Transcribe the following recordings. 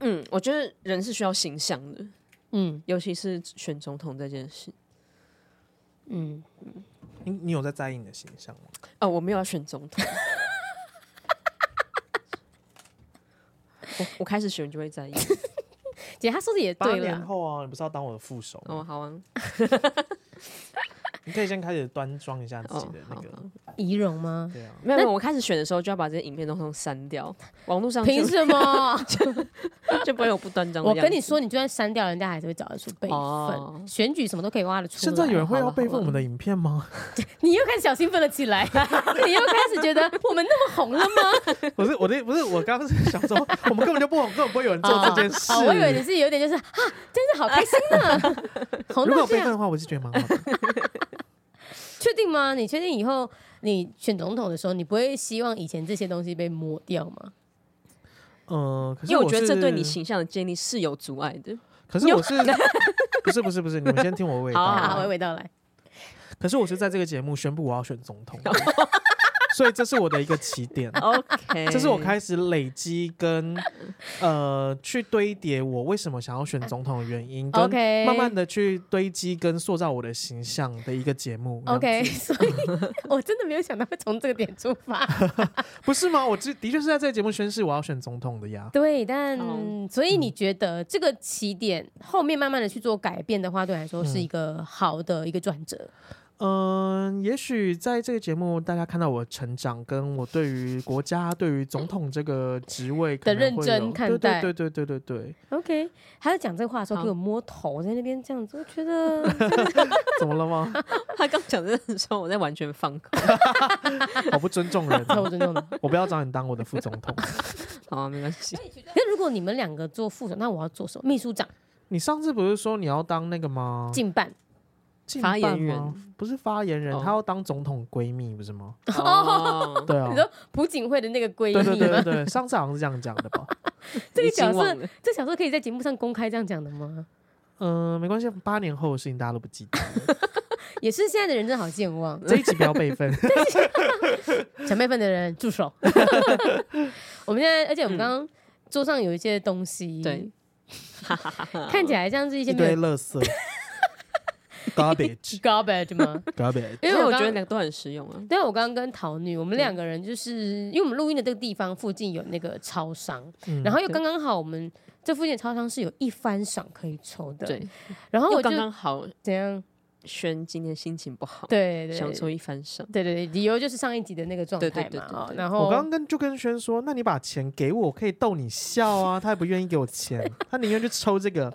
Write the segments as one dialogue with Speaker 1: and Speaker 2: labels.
Speaker 1: 嗯我觉得人是需要形象的，
Speaker 2: 嗯
Speaker 1: 尤其是选总统这件事。
Speaker 2: 嗯，
Speaker 3: 你你有在在意你的形象吗？
Speaker 1: 哦，我没有要选总统。我我开始选就会在意。
Speaker 2: 姐她说的也
Speaker 3: 八
Speaker 2: 对
Speaker 3: 年
Speaker 2: 了，
Speaker 3: 后啊，你不是要当我的副手
Speaker 1: 哦，
Speaker 3: 吗？
Speaker 1: 好啊，
Speaker 3: 你可以先开始端庄一下自
Speaker 1: 哦，
Speaker 3: 己的那
Speaker 1: 好
Speaker 3: 个，
Speaker 1: 好
Speaker 2: 仪容吗？
Speaker 3: 对啊，
Speaker 1: 没有，没有我开始选的时候就要把这些影片都通通删掉，网络上就
Speaker 2: 凭什么？
Speaker 1: 就不会有不端 庄的
Speaker 2: 我
Speaker 1: 样子。
Speaker 2: 跟你说，你就算删掉，人家还是会找得出备
Speaker 1: 哦
Speaker 2: 份。选举什么都可以挖得出来。
Speaker 3: 现在有人会要备
Speaker 1: 好了
Speaker 3: 份我们的影片吗？
Speaker 2: 你又开始小兴奋了起来， 你又开始觉得我们那么红了吗？
Speaker 3: 不是，我的不是，我刚刚是想说，我们根本就不红，根本不会有人做这件事。
Speaker 2: 哦，我以为你是有点就是啊，真是好开心 呢，红
Speaker 3: 如果
Speaker 2: 到
Speaker 3: 有
Speaker 2: 这
Speaker 3: 备份
Speaker 2: 样，
Speaker 3: 的话，我是觉得蛮好的。
Speaker 2: 确定吗？你确定以后你选总统的时候，你不会希望以前这些东西被抹掉吗？
Speaker 3: 嗯，可是
Speaker 1: 因为我
Speaker 3: 我
Speaker 1: 觉得这对
Speaker 3: 是
Speaker 1: 你形象的建立是有阻碍的。
Speaker 3: 可是我是不是不是不是？你们先听我娓
Speaker 1: 好
Speaker 2: 好，
Speaker 3: 道
Speaker 2: 娓。娓道来。
Speaker 3: 可是我是在这个节目宣布我要选总统，所以这是我的一个起点。
Speaker 1: OK，
Speaker 3: 这
Speaker 2: 哎
Speaker 3: 是我开始累积跟呃去堆叠我为什么想要选总统的原因，跟
Speaker 2: OK
Speaker 3: 慢慢的去堆积跟塑造我的形象的一个节目。这样子
Speaker 2: OK，所以 我真的没有想到会从这个点出发。
Speaker 3: 不是吗？我这的确是在这个节目宣誓我要选总统的呀。
Speaker 2: 对，但
Speaker 1: 好
Speaker 2: 所以你觉得这个起点后面慢慢的去做改变的话，对你来说是一个好的一个转折。
Speaker 3: 嗯、也许在这个节目大家看到我的成长，跟我对于国家、对于总统这个职位可
Speaker 2: 的
Speaker 3: 能
Speaker 2: 认
Speaker 3: 会
Speaker 2: 真
Speaker 3: 有
Speaker 2: 看
Speaker 3: 对
Speaker 2: 待
Speaker 3: 对对对对对对，
Speaker 2: OK，他在讲这话的时候
Speaker 1: 好
Speaker 2: 给我摸头，在那边这样子，我觉得
Speaker 3: 怎么了吗？
Speaker 1: 他刚讲这的时候，我在完全放空。
Speaker 3: 好不尊 重人
Speaker 2: 超
Speaker 3: 哦，
Speaker 2: 尊重的。
Speaker 3: 我不要找你当我的副总统。
Speaker 1: 好啊，没关系。
Speaker 2: 那如果你们两个做副手，那我要做什么？秘书长、
Speaker 3: 你上次不是说你要当那个吗？
Speaker 2: 近办。
Speaker 3: 近
Speaker 1: 发言
Speaker 3: 半吗
Speaker 1: 人
Speaker 3: 不是发言人，
Speaker 1: 哦
Speaker 3: 她要当总统闺蜜不是吗？
Speaker 1: 哦，
Speaker 3: 对啊
Speaker 2: 你， 说朴槿惠的那个闺
Speaker 3: 对对
Speaker 2: 蜜
Speaker 3: 对对
Speaker 2: 吗？
Speaker 3: 对，上次好像是这样讲的 吧？
Speaker 2: 这个
Speaker 1: 已经
Speaker 2: 角
Speaker 1: 忘
Speaker 2: 色，
Speaker 1: 了
Speaker 2: 这角色可以在节目上公开这样讲的吗？
Speaker 3: 嗯，没关系，八年后的事情大家都不记得，
Speaker 2: 也是现在的人真的好健忘，
Speaker 3: 这一集不要备 份。
Speaker 2: 小妹份的人住手。我们现在，而且我们刚刚桌上有一些东西，
Speaker 1: 对，
Speaker 2: 看起来像是一些
Speaker 3: 一
Speaker 2: 没
Speaker 3: 堆
Speaker 2: 有
Speaker 3: 垃圾 ，garbage
Speaker 2: garbage 吗？
Speaker 3: garbage，
Speaker 1: 因
Speaker 2: 因为
Speaker 1: 为
Speaker 2: 我
Speaker 1: 我觉得
Speaker 2: 刚
Speaker 1: 两个都很实用啊。
Speaker 2: 对，我刚刚跟桃女，我
Speaker 1: 嗯
Speaker 2: 们两个人就是因为我们录音的这个地方附近有那个超商，
Speaker 3: 嗯
Speaker 2: 然后又
Speaker 1: 对
Speaker 2: 刚刚好我们这附近的超商是有一番赏可以抽的，
Speaker 1: 对，
Speaker 2: 然后
Speaker 1: 又
Speaker 2: 我就
Speaker 1: 刚刚好，
Speaker 2: 怎样？
Speaker 1: 轩今天心情不好，
Speaker 2: 对对，
Speaker 1: 想
Speaker 2: 对
Speaker 1: 抽一番赏。
Speaker 2: 对对对，理由就是上一集的那个状
Speaker 1: 对对
Speaker 2: 态
Speaker 1: 对
Speaker 2: 嘛
Speaker 1: 对
Speaker 2: 哦
Speaker 1: 对
Speaker 2: 然后
Speaker 3: 我刚刚跟就跟轩说，那你把钱给我，我可以逗你笑啊。他也不愿意给我钱，他宁愿去抽这个，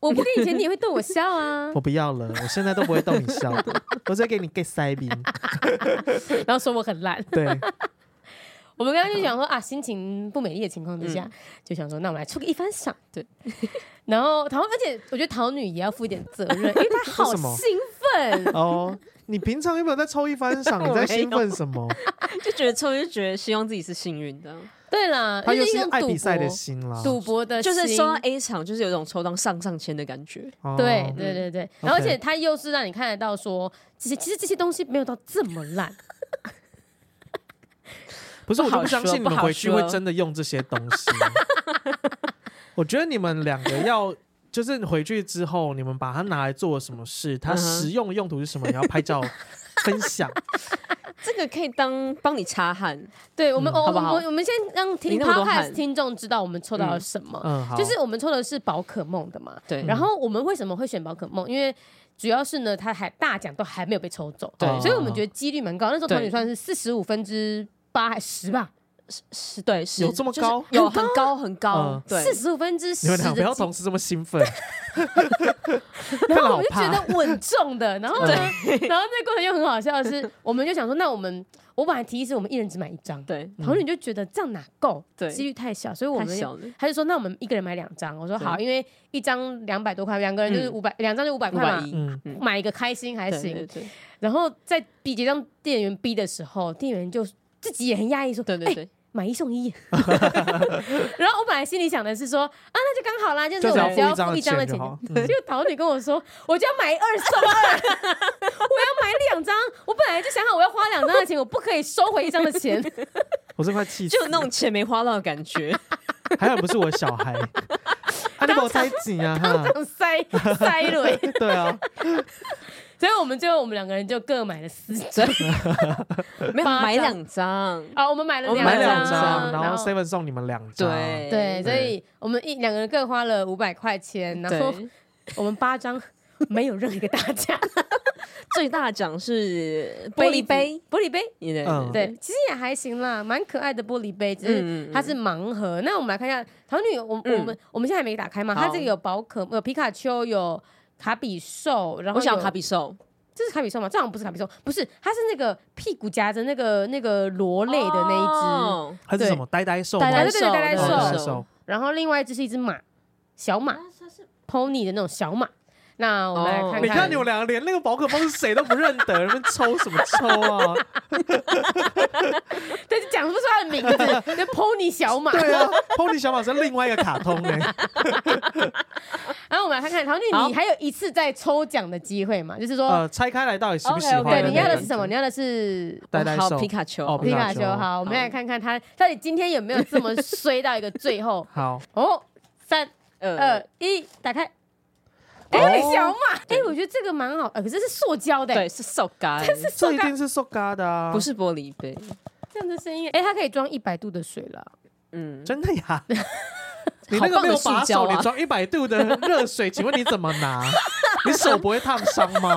Speaker 2: 我不给你钱，你也会逗我笑 啊
Speaker 3: 我，不要了，我现在都不会逗你笑 的，我再给你 get 塞 宾。
Speaker 2: 然后说我很烂。
Speaker 3: 对，
Speaker 2: 我们刚刚 就想说啊，心情不美丽的情况之下，就想说那我们来出个一番赏。
Speaker 1: 嗯对，
Speaker 2: 然后桃，而且我觉得桃女也要负一点责任，因为她好
Speaker 3: 为什么
Speaker 2: 兴奋。
Speaker 3: 哦，你平常有没有在抽一番 赏？你在兴奋什么？
Speaker 1: 就觉得抽就觉得希望自己是幸运 的，
Speaker 2: 对啦，
Speaker 3: 他又
Speaker 2: 就是一种
Speaker 3: 爱
Speaker 2: 赌
Speaker 3: 比赛的
Speaker 2: 博
Speaker 3: 心啦。
Speaker 2: 赌博的心，
Speaker 1: 就是收到 A 场就是有一种抽到上上签的感觉。
Speaker 3: 哦
Speaker 2: 对
Speaker 1: 嗯
Speaker 2: 对对对，然后而
Speaker 3: OK
Speaker 2: 且他又是让你看得到说，这些其实这些东西没有到这么烂，
Speaker 3: 不是，我
Speaker 1: 不
Speaker 3: 就
Speaker 1: 好
Speaker 3: 不相
Speaker 1: 说
Speaker 3: 信你
Speaker 1: 不
Speaker 3: 们
Speaker 1: 好
Speaker 3: 回去会
Speaker 1: 说
Speaker 3: 真的用这些东 西。我觉得你们两个要，就是回去之后，你们把它拿来做什么事，它
Speaker 1: 嗯哼
Speaker 3: 实用的用途是什么，你要拍照分享。
Speaker 1: 这个可以当帮你擦汗，
Speaker 2: 对我们，
Speaker 3: 嗯
Speaker 2: 我
Speaker 1: 好
Speaker 2: 我
Speaker 1: 不好
Speaker 2: 我我们先让听
Speaker 1: 你那么多汗
Speaker 2: podcast 听众知道我们抽到了什么，
Speaker 3: 嗯，好，
Speaker 2: 就是我们抽的是宝可梦的嘛。
Speaker 1: 对，
Speaker 2: 然后我们为什么会选宝可梦？因为主要是呢，它还大奖都还没有被抽走，
Speaker 3: 对
Speaker 2: 所以我们觉得几率蛮高。那时候
Speaker 1: 对
Speaker 2: 团体算是四十五分之八还十吧，
Speaker 1: 是对，是
Speaker 3: 有这么
Speaker 1: 就是
Speaker 3: 高
Speaker 1: 有很高很高
Speaker 3: 嗯，
Speaker 1: 对，
Speaker 2: 四十五分之十
Speaker 3: 你
Speaker 2: 的
Speaker 3: 们俩
Speaker 2: 几
Speaker 3: 不要同时这么兴 奋，看了
Speaker 2: 然后
Speaker 3: 好
Speaker 2: 我就觉
Speaker 3: 怕。
Speaker 2: 得稳重的，然后呢，然后这个过程又很好笑的是，我们就想说，那我们我本来提议是我们一人只买一张，
Speaker 1: 对
Speaker 2: 桃女就觉得这样哪够，
Speaker 1: 对
Speaker 2: 几率太小，所以我
Speaker 1: 嗯太
Speaker 2: 们
Speaker 1: 小了，
Speaker 2: 他就说那我们一个人买两张，我说
Speaker 1: 对
Speaker 2: 好，因为一张两百多块，两个人就是
Speaker 1: 嗯
Speaker 2: 五百，两张就五百
Speaker 1: 五
Speaker 2: 块
Speaker 1: 百
Speaker 2: 嘛，
Speaker 1: 一，
Speaker 3: 嗯，
Speaker 1: 嗯
Speaker 2: 买一个开心还
Speaker 1: 对
Speaker 2: 行
Speaker 1: 对。对
Speaker 2: 然后在逼结账店员逼的时候，店员就自己也很压抑说，
Speaker 1: 对
Speaker 2: 哎
Speaker 1: 哎对对，
Speaker 2: 买一送一。 然后我本来心里想的是说，啊，那就刚好啦，就是
Speaker 3: 就
Speaker 2: 我
Speaker 3: 只要
Speaker 2: 只要
Speaker 3: 付一张
Speaker 2: 付
Speaker 3: 的
Speaker 2: 一张的钱就
Speaker 3: 钱就好。嗯
Speaker 2: 结果桃女跟我说，我就要买二送二，我要买两张。我本来就想好我要花两张的钱，我不可以收回一张的钱。
Speaker 3: 我这块气死
Speaker 1: 就有那种钱没花到的感觉，
Speaker 3: 还好不是我小孩，他就把我塞紧啊，哈，
Speaker 2: 塞塞 了。
Speaker 3: 对啊，
Speaker 2: 所以我们最后我们两个人就各买了四张
Speaker 1: 没有
Speaker 2: 八张
Speaker 1: 买两张，
Speaker 2: 啊，我们买了
Speaker 1: 我们
Speaker 3: 买两
Speaker 2: 两
Speaker 3: 张，
Speaker 1: 张
Speaker 3: 然后 Seven 送你们两张，
Speaker 1: 对
Speaker 2: 对，所
Speaker 3: 对
Speaker 2: 以我们一两个人各花了五百块钱，然后
Speaker 1: 对，
Speaker 2: 我们八张没有任何一个大奖，
Speaker 1: 最大的奖是玻璃杯，
Speaker 2: 玻璃杯，
Speaker 1: 对
Speaker 3: 嗯
Speaker 2: 对，其实也还行啦，蛮可爱的玻璃杯，只是
Speaker 1: 嗯，
Speaker 2: 它是盲盒。那我们来看一下桃女，我我们我们现在还没打开嘛？
Speaker 1: 好
Speaker 2: 它这个有宝可有皮卡丘，有卡比兽，然后
Speaker 1: 我想
Speaker 2: 有
Speaker 1: 卡比兽
Speaker 2: 这是卡比兽吗？这好像不是卡比兽，不是，它是那个屁股夹着那个那个螺类的那一只，
Speaker 1: 哦
Speaker 3: 还是什么呆呆兽吗？
Speaker 1: 呆
Speaker 2: 呆
Speaker 1: 呆
Speaker 2: 对对对呆呆
Speaker 3: 哦
Speaker 2: 兽
Speaker 3: 呆呆兽，
Speaker 2: 然后另外一只是一只马，小马，pony 的那种小马。那我们来
Speaker 1: 哦
Speaker 2: 看
Speaker 3: 你
Speaker 2: 看
Speaker 3: 看你们两个连那个宝可梦是谁都不认得，你们抽什么 抽啊？
Speaker 2: 但是讲不出它的名字，那 pony 小 马。
Speaker 3: 对啊，Pony 小马是另外一个卡通哎，
Speaker 2: 然后我们来看看，陶丽，
Speaker 1: 好
Speaker 2: 你还有一次再抽奖的机会嘛？就是说，
Speaker 3: 呃，拆开来到底喜不喜欢
Speaker 1: OK，OK，
Speaker 2: 对，
Speaker 3: 那个？
Speaker 2: 哦你要的是什么？你要的是
Speaker 3: 呆呆
Speaker 1: 好
Speaker 3: 兽
Speaker 1: 皮卡丘，
Speaker 3: 哦
Speaker 2: 皮卡丘
Speaker 3: 皮。卡丘
Speaker 2: 好，我们来看看他到底今天有没有这么衰到一个最后
Speaker 3: 好，
Speaker 2: 哦。三
Speaker 1: 呃
Speaker 2: 二，一，打开。
Speaker 3: 哦
Speaker 2: 哎，小马，哎，我觉得这个蛮好，呃，可是是塑胶的，
Speaker 1: 对，是瘦 干，
Speaker 3: 这一定是 s o g a 的啊，
Speaker 1: 不是玻璃杯，
Speaker 2: 这样的声音，哎，它可以装一百度的水了。
Speaker 1: 嗯，
Speaker 3: 真的 呀？你那个没有把
Speaker 1: 好
Speaker 3: 手，
Speaker 1: 棒的塑胶啊
Speaker 3: 你装一百度的热水，请问你怎么拿？ 你手不会烫伤吗？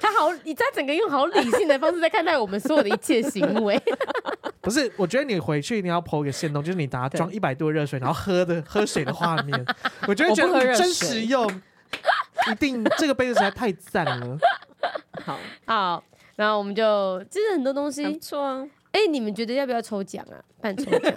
Speaker 2: 他好，你他整个用好理性的方式在看待我们所有的一切行为。
Speaker 3: 不是，我觉得你回去你要剖一个线动，就是你拿
Speaker 1: 对
Speaker 3: 装一百度的热水，然后喝的 喝水的画面，我觉得
Speaker 1: 我不
Speaker 3: 觉得
Speaker 1: 喝
Speaker 3: 你
Speaker 1: 热
Speaker 3: 真
Speaker 1: 水
Speaker 3: 实用，一定这个杯子实在太赞 了。
Speaker 1: 好，
Speaker 2: 好，然后我们就就是很多东西
Speaker 1: 还，不错啊，
Speaker 2: 哎，你们觉得要不要抽奖啊？办抽奖，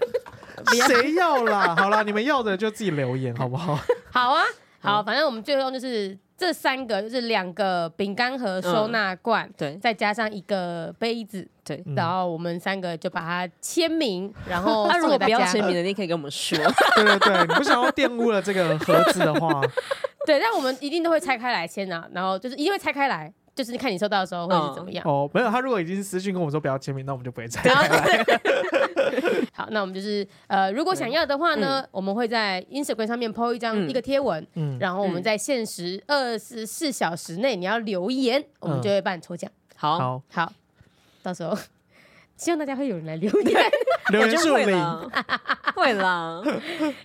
Speaker 3: 谁要啦？好啦，你们要的就自己留言好不 好？
Speaker 2: 好啊，好，反正我们最后就是这三个，就是两个饼干盒收纳罐。
Speaker 1: 对
Speaker 2: 再加上一个杯子，
Speaker 1: 对。
Speaker 3: 嗯
Speaker 2: 然后我们三个就把它签 名，然后
Speaker 1: 那如
Speaker 2: 送
Speaker 1: 果
Speaker 2: 给大
Speaker 1: 不要
Speaker 2: 家。
Speaker 1: 签 名的，你可以跟我们说，
Speaker 3: 对对对，你不想要玷污了这个盒子的 话，
Speaker 2: 对，但我们一定都会拆开来签啊，然后就是一定会拆开来，就是看你收到的时候
Speaker 1: 嗯
Speaker 2: 会是怎么样。
Speaker 3: 哦，没有，他如果已经私讯跟我说不要签名，那我们就不会再。
Speaker 2: 然后 好，那我们就是呃，如果想要的话呢，我们会在 Instagram 上面 po 一张、
Speaker 1: 嗯
Speaker 2: 一个贴文，
Speaker 3: 嗯，
Speaker 2: 然后我们在限时二十四小时内你要留言，
Speaker 1: 嗯
Speaker 2: 我们就会办抽奖。
Speaker 1: 好，
Speaker 3: 好，
Speaker 2: 好，到时候希望大家会有人来留言，
Speaker 3: 留
Speaker 1: 我
Speaker 3: 言
Speaker 1: 就
Speaker 3: 数
Speaker 1: 会
Speaker 3: 零。
Speaker 1: 啦，会 啦，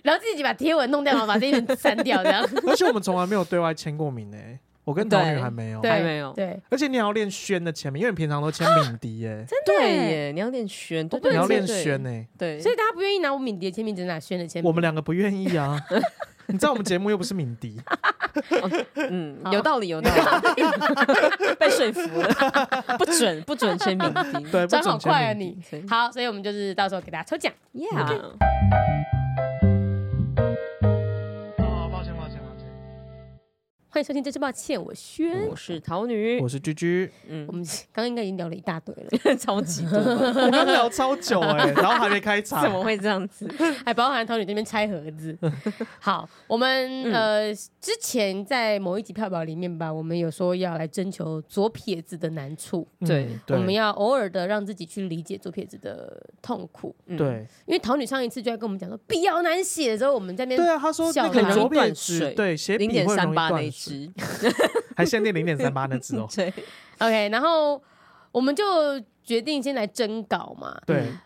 Speaker 2: 然后自己把贴文弄掉，然后把这一段删掉，这样。
Speaker 1: 哦
Speaker 3: 而且我们从来没有对外签过名诶、欸我跟桃女还没有。
Speaker 2: 对，
Speaker 1: 还没有
Speaker 2: 对，
Speaker 3: 而且你还要练轩的签名，因为你平常都签敏迪耶、
Speaker 1: 对耶，你要练宣，对
Speaker 2: 不
Speaker 1: 对
Speaker 3: 你
Speaker 2: 能
Speaker 3: 要
Speaker 1: 对
Speaker 3: 练
Speaker 1: 对
Speaker 3: 轩呢、
Speaker 1: 对，
Speaker 2: 所以大家不愿意拿我敏迪的签名，只拿轩的签名。
Speaker 3: 我们两个不愿意 啊。你知道我们节目又不是敏迪，
Speaker 1: 嗯
Speaker 2: 好，
Speaker 1: 有道理，有道 理，被说服了，不准不准签名低，
Speaker 3: 对，不
Speaker 2: 转好
Speaker 3: 准
Speaker 2: 快啊
Speaker 3: 签名
Speaker 2: 你
Speaker 3: 迪。
Speaker 1: 对
Speaker 2: 好，所以我们就是到时候给大家抽奖。
Speaker 1: ，Yeah，
Speaker 3: 哦，抱歉，抱歉，抱歉。
Speaker 2: 欢迎收听，真是抱歉，我轩。
Speaker 1: 我是桃女
Speaker 3: 我，是居居，
Speaker 1: 嗯
Speaker 2: 我，们刚刚应该已经聊了一大堆了，
Speaker 1: 超级多吧，
Speaker 3: 我刚聊超久哎、然后还没开场
Speaker 1: 怎，么会这样 子？
Speaker 2: 还包含桃女这边拆盒子。 好，我们、
Speaker 1: 嗯
Speaker 2: 呃之前在某一集票表里面吧，我们有说要来征求左撇子的难处，
Speaker 3: 嗯
Speaker 1: 对
Speaker 2: 我们
Speaker 3: 对
Speaker 2: 要偶尔的让自己去理解左撇子的痛苦。
Speaker 1: 嗯，
Speaker 3: 对
Speaker 2: 因为桃女上一次就在跟我们讲说，笔好难写的时候，我们在那
Speaker 3: 对
Speaker 2: 边
Speaker 3: 啊，他说
Speaker 2: 小
Speaker 3: 那个
Speaker 2: 孩
Speaker 3: 左
Speaker 1: 容易
Speaker 3: 撇
Speaker 1: 断
Speaker 3: 子
Speaker 1: 水
Speaker 3: 对写
Speaker 1: 零
Speaker 3: 笔会
Speaker 1: 点
Speaker 3: 容
Speaker 1: 三
Speaker 3: 易
Speaker 1: 八那
Speaker 3: 断
Speaker 1: 一
Speaker 3: 水，
Speaker 1: 只，。
Speaker 3: 还限定零点三八那只哦
Speaker 1: 对，
Speaker 2: OK，然后我们就决定先来征稿嘛，
Speaker 3: 对，
Speaker 1: 嗯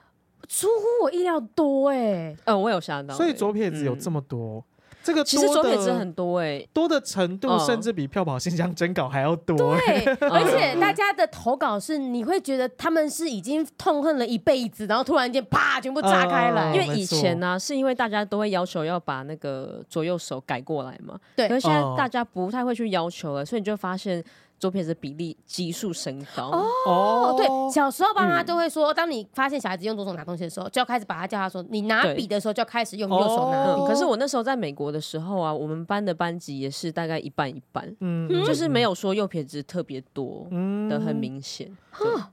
Speaker 2: 出乎我意料多哎、
Speaker 1: 呃，我有吓到欸，
Speaker 3: 所以左撇子有这
Speaker 1: 么，
Speaker 3: 么多，这个
Speaker 1: 其实
Speaker 3: 多
Speaker 1: 左
Speaker 3: 的
Speaker 1: 撇子很多哎，
Speaker 3: 多的程度，
Speaker 1: 嗯
Speaker 3: 甚至比票宝信箱征稿还要多。
Speaker 2: 哦对，啊而且大家的投稿是，你会觉得他们是已经痛恨了一辈子，然后突然间啪全部炸开来，
Speaker 3: 嗯
Speaker 2: 因
Speaker 1: 因
Speaker 2: 为
Speaker 1: 为以前呢、是因为大家都会要求要把那个左右手改过来嘛，
Speaker 2: 对
Speaker 1: 可是现在
Speaker 3: 哦
Speaker 1: 大家不太会去要求了，所以你就发现左撇子比例急速升高。哦，
Speaker 3: 哦
Speaker 2: 哦对，小时候爸妈都会说，哦当你发现小孩子用左手拿东西的时候，就要开始把他叫他说，你拿
Speaker 1: 对
Speaker 2: 笔的时候就要开始用右手拿笔
Speaker 3: 哦。
Speaker 1: 嗯可是我那时候在美国的时候啊，我们班的班级也是大概一半一半，
Speaker 3: 嗯
Speaker 1: 就是没有说右撇子特别多
Speaker 3: 嗯
Speaker 1: 的很明显。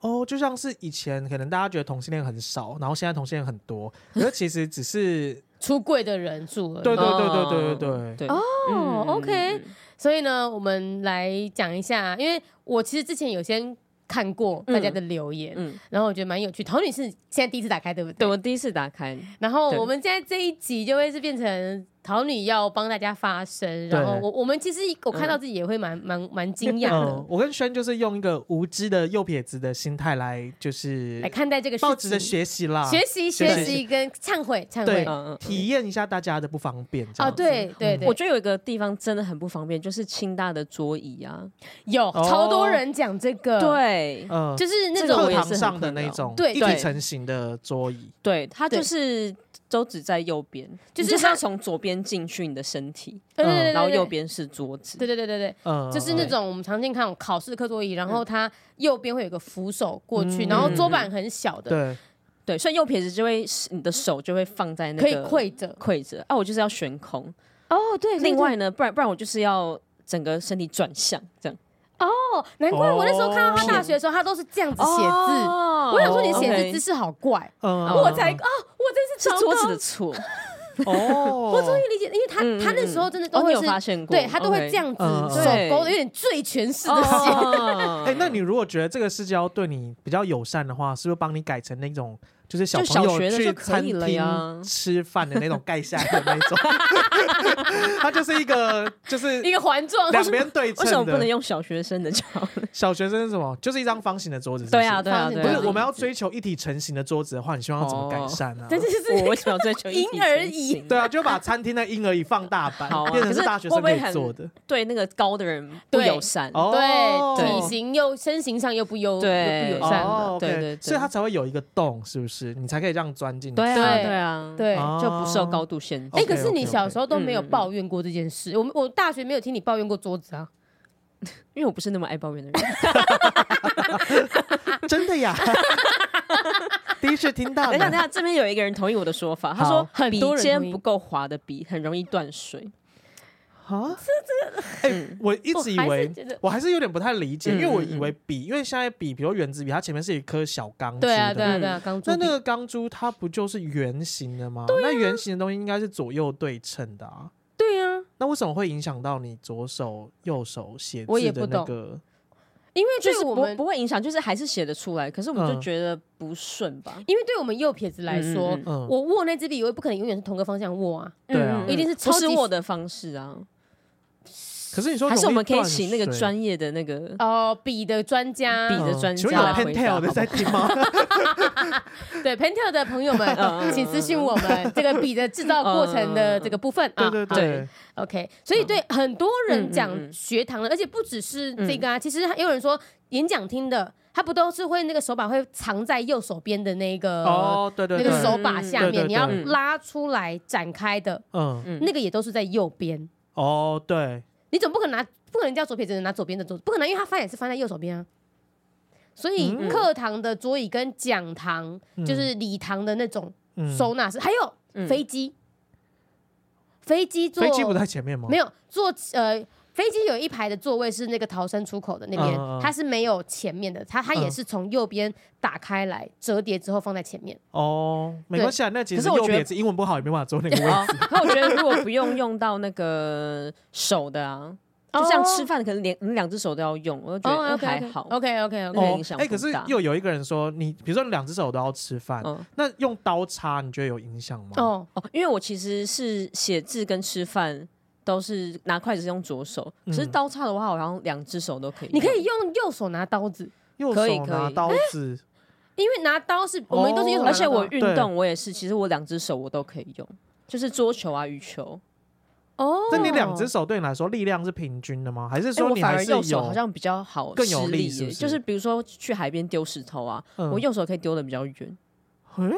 Speaker 3: 哦，就像是以前可能大家觉得同性恋很少，然后现在同性恋很多，可是其实 只是
Speaker 2: 出柜的人数而已。
Speaker 3: 对对对对
Speaker 1: 哦
Speaker 3: 对对对，
Speaker 1: 对哦嗯
Speaker 2: 哦，OK 所以呢，我们来讲一下，因为我其实之前有先看过大家的留言，
Speaker 1: 嗯，
Speaker 2: 然后我觉得蛮有趣。陶女士现在第一次打开，对不
Speaker 1: 对我第一次打开，
Speaker 2: 然后
Speaker 1: 对
Speaker 2: 我们现在这一集就会是变成桃女要帮大家发声，然后
Speaker 3: 对
Speaker 2: 我我们其实我看到自己也会蛮蛮蛮惊讶
Speaker 3: 嗯
Speaker 2: 的，
Speaker 3: 我跟轩就是用一个无知的右撇子的心态来，就是
Speaker 2: 来看待这个事
Speaker 3: 报纸的啊
Speaker 2: 情，
Speaker 3: 学习啦，
Speaker 2: 学习
Speaker 3: 学
Speaker 2: 学
Speaker 3: 习
Speaker 2: 习跟忏悔忏
Speaker 3: 对
Speaker 2: 悔
Speaker 1: 嗯嗯嗯。
Speaker 3: 体验一下大家的不方便。这
Speaker 2: 哦，
Speaker 3: 样子，
Speaker 2: 对对对，
Speaker 1: 我觉得有一个地方真的很不方便，就是清大的桌椅啊。
Speaker 2: 有
Speaker 3: 哦
Speaker 2: 超多人讲这个，，
Speaker 1: 对
Speaker 3: 嗯，
Speaker 2: 就是那
Speaker 1: 这个
Speaker 2: 种
Speaker 1: 我
Speaker 3: 课
Speaker 1: 也是
Speaker 3: 堂
Speaker 1: 很
Speaker 3: 上的
Speaker 1: 困扰
Speaker 3: 那种
Speaker 2: 对
Speaker 3: 一
Speaker 1: 对
Speaker 3: 体成型的桌椅，
Speaker 1: 对，它
Speaker 2: 对
Speaker 1: 就是都只在右边，
Speaker 2: 就是
Speaker 1: 你就是
Speaker 2: 它
Speaker 1: 要从左边进去你的身体，
Speaker 2: 对对对对
Speaker 1: 嗯然后
Speaker 2: 对
Speaker 1: 右边是桌子。
Speaker 2: 对对对对对。
Speaker 3: 嗯，
Speaker 2: 就是那种我们常见看那种考试课桌椅，
Speaker 1: 嗯
Speaker 2: 然后它右边会有个扶手过去，
Speaker 3: 嗯
Speaker 2: 然后桌板很小的，
Speaker 3: 对，
Speaker 1: 对，所以右撇子就会你的手就会放在那个
Speaker 2: 可以跪着。
Speaker 1: 跪着啊，我就是要悬空。
Speaker 2: 哦，对
Speaker 1: 另外呢，不然不然我就是要整个身体转向这样
Speaker 2: 哦，难怪我那时候看
Speaker 1: 哦
Speaker 2: 到他大学的时候，他都是这样子写字。我想说你写字姿势好怪，
Speaker 3: 嗯，
Speaker 2: 我才啊，我真是
Speaker 1: 是
Speaker 2: 哦糟
Speaker 1: 桌
Speaker 2: 糕
Speaker 1: 子的错，
Speaker 3: 哦，
Speaker 2: 我终于理解，因为他
Speaker 1: 嗯嗯
Speaker 2: 他那时候真的
Speaker 1: 哦，
Speaker 2: 都
Speaker 1: 你
Speaker 2: 会
Speaker 1: 有
Speaker 2: 是，
Speaker 1: 发现过？
Speaker 2: 对他都会这样子
Speaker 3: 嗯嗯
Speaker 2: 手勾的，有点醉拳式
Speaker 1: 哦
Speaker 2: 的写。
Speaker 1: 嗯
Speaker 3: 哎、 那你如果觉得这个世交对你比较友善的话，是不是帮你改成那种就是小
Speaker 1: 就小
Speaker 3: 朋友
Speaker 1: 学的
Speaker 3: 去
Speaker 1: 就可
Speaker 3: 餐
Speaker 1: 以了呀
Speaker 3: 厅吃饭的那种盖下来的那 种？它就是一个就是
Speaker 2: 一个环状，
Speaker 3: 两边对
Speaker 1: 为什么
Speaker 3: 称
Speaker 1: 不能
Speaker 3: 的。
Speaker 1: 用小学生的脚？
Speaker 3: 小学生是什么？就是一张方形的桌子是不是
Speaker 1: 对啊，对啊，对
Speaker 3: 不
Speaker 1: 啊。哦
Speaker 3: 是我们要追求一体成型的桌子的话，你希望要怎么改善啊？
Speaker 2: 但是就是
Speaker 1: 我为什么要追求一体
Speaker 2: 婴儿
Speaker 1: 成
Speaker 2: 椅
Speaker 1: 型
Speaker 3: 对啊，就把餐厅的婴儿椅放大版，
Speaker 1: 好啊
Speaker 3: 变成
Speaker 1: 可是
Speaker 3: 大学生可
Speaker 1: 会不会
Speaker 3: 以
Speaker 1: 很
Speaker 3: 做的。
Speaker 1: 对那个高的人不
Speaker 2: 对
Speaker 1: 友善？
Speaker 3: 哦，
Speaker 2: 对
Speaker 1: 对
Speaker 2: 体型又身形上又不优，
Speaker 1: 对
Speaker 2: 又不友善了，
Speaker 3: 哦，
Speaker 1: 对
Speaker 3: OK
Speaker 1: 对对
Speaker 3: 所以它才会有一个洞，是不是？你才可以这样钻进去。
Speaker 1: 对啊，
Speaker 2: 对
Speaker 1: 对啊，，哦
Speaker 2: 对。
Speaker 3: 哦
Speaker 1: 就不受高度限制。
Speaker 2: 哎，
Speaker 3: OK，
Speaker 2: 可是你
Speaker 3: OK，OK
Speaker 2: 小时候都没有
Speaker 1: 嗯嗯嗯
Speaker 2: 抱怨过这件事，我们我大学没有听你抱怨过桌子啊，
Speaker 1: 因为我不是那么爱抱怨 的人。
Speaker 3: 真的呀，第一次听到
Speaker 1: 等
Speaker 3: 呢。
Speaker 1: 一下，等一下，这边有一个人同意我的说法，他说
Speaker 2: 好
Speaker 1: 笔
Speaker 2: 很多人
Speaker 1: 尖
Speaker 2: 同意
Speaker 1: 不够滑的笔很容易断水。
Speaker 3: 啊，这这个，哎，我一直以
Speaker 2: 我还是
Speaker 3: 为
Speaker 2: 觉得，
Speaker 3: 我还是有点不太理解，
Speaker 1: 哦嗯
Speaker 3: 因为我以为笔，因为现在笔，比如原子笔，它前面是一颗小钢珠
Speaker 2: 对啊
Speaker 3: 的，
Speaker 2: 对
Speaker 1: 嗯
Speaker 2: 啊对啊，刚
Speaker 3: 那
Speaker 2: 做
Speaker 3: 那个钢珠它不就是圆形的
Speaker 1: 啊
Speaker 3: 吗？那圆形的东西应该是左右对称的啊，
Speaker 2: 对啊，
Speaker 3: 那为什么会影响到你左手右手写
Speaker 2: 我也
Speaker 3: 字的
Speaker 2: 不
Speaker 3: 那
Speaker 2: 懂
Speaker 3: 个？
Speaker 2: 因为
Speaker 1: 就
Speaker 2: 对
Speaker 1: 是
Speaker 2: 我
Speaker 1: 不
Speaker 2: 们
Speaker 1: 不会影响，就是还是写得出来，可是我们
Speaker 3: 嗯
Speaker 1: 就觉得不顺吧。
Speaker 2: 因为对我们右撇子来说
Speaker 1: 嗯嗯，
Speaker 3: 嗯，
Speaker 2: 我握那支笔，我也不可能永远是同个方向握啊。
Speaker 3: 对啊
Speaker 2: 一定是超
Speaker 1: 不是
Speaker 2: 级
Speaker 1: 我的方式啊？
Speaker 3: 可是你说
Speaker 1: 还是我们可以请
Speaker 3: 洗
Speaker 1: 那个专业的那个
Speaker 2: 哦，笔的专家，
Speaker 1: 笔的专
Speaker 3: 嗯请
Speaker 1: 家
Speaker 3: 问有
Speaker 1: 来回
Speaker 3: Pentel
Speaker 1: 答
Speaker 3: 的
Speaker 1: 好不
Speaker 3: 在
Speaker 1: 好？
Speaker 3: 听吗？
Speaker 2: 对 Pentel 的朋友 们，
Speaker 1: 嗯
Speaker 2: 请私信我们这个笔的制造过程的这个部分啊。
Speaker 3: 嗯对对
Speaker 2: 好
Speaker 3: 对，
Speaker 2: ，OK。所以对很多人
Speaker 1: 嗯嗯
Speaker 2: 讲
Speaker 1: 嗯
Speaker 2: 学堂的，而且不只是这个啊，其实还有人说演讲厅的，他不都是会那个手把会藏在右手边的那
Speaker 1: 呃
Speaker 2: 个
Speaker 3: 哦，对对
Speaker 2: 那
Speaker 3: 对，
Speaker 2: 个手把下
Speaker 3: 嗯对对
Speaker 2: 面，你要
Speaker 1: 对
Speaker 2: 拉出来展开的
Speaker 3: 嗯，
Speaker 1: 嗯
Speaker 2: 那个也都是在右边。
Speaker 3: 哦，对，
Speaker 2: 你总不可能拿，不可能叫左撇子拿左边的桌，不可能，因为他翻也是翻在右手边啊。所以
Speaker 3: 嗯
Speaker 2: 课堂的桌椅跟讲堂，
Speaker 3: 嗯
Speaker 2: 就是礼堂的那种
Speaker 3: 嗯
Speaker 2: 收纳室，还有
Speaker 1: 嗯
Speaker 2: 飞机，飞机坐
Speaker 3: 飞机不在前面吗？
Speaker 2: 没有坐呃。飞机有一排的座位是那个逃生出口的那边，
Speaker 3: 嗯嗯嗯
Speaker 2: 它是没有前面的，它它也
Speaker 3: 嗯
Speaker 2: 是从右边打开来折叠之后放在前面。
Speaker 3: 哦，没
Speaker 2: 对
Speaker 3: 关系啊，那其
Speaker 1: 可
Speaker 3: 实
Speaker 1: 是我
Speaker 3: 右
Speaker 1: 觉得
Speaker 3: 撇子英文不好也没办法坐那个位置。
Speaker 1: 哦，那我觉得如果不用用到那个手的啊，就像吃饭，可能连你两只手都要用，我就觉得
Speaker 2: 哦
Speaker 1: 嗯
Speaker 2: ，OK
Speaker 1: 还好。
Speaker 2: OK OK
Speaker 1: 那个
Speaker 2: OK，
Speaker 3: 哦
Speaker 1: 影，响
Speaker 3: 哎，
Speaker 1: 不
Speaker 3: 可是
Speaker 1: 大
Speaker 3: 又有一个人说，你比如说你两只手都要吃饭，
Speaker 1: 嗯
Speaker 3: 那用刀叉你觉得有影响吗？
Speaker 2: 哦，
Speaker 1: 哦，因为我其实是写字跟吃饭都是拿筷子是用左手，可是
Speaker 3: 嗯
Speaker 1: 刀叉的话，我好像两只手都可以用。
Speaker 2: 你可以用右手拿刀子，
Speaker 3: 右
Speaker 1: 可以
Speaker 3: 手
Speaker 1: 可
Speaker 3: 拿
Speaker 1: 以
Speaker 3: 刀 子，
Speaker 2: 因为拿刀是我们都是右手拿刀啊，
Speaker 1: 哦而且我运
Speaker 3: 对
Speaker 1: 动我也是，其实我两只手我都可以用，就是桌球啊、羽球。
Speaker 2: 哦，
Speaker 3: 那你两只手对你来说力量是平均的吗？还是
Speaker 1: 哎，
Speaker 3: 说
Speaker 1: 我
Speaker 3: 你
Speaker 1: 反
Speaker 3: 还
Speaker 1: 而
Speaker 3: 是
Speaker 1: 右手
Speaker 3: 有
Speaker 1: 好？像比较好，
Speaker 3: 更有
Speaker 1: 施
Speaker 3: 力
Speaker 1: 力
Speaker 3: 是不
Speaker 1: 耶
Speaker 3: 是
Speaker 1: 就是比如说去海边丢石头啊，
Speaker 3: 嗯
Speaker 1: 我右手可以丢的比较远。
Speaker 3: 嗯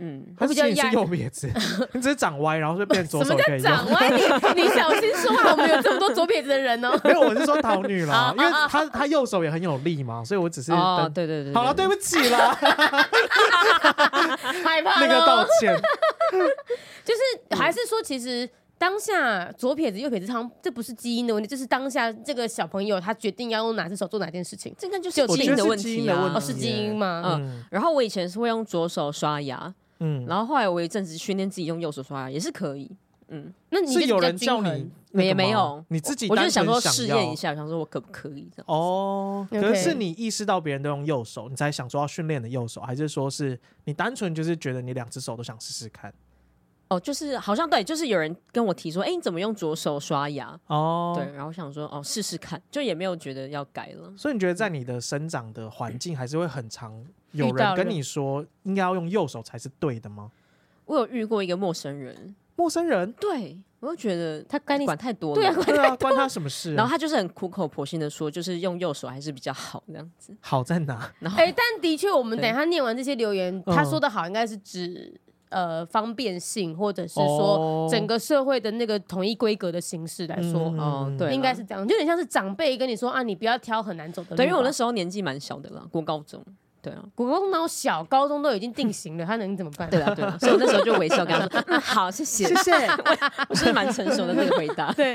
Speaker 1: 嗯，
Speaker 3: 还
Speaker 2: 比
Speaker 3: 是
Speaker 2: 较
Speaker 3: 其实
Speaker 2: 压
Speaker 3: 是右 撇子，你只是长歪，然后就变左
Speaker 2: 什
Speaker 3: 手
Speaker 2: 么叫
Speaker 3: 可以用。
Speaker 2: 长 歪？你你小心说话，我们有这么多左撇子的人哦。
Speaker 3: 没有，我是说桃女 啦，因为她她右手也很有力嘛，所以我只是
Speaker 1: 哦，
Speaker 3: 等。
Speaker 1: 对对对，
Speaker 3: 好了，对不起啦，
Speaker 2: 害怕
Speaker 3: 那个道
Speaker 2: 了，
Speaker 3: 歉。
Speaker 2: 就是还是说，其实当下左撇子、右撇子，好像这不是基因的问题，就是当下这个小朋友他决定要用哪只手做哪件事情，
Speaker 1: 这个 就是
Speaker 2: 我
Speaker 1: 基
Speaker 2: 觉
Speaker 1: 因
Speaker 2: 得
Speaker 1: 的
Speaker 3: 是
Speaker 1: 问
Speaker 3: 基
Speaker 1: 题
Speaker 3: 因的问
Speaker 1: 啊
Speaker 2: 哦，
Speaker 3: 题
Speaker 2: 是基因吗？
Speaker 3: 嗯
Speaker 1: 然后我以前是会用左手刷牙，
Speaker 3: 嗯，
Speaker 1: 然后后来我有一阵子训练自己用右手刷牙也是可以。嗯，
Speaker 2: 那你就是比
Speaker 3: 有
Speaker 2: 较
Speaker 3: 人
Speaker 2: 均
Speaker 3: 叫
Speaker 2: 衡
Speaker 3: 你那个
Speaker 1: 也没
Speaker 3: 吗
Speaker 1: 有
Speaker 3: 你自己
Speaker 1: 我就
Speaker 3: 单
Speaker 1: 想
Speaker 3: 纯
Speaker 1: 说试验
Speaker 3: 要
Speaker 1: 一下，想说我可不可以这样。
Speaker 3: 哦，
Speaker 2: OK
Speaker 3: 可是是你意识到别人都用右手，你才想说要训练你的右手，还是说是你单纯就是觉得你两只手都想试试看？
Speaker 1: 哦，就是好像对，就是有人跟我提说，哎，你怎么用左手刷牙？
Speaker 3: 哦，
Speaker 1: 对，，然后想说哦，试试看，就也没有觉得要改了。
Speaker 3: 所以你觉得在你的生长的环境，还是会很常有
Speaker 2: 遇到
Speaker 3: 人跟
Speaker 2: 人
Speaker 3: 你说应该要用右手才是对的吗？
Speaker 1: 我有遇过一个陌生人，
Speaker 3: 陌生 人，
Speaker 1: 对我就觉得
Speaker 2: 他干你
Speaker 1: 管太多了，
Speaker 2: 对啊，
Speaker 3: 对啊，关他什么事、
Speaker 1: 然后
Speaker 3: 啊？
Speaker 1: 他就是很苦口婆心的说，就是用右手还是比较好这样子。
Speaker 3: 好在哪？
Speaker 1: 然后
Speaker 2: 哎、但的确，我们
Speaker 1: 对
Speaker 2: 等一下念完这些留言，
Speaker 3: 嗯
Speaker 2: 他说的好，应该是指呃方便性，或者是说
Speaker 3: 哦
Speaker 2: 整个社会的那个统一规格的形式来说，
Speaker 3: 嗯
Speaker 1: 哦，对啦，
Speaker 2: 应该是这样，就有点像是长辈跟你说啊，你不要挑很难走的路吧。
Speaker 1: 对，因为我那时候年纪蛮小的了，过高中。对啊，
Speaker 2: 国公脑小，高中都已经定型了，他能怎么办？
Speaker 1: 对啊，对啊，所以我那时候就微笑跟他说：“嗯，好，谢谢。
Speaker 3: 谢谢。
Speaker 1: 我是蛮成熟的这个回 答。
Speaker 2: 对，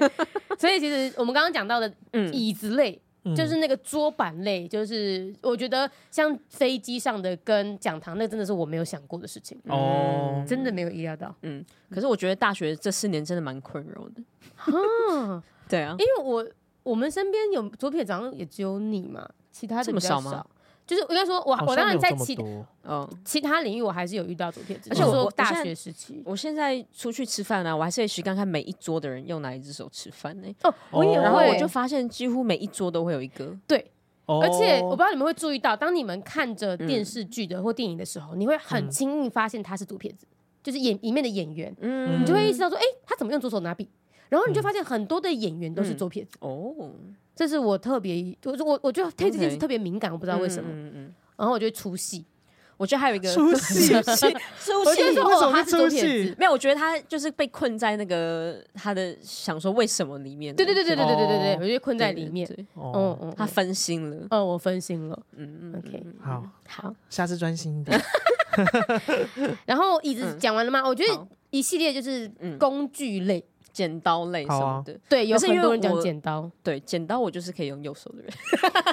Speaker 2: 所以其实我们刚刚讲到的
Speaker 1: 嗯，
Speaker 2: 椅子类，
Speaker 3: 嗯
Speaker 2: 就是那个桌板类，就是我觉得像飞机上的跟讲堂，那真的是我没有想过的事情，
Speaker 3: 哦，
Speaker 2: 真的没有意料
Speaker 1: 嗯
Speaker 2: 到。
Speaker 1: 可是我觉得大学这四年真的蛮困扰的。
Speaker 2: 嗯，
Speaker 1: 对啊，
Speaker 2: 因为我我们身边有左撇子，好像也只有你嘛，其他的
Speaker 1: 这么
Speaker 2: 比较
Speaker 1: 少吗
Speaker 2: 就是我应该说我，我
Speaker 3: 好像
Speaker 2: 当然
Speaker 3: 没有
Speaker 2: 在
Speaker 3: 这么
Speaker 2: 其
Speaker 3: 多
Speaker 1: 嗯，
Speaker 2: 其他领域我还是有遇到左撇子，
Speaker 1: 而
Speaker 3: 且我
Speaker 2: 就是说
Speaker 1: 我我
Speaker 2: 大
Speaker 1: 现在
Speaker 2: 学
Speaker 1: 哦
Speaker 2: 时期
Speaker 1: 我现在出去吃饭啊，我还是会去看看每一桌的人用哪一只手吃饭呢、
Speaker 2: 哦，我也
Speaker 3: 哦
Speaker 1: 然后
Speaker 2: 会
Speaker 1: 我就发现几乎每一桌都会有一个。
Speaker 2: 对，
Speaker 3: 哦，
Speaker 2: 而且我不知道你们会注意到，当你们看着
Speaker 1: 嗯
Speaker 2: 电视剧的或电影的时候，你会很轻易发现他是左撇子，就是演里面的演员，
Speaker 1: 嗯
Speaker 2: 你就会意识到说，哎、他怎么用左手拿笔？然后你就发现很多的演员都是左撇子，
Speaker 1: 哦，
Speaker 2: 这是我特别，我我我就对这件事
Speaker 1: OK
Speaker 2: 特别敏感，我不知道为什么，
Speaker 1: 嗯嗯嗯，
Speaker 2: 然后我就会出戏，
Speaker 1: 我觉得还有一个
Speaker 3: 出戏
Speaker 1: 出
Speaker 2: 我就
Speaker 1: 戏
Speaker 2: 是。说
Speaker 3: 为什么
Speaker 2: 哦，
Speaker 3: 会
Speaker 2: 他是左
Speaker 3: 出
Speaker 2: 撇
Speaker 3: 戏
Speaker 2: 子，
Speaker 1: 没有，我觉得他就是被困在那个他的想说为什么里面。
Speaker 2: 对对对对对对对对，
Speaker 3: 哦
Speaker 2: 我就困在里面，
Speaker 1: 对对对
Speaker 2: 嗯
Speaker 3: 哦，
Speaker 2: 嗯，
Speaker 1: 他
Speaker 2: 他
Speaker 1: 分心了。
Speaker 2: 嗯，我分心了
Speaker 1: 嗯嗯
Speaker 2: ，OK，
Speaker 3: 好，
Speaker 2: 好，
Speaker 3: 下次专心一点。
Speaker 2: 然后椅子
Speaker 1: 嗯
Speaker 2: 讲完了吗？我觉得
Speaker 1: 好
Speaker 2: 一系列就是
Speaker 1: 嗯
Speaker 2: 工具类，
Speaker 1: 剪刀类什
Speaker 3: 啊
Speaker 1: 么的。
Speaker 2: 对，有
Speaker 1: 可是因为
Speaker 2: 很多人讲
Speaker 1: 我
Speaker 2: 剪刀。
Speaker 1: 对，剪刀我就是可以用右手的人。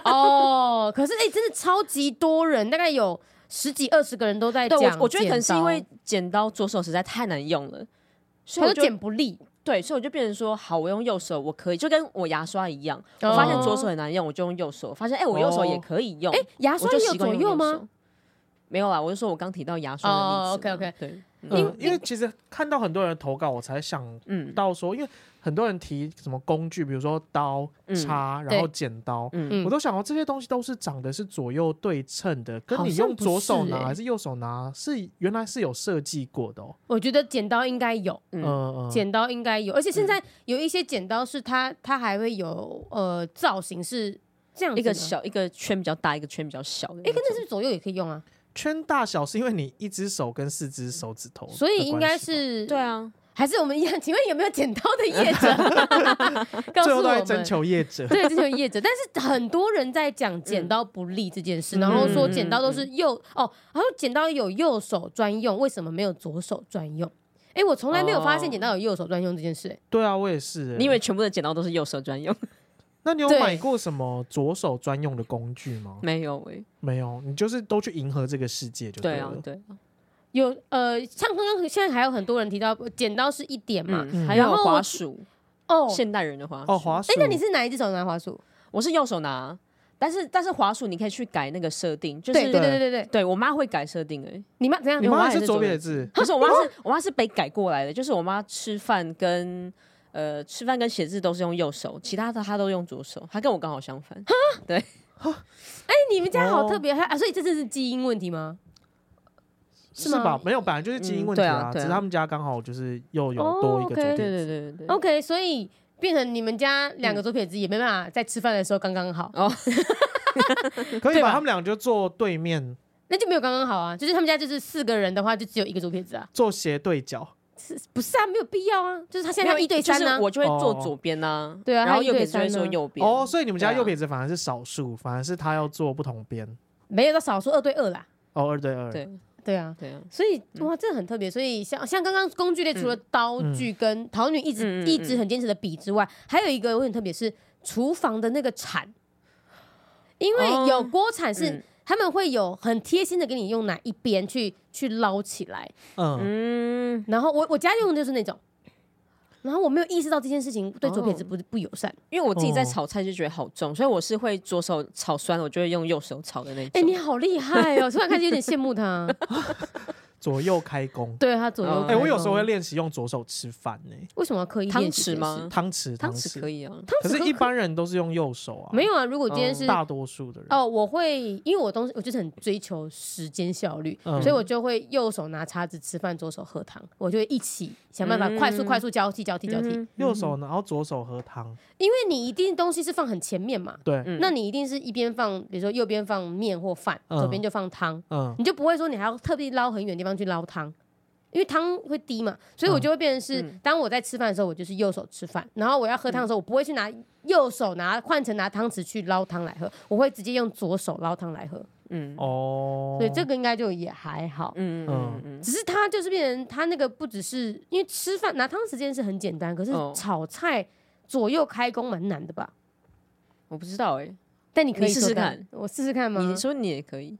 Speaker 2: 哦，可是哎、欸真的超级多人，大概有十几二十个人都在
Speaker 1: 对
Speaker 2: 讲剪刀。
Speaker 1: 我，我觉得可能是因为剪刀左手实在太难用了，所以
Speaker 2: 他
Speaker 1: 我
Speaker 2: 就
Speaker 1: 就
Speaker 2: 剪不利。
Speaker 1: 对，所以我就变成说，好，我用右手我可以，就跟我牙刷一样，我发现左手很难用，我就用右手。发现哎、我右手也
Speaker 3: 哦
Speaker 1: 可以用，
Speaker 2: 哎、欸哦牙
Speaker 1: 我
Speaker 2: 刷
Speaker 1: 就
Speaker 2: 也有
Speaker 1: 习惯
Speaker 2: 左
Speaker 1: 用
Speaker 2: 右
Speaker 1: 手
Speaker 2: 吗？？
Speaker 1: 没有啦，我就说我刚提到牙刷的例子嘛。
Speaker 2: 哦，OK，OK
Speaker 1: 对，嗯
Speaker 3: 嗯，因为其实看到很多人的投稿，我才想
Speaker 1: 嗯
Speaker 3: 到说，因为很多人提什么工具，比如说刀、
Speaker 1: 嗯
Speaker 3: 叉，然后剪刀，
Speaker 1: 嗯
Speaker 2: 嗯
Speaker 3: 我都想到这些东西都是长得是左右对称的，跟
Speaker 2: 好
Speaker 3: 你
Speaker 2: 像
Speaker 3: 用
Speaker 2: 不
Speaker 3: 左手
Speaker 2: 是
Speaker 3: 拿
Speaker 2: 欸
Speaker 3: 还是右手拿，是原来是有设计过的哦。
Speaker 2: 我觉得剪刀应该有，
Speaker 1: 嗯
Speaker 3: 嗯嗯，
Speaker 2: 剪刀应该有，而且现在有一些剪刀是它，它还会有呃造型是嗯这样子
Speaker 1: 一个
Speaker 2: 的
Speaker 1: 小一个圈比较大，一个圈比较小的。
Speaker 2: 哎、跟这是左右也可以用啊，
Speaker 3: 圈大小是因为你一只手跟四只手指头的关系吧，
Speaker 2: 所以应该是
Speaker 1: 对，啊，
Speaker 2: 还是我们一样？请问有没有剪刀的 业者？ 告
Speaker 3: 最
Speaker 2: 诉
Speaker 3: 后
Speaker 2: 我
Speaker 3: 都在
Speaker 2: 们。
Speaker 3: 征求业者。
Speaker 2: 对，这就是业者，但是很多人在讲剪刀不利这件
Speaker 3: 嗯
Speaker 2: 事，然后说剪刀都是右哦，他说剪刀有右手专用，为什么没有左手专用？哎，我从来没有发现
Speaker 1: 哦
Speaker 2: 剪刀有右手专用这件事、诶
Speaker 3: 对啊，我也是欸。
Speaker 1: 你以为全部的剪刀都是右手专用？
Speaker 3: 那你有
Speaker 2: 对
Speaker 3: 买过什么左手专用的工具吗？
Speaker 1: 没有哎、
Speaker 3: 没有，你就是都去迎合这个世界就
Speaker 1: 对
Speaker 3: 了
Speaker 1: 啊。，对啊，
Speaker 2: 有呃，像刚刚现在还有很多人提到剪刀是一点嘛，
Speaker 1: 嗯，还
Speaker 2: 然
Speaker 1: 有
Speaker 2: 后
Speaker 1: 滑
Speaker 2: 我
Speaker 1: 鼠，
Speaker 2: 哦，
Speaker 1: 现代人的滑
Speaker 3: 哦，
Speaker 1: 鼠
Speaker 3: 滑鼠
Speaker 2: 哎，，那你是哪一只手拿滑鼠？
Speaker 1: 我是右手拿，但是但是滑鼠你可以去改那个设定，就是
Speaker 2: 对对对对对，
Speaker 1: 对我妈会改设定 哎、欸，
Speaker 2: 你妈怎样？
Speaker 3: 你
Speaker 1: 我
Speaker 3: 妈
Speaker 1: 妈
Speaker 3: 也
Speaker 1: 也
Speaker 3: 是
Speaker 1: 是
Speaker 3: 左
Speaker 1: 左
Speaker 3: 撇
Speaker 1: 撇
Speaker 3: 子
Speaker 1: 可是我妈是我妈是被改过来的，就是我妈吃饭跟呃吃饭跟写字都是用右手，其他的她都用左手，她跟我刚好相 反。
Speaker 2: 哎，你们家好
Speaker 3: 哦
Speaker 2: 特别，还啊，所以这次是基因问题吗？
Speaker 3: 是
Speaker 2: 吗
Speaker 3: 吧？没有，本来就是基因
Speaker 1: 嗯
Speaker 3: 问题
Speaker 1: 对啊
Speaker 3: 啊，只
Speaker 1: 对啊
Speaker 3: 是他们家刚好就是又有多一个左
Speaker 2: 哦
Speaker 3: 撇
Speaker 1: 对
Speaker 2: ，OK
Speaker 3: 子。
Speaker 1: 对对嗯对对。
Speaker 2: OK，所以变成你们家两个左撇子也没办法在吃饭的时候刚刚好。
Speaker 3: 可以
Speaker 2: 对
Speaker 3: 吧？
Speaker 2: 吧
Speaker 3: 他们俩就坐对面，
Speaker 2: 那就没有刚刚好啊，就是他们家就是四个人的话，就只有一个左撇子啊，
Speaker 3: 坐斜对角。
Speaker 2: 不是啊，没有必要啊，就是他现在
Speaker 1: 没有
Speaker 2: 一对三
Speaker 1: 就是
Speaker 2: 呢、
Speaker 1: 我就会坐
Speaker 3: 哦
Speaker 1: 左边呐、
Speaker 2: 对啊
Speaker 1: 然后
Speaker 2: 她一
Speaker 1: 右
Speaker 2: 对
Speaker 1: 边就会
Speaker 2: 三
Speaker 1: 坐
Speaker 2: 啊
Speaker 1: 右边。
Speaker 3: 哦，所以你们家
Speaker 1: 对啊
Speaker 3: 右撇子反而是少数，反而是他要坐不同边。
Speaker 2: 没有到少数二对二啦，
Speaker 3: 哦，二对二。
Speaker 1: 对
Speaker 2: 对啊，
Speaker 1: 对啊，
Speaker 2: 所以哇，这很特别。所以像像刚刚工具类，除了刀
Speaker 3: 嗯
Speaker 2: 具跟桃女一直、
Speaker 1: 嗯嗯嗯
Speaker 2: 一直很坚持的笔之外，还有一个我很特别是厨房的那个铲，因为
Speaker 1: 哦
Speaker 2: 有锅铲是、
Speaker 1: 嗯
Speaker 2: 他们会有很贴心的给你用哪一边去去捞起来，
Speaker 3: 嗯，
Speaker 1: 嗯，
Speaker 2: 然后我我家用的就是那种。然后我没有意识到这件事情对左撇子不不友善。
Speaker 1: 因为我自己在
Speaker 3: 哦
Speaker 1: 炒菜就觉得好重，所以我是会左手炒酸，我就会用右手炒的那
Speaker 2: 哎、
Speaker 1: 种。
Speaker 2: 你好厉害 哦！突然开始有点羡慕他，
Speaker 3: 左右开弓。
Speaker 2: 对他左右
Speaker 1: 哦
Speaker 2: 开弓。
Speaker 3: 哎、我有时候会练习用左手吃饭呢、
Speaker 2: 为什么要刻意
Speaker 1: 汤
Speaker 2: 练习这
Speaker 1: 匙
Speaker 2: 件
Speaker 1: 吗
Speaker 2: 事？
Speaker 3: 汤匙
Speaker 1: 汤匙
Speaker 3: 匙
Speaker 1: 可以啊，
Speaker 3: 可是，一般人都是用右手啊。
Speaker 2: 没有啊。如果今天是
Speaker 3: 大多数的人。
Speaker 2: 哦，我会因为我东西我就是很追求时间效率，
Speaker 3: 嗯
Speaker 2: 所以我就会右手拿叉子吃饭，左手喝汤，我就会一起想办法快速
Speaker 1: 嗯
Speaker 2: 快速交替交替交替，
Speaker 1: 嗯
Speaker 3: 右手然后左手喝汤，
Speaker 2: 因为你一定东西是放很前面嘛，
Speaker 3: 对，
Speaker 1: 嗯
Speaker 2: 那你一定是一边放，比如说右边放面或饭，
Speaker 3: 嗯
Speaker 2: 左边就放汤，
Speaker 3: 嗯，
Speaker 2: 你就不会说你还要特地捞很远的地方去捞汤。因为汤会滴嘛，所以我就会变成是，
Speaker 1: 嗯
Speaker 2: 当我在吃饭的时候，我就是右手吃饭，然后我要喝汤的时候，我不会去拿右手拿换成拿汤匙去捞汤来喝，我会直接用左手捞汤来喝。
Speaker 1: 嗯
Speaker 3: 哦，
Speaker 2: 所以这个应该就也还好。
Speaker 1: 嗯嗯嗯
Speaker 2: 只是他就是变成他那个不只是因为吃饭拿汤匙这件事很简单，可是
Speaker 1: 哦
Speaker 2: 炒菜左右开弓蛮难的吧？
Speaker 1: 嗯，我不知道哎，
Speaker 2: 但你可
Speaker 1: 你
Speaker 2: 以
Speaker 1: 试试
Speaker 2: 做到
Speaker 1: 看，
Speaker 2: 我试试看吗？
Speaker 1: 你嗯说你也可以，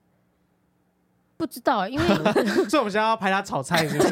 Speaker 2: 不知道，啊因为
Speaker 3: 所以我们现在要拍他炒菜，是不是？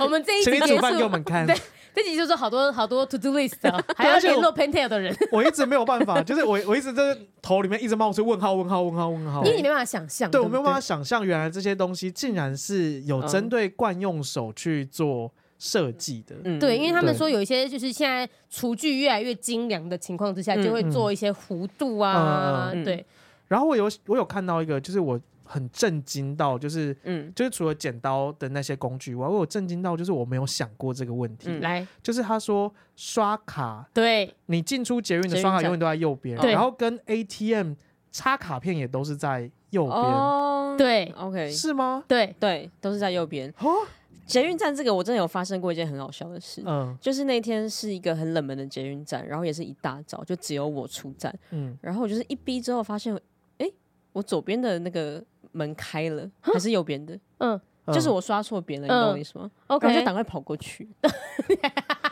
Speaker 2: 我们这一
Speaker 3: 请
Speaker 2: 集
Speaker 3: 你
Speaker 2: 结
Speaker 3: 煮饭给我
Speaker 2: 束，
Speaker 3: 们看。
Speaker 2: 对这集就是好多好多 to do list 啊，还要
Speaker 3: 而且我
Speaker 2: 联络 Pentel 的人，
Speaker 3: 我一直没有办法， 就是我我一直在头里面一直冒出问号问号问号问 号
Speaker 2: 因。为你没办法想象，
Speaker 3: 哦对，
Speaker 2: 不
Speaker 3: 我没有办法想象，原来这些东西竟然是
Speaker 2: 嗯
Speaker 3: 有针对惯用手去做设计的。
Speaker 1: 嗯，
Speaker 2: 对，因为他们
Speaker 3: 对
Speaker 2: 说有一些就是现在厨具越来越精良的情况之下，
Speaker 1: 嗯
Speaker 2: 就会做一些弧度啊，
Speaker 1: 嗯嗯嗯
Speaker 2: 对，
Speaker 3: 然后我有我有看到一个，就是我很震惊到，就是
Speaker 1: 嗯
Speaker 3: 就是除了剪刀的那些工具以外，我有震惊到，就是我没有想过这个问题。
Speaker 1: 嗯
Speaker 2: 来，
Speaker 3: 就是他说刷卡，
Speaker 2: 对，
Speaker 3: 你进出捷运
Speaker 1: 捷
Speaker 3: 的
Speaker 1: 运
Speaker 3: 刷卡
Speaker 1: 站
Speaker 3: 永远都在右边，
Speaker 2: 对
Speaker 3: 然后跟 ATM 插卡片也都是在右边，
Speaker 1: 哦，
Speaker 2: 对，
Speaker 1: ，OK，
Speaker 3: 是吗？
Speaker 2: 对，
Speaker 1: 对，都是在右边。
Speaker 3: 哦，
Speaker 1: 捷运站这个我真的有发生过一件很好笑的事，
Speaker 3: 嗯
Speaker 1: 就是那天是一个很冷门的捷运站，然后也是一大早，就只有我出站，
Speaker 3: 嗯，
Speaker 1: 然后我就是一逼之后发现，哎、我左边的那个门开了，还是右边的，
Speaker 2: 嗯
Speaker 3: 嗯
Speaker 1: 就是我刷错边了，你
Speaker 2: 嗯
Speaker 1: 懂我意思吗？然后我就
Speaker 2: ，OK，
Speaker 1: 赶快跑过去。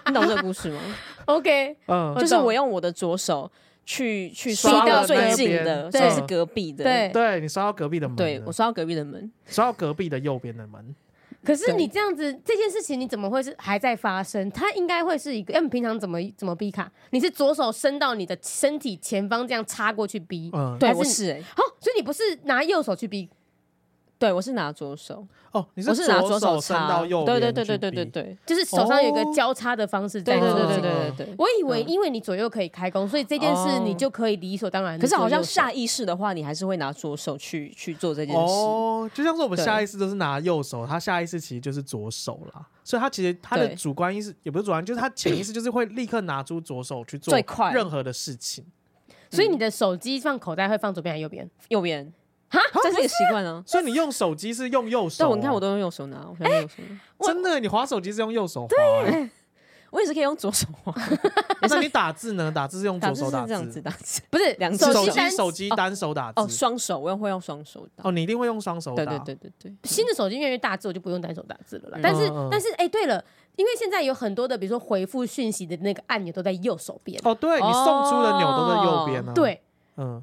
Speaker 1: 你懂这个故事吗？
Speaker 2: OK，
Speaker 3: 嗯
Speaker 2: 我懂
Speaker 1: 就是我用我的左手去去
Speaker 3: 刷
Speaker 1: 刷
Speaker 2: 到
Speaker 1: 到最
Speaker 2: 那
Speaker 1: 近
Speaker 3: 边
Speaker 1: 的，
Speaker 2: 对
Speaker 1: 所以是隔壁的。
Speaker 2: 对，
Speaker 3: 对你刷到隔壁的门了，
Speaker 1: 对我刷到隔壁的门，
Speaker 3: 刷到隔壁的右边的门，
Speaker 2: 可是
Speaker 1: 对
Speaker 2: 你这样子这件事情，你怎么会是还在发生？它应该会是一个，要你平常怎么怎么逼卡？你是左手伸到你的身体前方这样插过去逼，好、
Speaker 3: 嗯，
Speaker 1: 对
Speaker 2: 还是
Speaker 1: 我是哎、诶
Speaker 2: 所以你不是拿右手去逼，
Speaker 1: 对我是拿左手，
Speaker 3: 哦，你
Speaker 1: 我
Speaker 3: 是
Speaker 1: 拿
Speaker 3: 左
Speaker 1: 手
Speaker 3: 伸
Speaker 1: 插
Speaker 3: 到右边
Speaker 1: 对对
Speaker 3: 去比，
Speaker 1: 对对对对对
Speaker 2: 就是手上有一个
Speaker 3: 哦
Speaker 2: 交叉的方式在
Speaker 1: 对对
Speaker 2: 做
Speaker 1: 对对
Speaker 2: 这件事情。
Speaker 1: 对对对。
Speaker 2: 我以为
Speaker 1: 嗯
Speaker 2: 因为你左右可以开弓，所以这件事
Speaker 1: 哦
Speaker 2: 你就可以理所当然地
Speaker 1: 可是
Speaker 2: 做右手。
Speaker 1: 好像下意识的话，你还是会拿左手去去做这件事。
Speaker 3: 哦，就像是我们
Speaker 1: 对
Speaker 3: 下意识都是拿右手，他下意识其实就是左手啦，所以他其实他的
Speaker 1: 对
Speaker 3: 主观意识也不是主观，就是他潜意识就是会立刻拿出左手去做
Speaker 1: 最快
Speaker 3: 任何的事情。
Speaker 2: 所以
Speaker 1: 嗯
Speaker 2: 你的手机放口袋会放左边还是右边？
Speaker 1: 右边，
Speaker 2: 哈，
Speaker 1: 这是一个习惯啊。
Speaker 3: 所以你用手机是用右手、
Speaker 1: 但
Speaker 3: 哦，
Speaker 1: 我你看我都用右手拿，我想
Speaker 3: 哎
Speaker 1: 用右手拿，
Speaker 3: 真的，你滑手机是用右手滑、欸，
Speaker 1: 我也是可以用左手滑。
Speaker 3: 那你打字呢？打字是用
Speaker 1: 打
Speaker 3: 左
Speaker 1: 字
Speaker 3: 手
Speaker 1: 是
Speaker 3: 打
Speaker 1: 这样
Speaker 3: 字
Speaker 1: 子，打字。
Speaker 2: 不是
Speaker 1: 两只
Speaker 2: 手
Speaker 3: 手
Speaker 2: 机
Speaker 1: 手
Speaker 2: 单
Speaker 3: 机手机单手打字
Speaker 1: 哦，。双手，我也会用双手打。
Speaker 3: 哦，你一定会用双手打。
Speaker 1: 对对对对对，
Speaker 2: 新的手机越来越大字，我就不用单手打字了啦。但是
Speaker 3: 嗯嗯，
Speaker 2: 但是，哎、对了，因为现在有很多的，比如说回复讯息的那个按钮都在右手边。
Speaker 3: 哦，对你送出的钮都在右边呢、啊。，
Speaker 2: 对，
Speaker 1: 哦
Speaker 3: 嗯，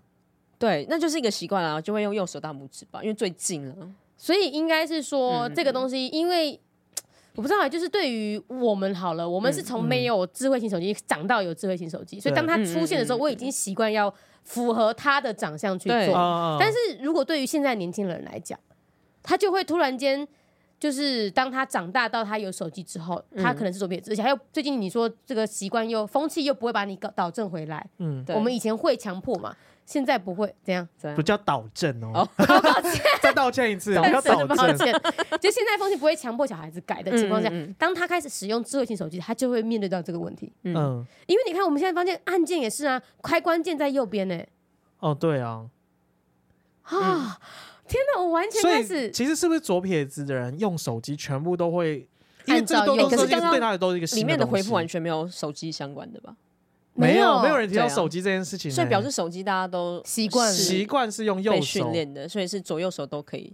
Speaker 1: 对，那就是一个习惯啦，就会用右手大拇指吧，因为最近了。
Speaker 2: 所以应该是说
Speaker 1: 嗯
Speaker 2: 这个东西，因为。我不知道啊，就是对于我们好了，我们是
Speaker 1: 嗯
Speaker 2: 从没有智慧型手机长到有智慧型手机，所以当它出现的时
Speaker 1: 嗯
Speaker 2: 候，
Speaker 1: 嗯嗯
Speaker 2: 我已经习惯要符合它的长相去
Speaker 1: 对哦
Speaker 2: 做。
Speaker 3: 啊、
Speaker 2: 但是如果对于现在年轻人来讲，他就会突然间，就是当他长大到他有手机之后，
Speaker 1: 嗯
Speaker 2: 他可能是左撇子，而且还有最近你说这个习惯又风气又不会把你搞导正回来。
Speaker 3: 嗯，
Speaker 1: 对
Speaker 2: 我们以前会强迫嘛，现在不会，怎样？
Speaker 1: 这样
Speaker 3: 不叫导正哦，
Speaker 1: 嗯哦
Speaker 3: 再道歉一 次，不叫导
Speaker 2: 真的抱
Speaker 3: 正。
Speaker 2: 歉，就现在风气不会强迫小孩子改的情况下，
Speaker 1: 嗯嗯嗯
Speaker 2: 当他开始使用智慧型手机，他就会面对到这个问题。
Speaker 3: 嗯，
Speaker 2: 因为你看，我们现在发现按键也是啊，开关键在右边呢、
Speaker 3: 哦，对啊，
Speaker 1: 嗯
Speaker 2: 啊，天哪，我完全
Speaker 3: 所
Speaker 2: 开
Speaker 3: 以
Speaker 2: 始
Speaker 3: 其实是不是左撇子的人用手机全部都会？因为
Speaker 2: 按
Speaker 3: 这
Speaker 2: 照
Speaker 3: 个都
Speaker 2: 右
Speaker 3: 都
Speaker 1: 可
Speaker 3: 是
Speaker 1: 是刚刚
Speaker 3: 对他的都是一个新
Speaker 1: 里面的
Speaker 3: 东
Speaker 1: 回
Speaker 3: 西
Speaker 1: 复完全没有手机相关的吧，
Speaker 3: 没
Speaker 2: 没
Speaker 3: 有
Speaker 2: 有
Speaker 3: 没有人提到
Speaker 1: 对啊
Speaker 3: 手机这件事情呢、欸
Speaker 1: 所以表示手机大家都
Speaker 2: 习惯了
Speaker 1: 是
Speaker 3: 习惯是用右
Speaker 1: 被
Speaker 3: 手
Speaker 1: 训练的，所以是左右手都可以。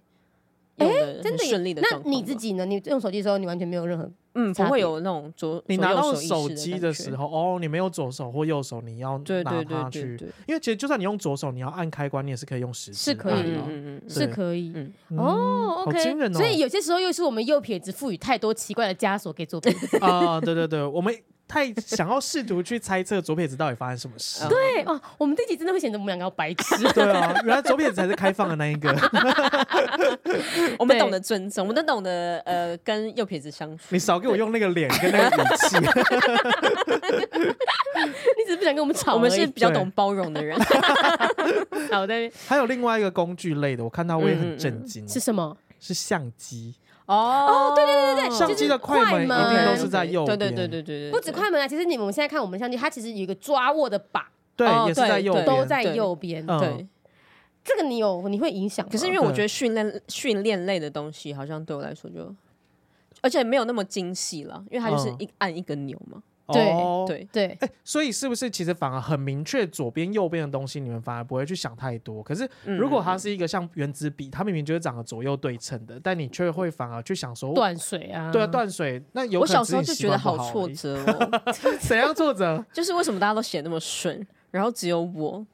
Speaker 1: 用的
Speaker 2: 真
Speaker 1: 很
Speaker 2: 的耶
Speaker 1: 顺利的
Speaker 2: 那
Speaker 1: 状况吧。
Speaker 2: 你自己呢？你用手机的时候，你完全没有任何
Speaker 1: 嗯，不
Speaker 2: 差
Speaker 1: 会
Speaker 2: 别
Speaker 1: 有那种左
Speaker 3: 你拿到
Speaker 1: 手
Speaker 3: 手
Speaker 1: 意识
Speaker 3: 机
Speaker 1: 的
Speaker 3: 的
Speaker 1: 感
Speaker 3: 时
Speaker 1: 觉，
Speaker 3: 候，哦，你没有左手或右手，你要
Speaker 1: 对
Speaker 3: 拿
Speaker 1: 对
Speaker 3: 它
Speaker 1: 对
Speaker 3: 去，
Speaker 1: 对对，
Speaker 3: 因为其实就算你用左手，你要按开关，你也是可以用食指
Speaker 2: 是可以
Speaker 3: 按
Speaker 2: 的
Speaker 3: 的
Speaker 1: 嗯
Speaker 3: 哦
Speaker 1: 嗯嗯嗯，
Speaker 2: 是
Speaker 3: 对
Speaker 2: 可以。
Speaker 1: 嗯
Speaker 2: 哦
Speaker 3: 好惊
Speaker 2: ，OK，
Speaker 3: 人哦
Speaker 2: 所以有些时候又是我们右撇子赋予太多奇怪的枷锁给左撇
Speaker 1: 嗯
Speaker 2: 子。
Speaker 3: 啊、对对对，我们太想要试图去猜测左撇子到底发生什么事。
Speaker 1: 对
Speaker 2: 对哦，我们这集真的会显得我们两个好白痴。
Speaker 1: 嗯
Speaker 3: 对啊，原来左撇子才是开放的那一 个。
Speaker 1: 我们
Speaker 2: 对
Speaker 1: 懂得尊重，我们都懂得呃跟右撇子相处。
Speaker 3: 你少给我用那个脸跟那个语气。
Speaker 2: 你只是不想跟我们吵而已，
Speaker 1: 我们是比较
Speaker 3: 对
Speaker 1: 懂包容的人，
Speaker 2: 吵在那边
Speaker 3: 还有另外一个工具类的，我看到我也
Speaker 1: 嗯
Speaker 3: 很震惊，
Speaker 2: 是什么？
Speaker 3: 是相机。
Speaker 1: 哦，对对对对
Speaker 3: 相机的快门一定都是在右
Speaker 1: 对
Speaker 3: 边，
Speaker 1: 对对对对对，
Speaker 2: 不止
Speaker 1: 对，
Speaker 2: 快门啊，其实你们我们现在看我们相机，它其实有一个抓握的把，
Speaker 3: 对
Speaker 1: 哦
Speaker 3: 也是在
Speaker 1: 对
Speaker 3: 右边，
Speaker 2: 都在
Speaker 1: 对
Speaker 2: 右边。
Speaker 3: 嗯
Speaker 1: 对。
Speaker 2: 这个你有你会影响吗？
Speaker 1: 可是因为我觉得训练训练类的东西，好像对我来说就，而且没有那么精细了，因为它就是
Speaker 3: 嗯
Speaker 1: 一按一个钮嘛。
Speaker 2: 对
Speaker 3: 哦。
Speaker 1: 对，
Speaker 2: 对
Speaker 3: 哎，所以是不是其实反而很明确左边右边的东西，你们反而不会去想太多？可是
Speaker 1: 嗯
Speaker 3: 如果它是一个像原子笔，它明明就是长得左右对称的，但你却会反而去想说，
Speaker 2: 断水啊，
Speaker 3: 对啊，断水，那有
Speaker 1: 我
Speaker 3: 可能
Speaker 1: 小时候就
Speaker 3: 只
Speaker 1: 是
Speaker 3: 你
Speaker 1: 觉得
Speaker 3: 习惯不
Speaker 1: 挫
Speaker 3: 而已，
Speaker 1: 折哦，
Speaker 3: 怎样挫折？
Speaker 1: 就是为什么大家都写那么顺，然后只有我，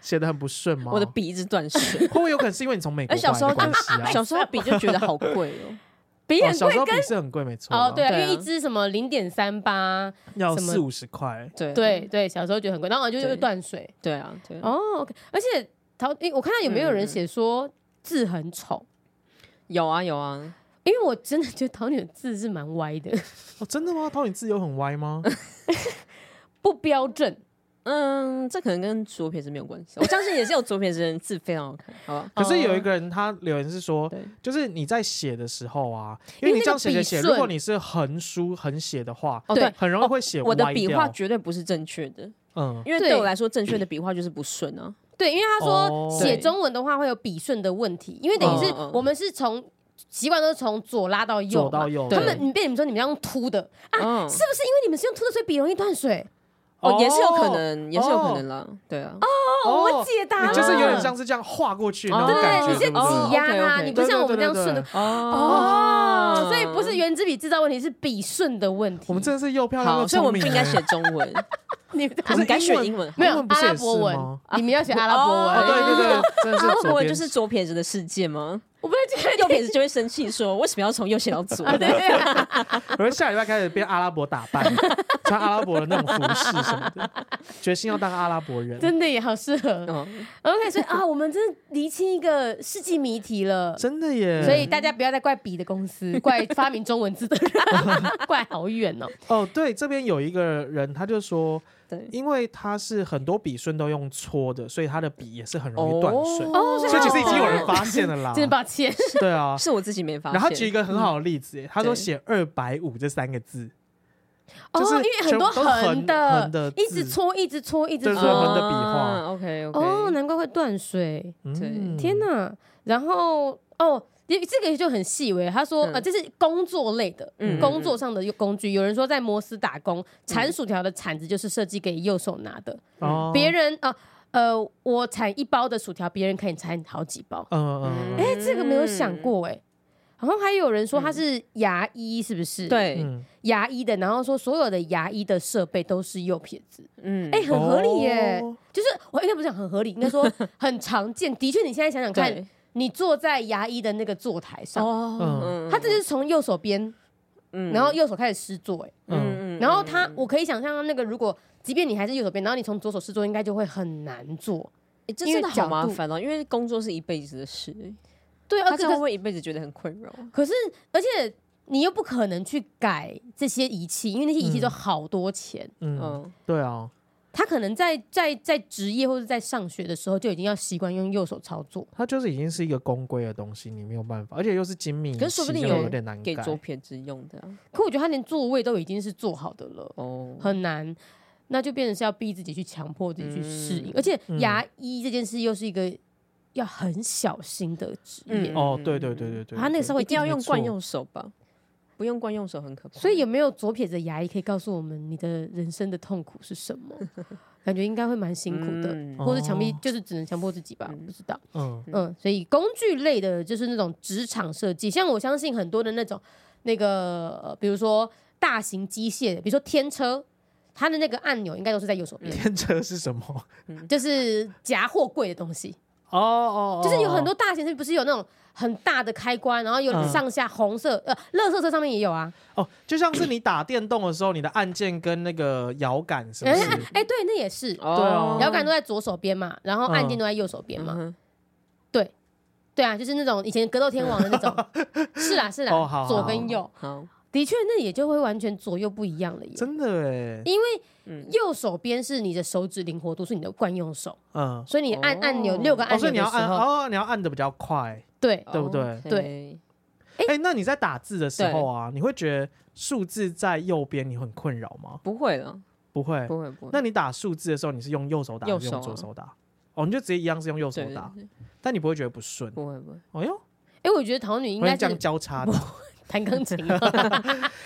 Speaker 3: 写的很不顺吗？
Speaker 1: 我的笔一直断水。
Speaker 3: 会不会有可能是因为你从美国
Speaker 1: 哎小
Speaker 3: 回来
Speaker 1: 时候
Speaker 3: 的关
Speaker 1: 就
Speaker 3: 系啊？
Speaker 1: 小时候笔就觉得好贵 哦，
Speaker 2: 鼻
Speaker 3: 哦
Speaker 2: 很
Speaker 3: 小
Speaker 2: 贵
Speaker 3: 时候笔是很贵，没错啊。
Speaker 2: 哦，对啊，因
Speaker 1: 对啊
Speaker 2: 为一支什么零点三八，
Speaker 3: 要
Speaker 2: 什么
Speaker 3: 四五十块。
Speaker 1: 对
Speaker 2: 对对，小时候觉得很贵，然后就
Speaker 1: 对
Speaker 2: 是断水。
Speaker 1: 对啊，对啊，
Speaker 2: 哦，OK，而且陶，诶我看到有没有
Speaker 3: 嗯
Speaker 2: 人写说字很丑？
Speaker 1: 有啊有啊，
Speaker 2: 因为我真的觉得桃女的字是蛮歪的，
Speaker 3: 哦，真的吗？涛，你自由很 歪吗？
Speaker 2: 不标正。
Speaker 1: 嗯，这可能跟左撇子没有关系，我相信也是有左撇子的人字非常好看，好吧？
Speaker 3: 可是有一个人他留言是说，
Speaker 1: 对，
Speaker 3: 就是你在写的时候啊，
Speaker 2: 因
Speaker 3: 因
Speaker 2: 为
Speaker 3: 为你
Speaker 2: 那
Speaker 3: 这
Speaker 2: 个笔
Speaker 3: 样写写写，
Speaker 2: 顺
Speaker 3: 如果你是横书横写的话，
Speaker 1: 哦
Speaker 2: 对
Speaker 1: 对，
Speaker 3: 很容易会写
Speaker 1: 我的
Speaker 3: 歪
Speaker 1: 笔
Speaker 3: 掉
Speaker 1: 画绝对不是正确的，
Speaker 3: 嗯，
Speaker 1: 因为
Speaker 2: 对
Speaker 1: 对我来说正 确的笔画就是不顺啊。
Speaker 2: 对，因为他
Speaker 3: 哦
Speaker 2: 说写
Speaker 1: 对
Speaker 2: 中文的话会有笔顺的问题，因为等于是
Speaker 1: 嗯嗯嗯
Speaker 2: 我们是从习惯都是从左拉到右
Speaker 3: 左
Speaker 2: 嘛，
Speaker 3: 到右，
Speaker 1: 对
Speaker 2: 他们你被你们说你们要用凸的，啊
Speaker 1: 嗯，
Speaker 2: 是不是因为你们是用凸的，所以笔容易断水？
Speaker 1: 哦，也是有可能，也是有可能啦。对啊，
Speaker 2: 哦，
Speaker 3: 哦
Speaker 2: 我解答了，
Speaker 3: 你就是有点像是这样画过去
Speaker 1: 哦
Speaker 3: 那种感
Speaker 2: 对，你
Speaker 3: 觉，
Speaker 2: 是
Speaker 3: 对不
Speaker 1: 哦
Speaker 2: 挤
Speaker 3: 对？
Speaker 2: 压它，
Speaker 1: OK，OK
Speaker 2: 你不像我们这样顺的
Speaker 3: 对。
Speaker 2: 哦，所以不是原子笔制造问题，是笔顺的问题。
Speaker 3: 我们真的是又漂亮
Speaker 1: 好，
Speaker 3: 又
Speaker 1: 所以我们
Speaker 3: 聪明
Speaker 1: 不
Speaker 3: 啊，
Speaker 1: 应该写中文，
Speaker 2: 你
Speaker 1: 我们该选英文好了。
Speaker 2: 没有
Speaker 3: 英文不
Speaker 2: 阿
Speaker 3: 是也
Speaker 2: 拉伯
Speaker 3: 是
Speaker 2: 文
Speaker 3: 吗，
Speaker 2: 你们要选阿拉伯
Speaker 3: 哦，
Speaker 2: 文。
Speaker 3: 对对对，真的
Speaker 1: 阿拉
Speaker 3: 是
Speaker 1: 伯
Speaker 3: 左
Speaker 1: 文就
Speaker 3: 边
Speaker 1: 是左撇子的世界 吗？
Speaker 2: 我不是觉得
Speaker 1: 右撇子 就会生气说，为什么要从右写到左？
Speaker 2: 对啊，
Speaker 3: 我说下礼拜开始变阿拉伯打扮，穿阿拉伯的那种服饰什么的，决心要当阿拉伯人。
Speaker 2: 真的也好适合。
Speaker 1: 嗯，
Speaker 2: OK，所以啊，我们真的厘清一个世纪谜题了。
Speaker 3: 真的耶！
Speaker 2: 所以大家不要再怪笔的公司，怪发明中文字的人，怪好远哦。
Speaker 3: 哦，对，这边有一个人，他就说，
Speaker 1: 对，
Speaker 3: 因为他是很多笔顺都用搓的，所以他的笔也是很容易断水。
Speaker 1: 哦
Speaker 2: 所
Speaker 3: 所以其实已经有人
Speaker 1: 发，
Speaker 3: 发现 了啦。
Speaker 2: 真的抱歉，
Speaker 3: 对啊。
Speaker 1: 是我自己没发现。嗯
Speaker 3: 然后他举一个很好的例子耶，他说
Speaker 1: 对
Speaker 3: 写二百五这三个字，
Speaker 2: 哦，
Speaker 3: 就是
Speaker 2: 因为很多
Speaker 3: 全部都是横
Speaker 2: 的，
Speaker 3: 横的
Speaker 2: 一直
Speaker 3: 字
Speaker 2: 搓，一直搓，一直
Speaker 3: 就是我
Speaker 2: 搓。
Speaker 3: 们的笔画
Speaker 1: OK
Speaker 2: 哦，
Speaker 1: OK，
Speaker 2: 难怪会断水，
Speaker 1: 对
Speaker 2: 天
Speaker 3: 哪！
Speaker 2: 哪！然后哦。这这个就很细微，他说
Speaker 1: 嗯
Speaker 2: 呃，这是工作类的，
Speaker 1: 嗯
Speaker 2: 工作上的工具。有人说在摩斯打工，铲薯条的铲子就是设计给右手拿的，
Speaker 3: 哦
Speaker 2: 别人啊呃我铲一包的薯条，别人可以铲好几包。
Speaker 3: 嗯嗯
Speaker 2: 哎、这个没有想
Speaker 1: 嗯
Speaker 2: 过哎、然后还有人说他是牙医，是不是？，
Speaker 1: 对，
Speaker 3: 嗯，
Speaker 2: 牙医的，然后说所有的牙医的设备都是右撇子，
Speaker 1: 嗯，
Speaker 2: 哎、很合理耶。
Speaker 3: 哦
Speaker 2: 就是我应该不是讲很合理，应 该说很常见。的确，你现在想想看，
Speaker 1: 对，
Speaker 2: 你坐在牙医的那个坐台上，
Speaker 1: 哦，嗯
Speaker 2: 他这就是从右手边，
Speaker 1: 嗯
Speaker 2: 然后右手开始施作哎、
Speaker 3: 嗯，
Speaker 1: 嗯
Speaker 2: 然后他，我可以想象那个如果。即便你还是右手边，然后你从左手施作，应该就会很难做。
Speaker 1: 欸这
Speaker 2: 因
Speaker 1: 真
Speaker 2: 为
Speaker 1: 的好
Speaker 2: 角
Speaker 1: 麻
Speaker 2: 度
Speaker 1: 烦哦，因为工作是一辈子的事欸，
Speaker 2: 对，啊而
Speaker 1: 他
Speaker 2: 且
Speaker 1: 真的会一辈子觉得很困扰。
Speaker 2: 可是，而且你又不可能去改这些仪器，因为那些仪器
Speaker 3: 嗯
Speaker 2: 都好多钱。
Speaker 3: 嗯，
Speaker 1: 嗯，
Speaker 3: 对啊，
Speaker 2: 他可能在在在职业或者在上学的时候就已经要习惯用右手操作。
Speaker 3: 它就是已经是一个公规的东西，你没有办法，而且又是精密仪器，
Speaker 1: 可是说不定
Speaker 3: 就
Speaker 1: 有
Speaker 3: 有点难
Speaker 1: 给
Speaker 3: 改。
Speaker 1: 左撇子用的啊
Speaker 2: 可我觉得他连座位都已经是做好的了，
Speaker 1: 哦，
Speaker 2: 很难。那就变成是要逼自己去强迫自己去适应，
Speaker 1: 嗯
Speaker 2: 而且
Speaker 3: 嗯
Speaker 2: 牙医这件事又是一个要很小心的职业。
Speaker 1: 嗯
Speaker 3: 哦，对对对对对，
Speaker 2: 他那个
Speaker 3: 对
Speaker 2: 时候
Speaker 1: 一定要用
Speaker 3: 没错
Speaker 1: 惯用手吧？不用惯用手很可怕。
Speaker 2: 所以有没有左撇子的牙医可以告诉我们你的人生的痛苦是什么？感觉应该会蛮辛苦的，
Speaker 1: 嗯
Speaker 2: 或是强逼
Speaker 3: 哦
Speaker 2: 就是只能强迫自己吧，不知道。
Speaker 3: 嗯，
Speaker 2: 嗯，所以工具类的就是那种职场设计，像我相信很多的那种那个，呃比如说大型机械的，比如说天车，它的那个按钮应该都是在右手边，
Speaker 3: 天车是什么？
Speaker 2: 就是夹货柜的东西，
Speaker 3: 哦哦，哦
Speaker 2: 就是有很多大型车，不是有那种很大的开关，然后有
Speaker 3: 嗯
Speaker 2: 上下红色，呃，乐色车上面也有啊，
Speaker 3: 哦，就像是你打电动的时候，你的按键跟那个摇杆是不
Speaker 2: 哎
Speaker 3: 是？
Speaker 2: 哎，对，那也是，
Speaker 1: 哦
Speaker 3: 啊
Speaker 2: 摇杆都在左手边嘛，然后按键都在右手边嘛，
Speaker 1: 嗯哼
Speaker 2: 对啊，就是那种以前格斗天王的那种， 是啦是啦，
Speaker 3: 哦好好
Speaker 2: 左跟右，
Speaker 1: 好，
Speaker 2: 的确那也就会完全左右不一样了耶。
Speaker 3: 真的哎，
Speaker 2: 因为
Speaker 1: 嗯
Speaker 2: 右手边是你的手指灵活度，是你的惯用手，
Speaker 3: 嗯，
Speaker 2: 所以你按
Speaker 1: 哦
Speaker 2: 按钮六个
Speaker 3: 哦，
Speaker 2: 按
Speaker 3: 所
Speaker 2: 钮的
Speaker 3: 以你要
Speaker 2: 时
Speaker 3: 按
Speaker 2: 候，
Speaker 3: 哦，你要按的比较快。
Speaker 2: 对，
Speaker 3: 对不对
Speaker 1: 对，
Speaker 3: 哎，那你在打字的时候啊，你会觉得数字在右边你会很困扰吗？
Speaker 1: 不会了，
Speaker 3: 不会。
Speaker 1: 不会不会。
Speaker 3: 那你打数字的时候，你是用右手打还
Speaker 1: 右
Speaker 3: 是用
Speaker 1: 手
Speaker 3: 左
Speaker 1: 啊
Speaker 3: 手打？哦，你就直接一样是用右手
Speaker 1: 对对
Speaker 3: 打，
Speaker 1: 对
Speaker 3: 但你不会觉得不顺。
Speaker 1: 不会不会，
Speaker 3: 哎呦，
Speaker 2: 哎，我觉得桃女应
Speaker 3: 我
Speaker 2: 该
Speaker 3: 跟这样
Speaker 2: 是
Speaker 3: 交叉
Speaker 2: 不，弹钢 琴啊，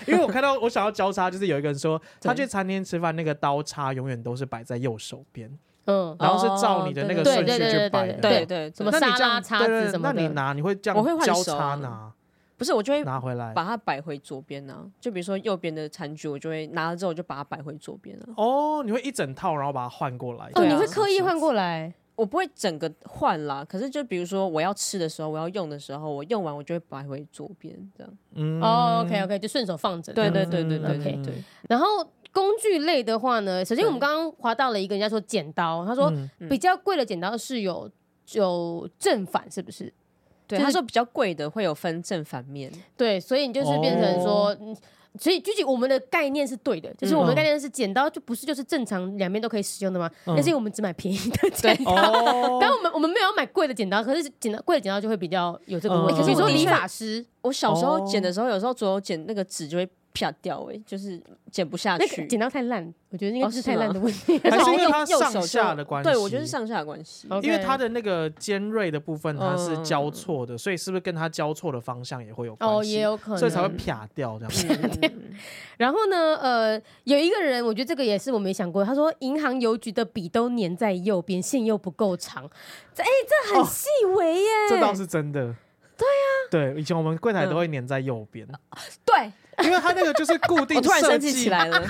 Speaker 3: 因为我看到我想要交叉，就是有一个人说他
Speaker 1: 对
Speaker 3: 去餐厅吃饭，那个刀叉永远都是摆在右手边，
Speaker 2: 嗯，
Speaker 3: 然后是照
Speaker 1: 哦
Speaker 3: 你的
Speaker 1: 对
Speaker 3: 那个
Speaker 1: 对
Speaker 3: 顺序
Speaker 2: 对
Speaker 3: 去
Speaker 2: 对
Speaker 3: 摆
Speaker 2: 对
Speaker 3: 的。
Speaker 1: 对对，
Speaker 2: 什么
Speaker 3: 那你
Speaker 2: 沙
Speaker 3: 这样
Speaker 2: 拉叉
Speaker 3: 对
Speaker 2: 子
Speaker 3: 对
Speaker 2: 什
Speaker 3: 那
Speaker 2: 么
Speaker 3: 你
Speaker 2: 的，
Speaker 3: 拿你会这
Speaker 1: 我会
Speaker 3: 样
Speaker 1: 换
Speaker 3: 交
Speaker 1: 手
Speaker 3: 叉
Speaker 1: 啊
Speaker 3: 拿
Speaker 1: 不是，我就会
Speaker 3: 拿回来？
Speaker 1: 把它摆回左边啊。就比如说右边的餐具，我就会拿了之后我就把它摆回左边啊。
Speaker 3: 哦，你会一整套，然后把它换过来。
Speaker 2: 哦，
Speaker 1: 对啊
Speaker 2: 你会刻意换过来，
Speaker 1: 我不会整个换啦，可是就比如说我要吃的时候，我要用的时候，我用完我就会摆回左边这样。
Speaker 3: 嗯
Speaker 2: 哦，OK OK，就顺手放着，
Speaker 1: 对对对对对对
Speaker 2: OK
Speaker 1: 对，
Speaker 2: 然后工具类的话呢，首先
Speaker 1: 对
Speaker 2: 我们刚刚划到了一个人家说剪刀，他说
Speaker 3: 嗯
Speaker 2: 比较贵的剪刀是有有正反，是不是？
Speaker 1: 对，
Speaker 2: 就是
Speaker 1: 他说比较贵的会有分正反面，
Speaker 2: 对，所以你就是变成说，嗯所以具体我们的概念是对的，就是我们的概念是剪刀就不是就是正常两边都可以使用的吗？
Speaker 3: 嗯
Speaker 2: 但是因为我们只买便宜的剪 刀。
Speaker 3: 哦，
Speaker 2: 但我们我们没有要买贵的剪刀，可是剪刀贵的剪刀就会比较有这个问
Speaker 3: 嗯
Speaker 2: 题。比如
Speaker 1: 可
Speaker 2: 说
Speaker 1: 是我的
Speaker 2: 理
Speaker 1: 确
Speaker 2: 发师，
Speaker 1: 我小时候
Speaker 3: 哦
Speaker 1: 剪的时候，有时候左右剪那个纸就会啪掉、欸，就是剪不下
Speaker 2: 那个
Speaker 1: 去。
Speaker 2: 剪刀太烂，我觉得应该
Speaker 1: 哦
Speaker 2: 是
Speaker 1: 是
Speaker 2: 太烂
Speaker 1: 吗
Speaker 2: 的问题。
Speaker 3: 还 是因为
Speaker 1: 右
Speaker 3: 它
Speaker 1: 右
Speaker 3: 上
Speaker 1: 手就
Speaker 3: 下的关系。
Speaker 1: 对我觉得是上下嗯的关系。
Speaker 2: OK
Speaker 3: 因为它的那个尖锐的部分它是
Speaker 1: 嗯
Speaker 3: 交错的，所以是不是跟它交错的方向也会有关系？
Speaker 2: 哦，也有可能，
Speaker 3: 所以才会啪掉这样子。
Speaker 1: 嗯
Speaker 2: 然后呢，呃，有一个人，我觉得这个也是我没想过。他说，银行邮局的笔都粘在右边，线又不够长。这哎、这很
Speaker 3: 哦
Speaker 2: 细微耶。
Speaker 3: 这倒是 真的。
Speaker 1: 啊
Speaker 3: 对呀，对，以前我们柜台都会粘在右边，
Speaker 1: 对，
Speaker 3: 因为它那个就是固
Speaker 1: 嗯
Speaker 3: 定
Speaker 1: 我突然
Speaker 3: 设
Speaker 1: 生
Speaker 3: 计
Speaker 1: 气起，来了。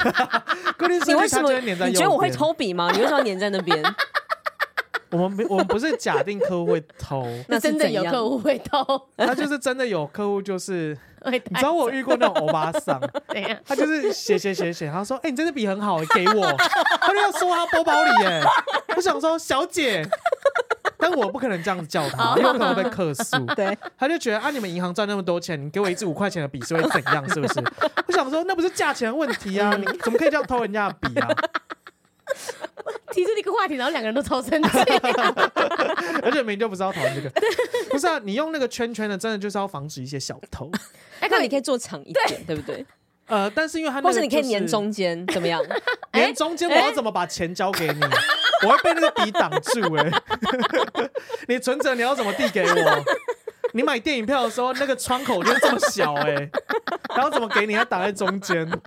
Speaker 3: 固 定设计
Speaker 1: 你为
Speaker 3: 它
Speaker 1: 什
Speaker 3: 就
Speaker 1: 么
Speaker 3: 会粘在右边。
Speaker 1: 你觉得我会？偷笔吗？你为什么要粘在那 边？
Speaker 3: 我们没，我们不是假定客户会偷，
Speaker 1: 那是
Speaker 2: 真的
Speaker 1: 怎
Speaker 2: 有
Speaker 1: 样
Speaker 2: 客户会偷，
Speaker 3: 他就是真的有客户就是，
Speaker 2: 会
Speaker 3: 你知道我遇过那种欧巴桑，
Speaker 1: 哎
Speaker 2: 怎样？
Speaker 3: 他就是写写写写，他说：“哎、你真的笔很好、给我。”他就要收他包包里耶。我想说，小姐，但我不可能这样子叫他，因为我可能会
Speaker 1: 哦
Speaker 3: 被客诉。
Speaker 1: 对，
Speaker 3: 他就觉得啊，你们银行赚那么多钱，你给我一支五块钱的笔是会怎样？是不是？我想说，那不是价钱的问题啊，你怎么可以这样偷人家的笔啊？
Speaker 2: 提出了一个话题，然后两个人都超 生气。
Speaker 3: 而且明明就不是要讨论这个，不是啊？你用那个圈圈的，真的就是要防止一些小偷。
Speaker 1: 哎，那你可以做长一点，对不对？
Speaker 3: 呃，但是因为他那个、
Speaker 1: 或
Speaker 3: 就是
Speaker 1: 你可以粘，中间，怎么 样？
Speaker 2: 哎
Speaker 3: 粘中间，我要怎么把钱交给你？我会被那个笔挡住 哎、你存折你要怎么递给我？你买电影票的时候，那个窗口就是这么小哎、然后怎么给你？要挡在中间。
Speaker 2: 啊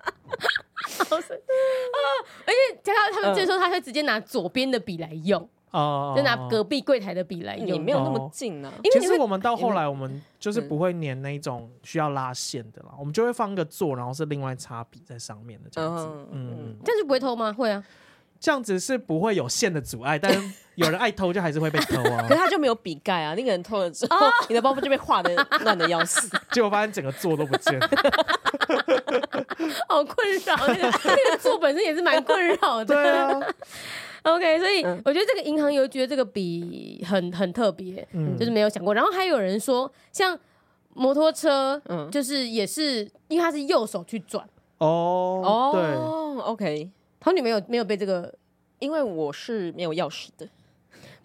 Speaker 2: 加上
Speaker 1: 嗯
Speaker 2: 他们就说，他会直接拿左边的笔来用，
Speaker 3: 哦，
Speaker 2: 就拿隔壁柜台的笔来
Speaker 1: 你
Speaker 2: 用。
Speaker 1: 没有那么近啊。
Speaker 2: 因为
Speaker 3: 其
Speaker 2: 你
Speaker 3: 实
Speaker 2: 会
Speaker 3: 我们到后来，我们就是不会粘那种需要拉线的啦，我们就会放个座，然后是另外插笔在上面的这样子。
Speaker 1: 嗯
Speaker 3: 嗯，
Speaker 1: 嗯
Speaker 3: 嗯
Speaker 2: 这样就不会偷吗？会啊，
Speaker 3: 这样子是不会有线的阻碍，但是有人爱偷就还是会被偷 啊
Speaker 1: 可是。他就没有笔盖啊，那个人偷了之后，
Speaker 2: 哦
Speaker 1: 你的包包就被画的乱的要 死。
Speaker 3: 结果发现整个座都不见，
Speaker 2: 好困扰。那个 那个做本身也是蛮困 扰的。
Speaker 3: 对啊，
Speaker 2: OK，所以我觉得这个银行邮局的这个笔很很特别，
Speaker 3: 嗯
Speaker 2: 就是没有想过。然后还有人说，像摩托车，
Speaker 1: 嗯
Speaker 2: 就是也是因为它是右手去转，
Speaker 3: 哦，对，
Speaker 1: 哦，OK，
Speaker 2: 桃女没有没有被这个，
Speaker 1: 因为我是没有钥匙的，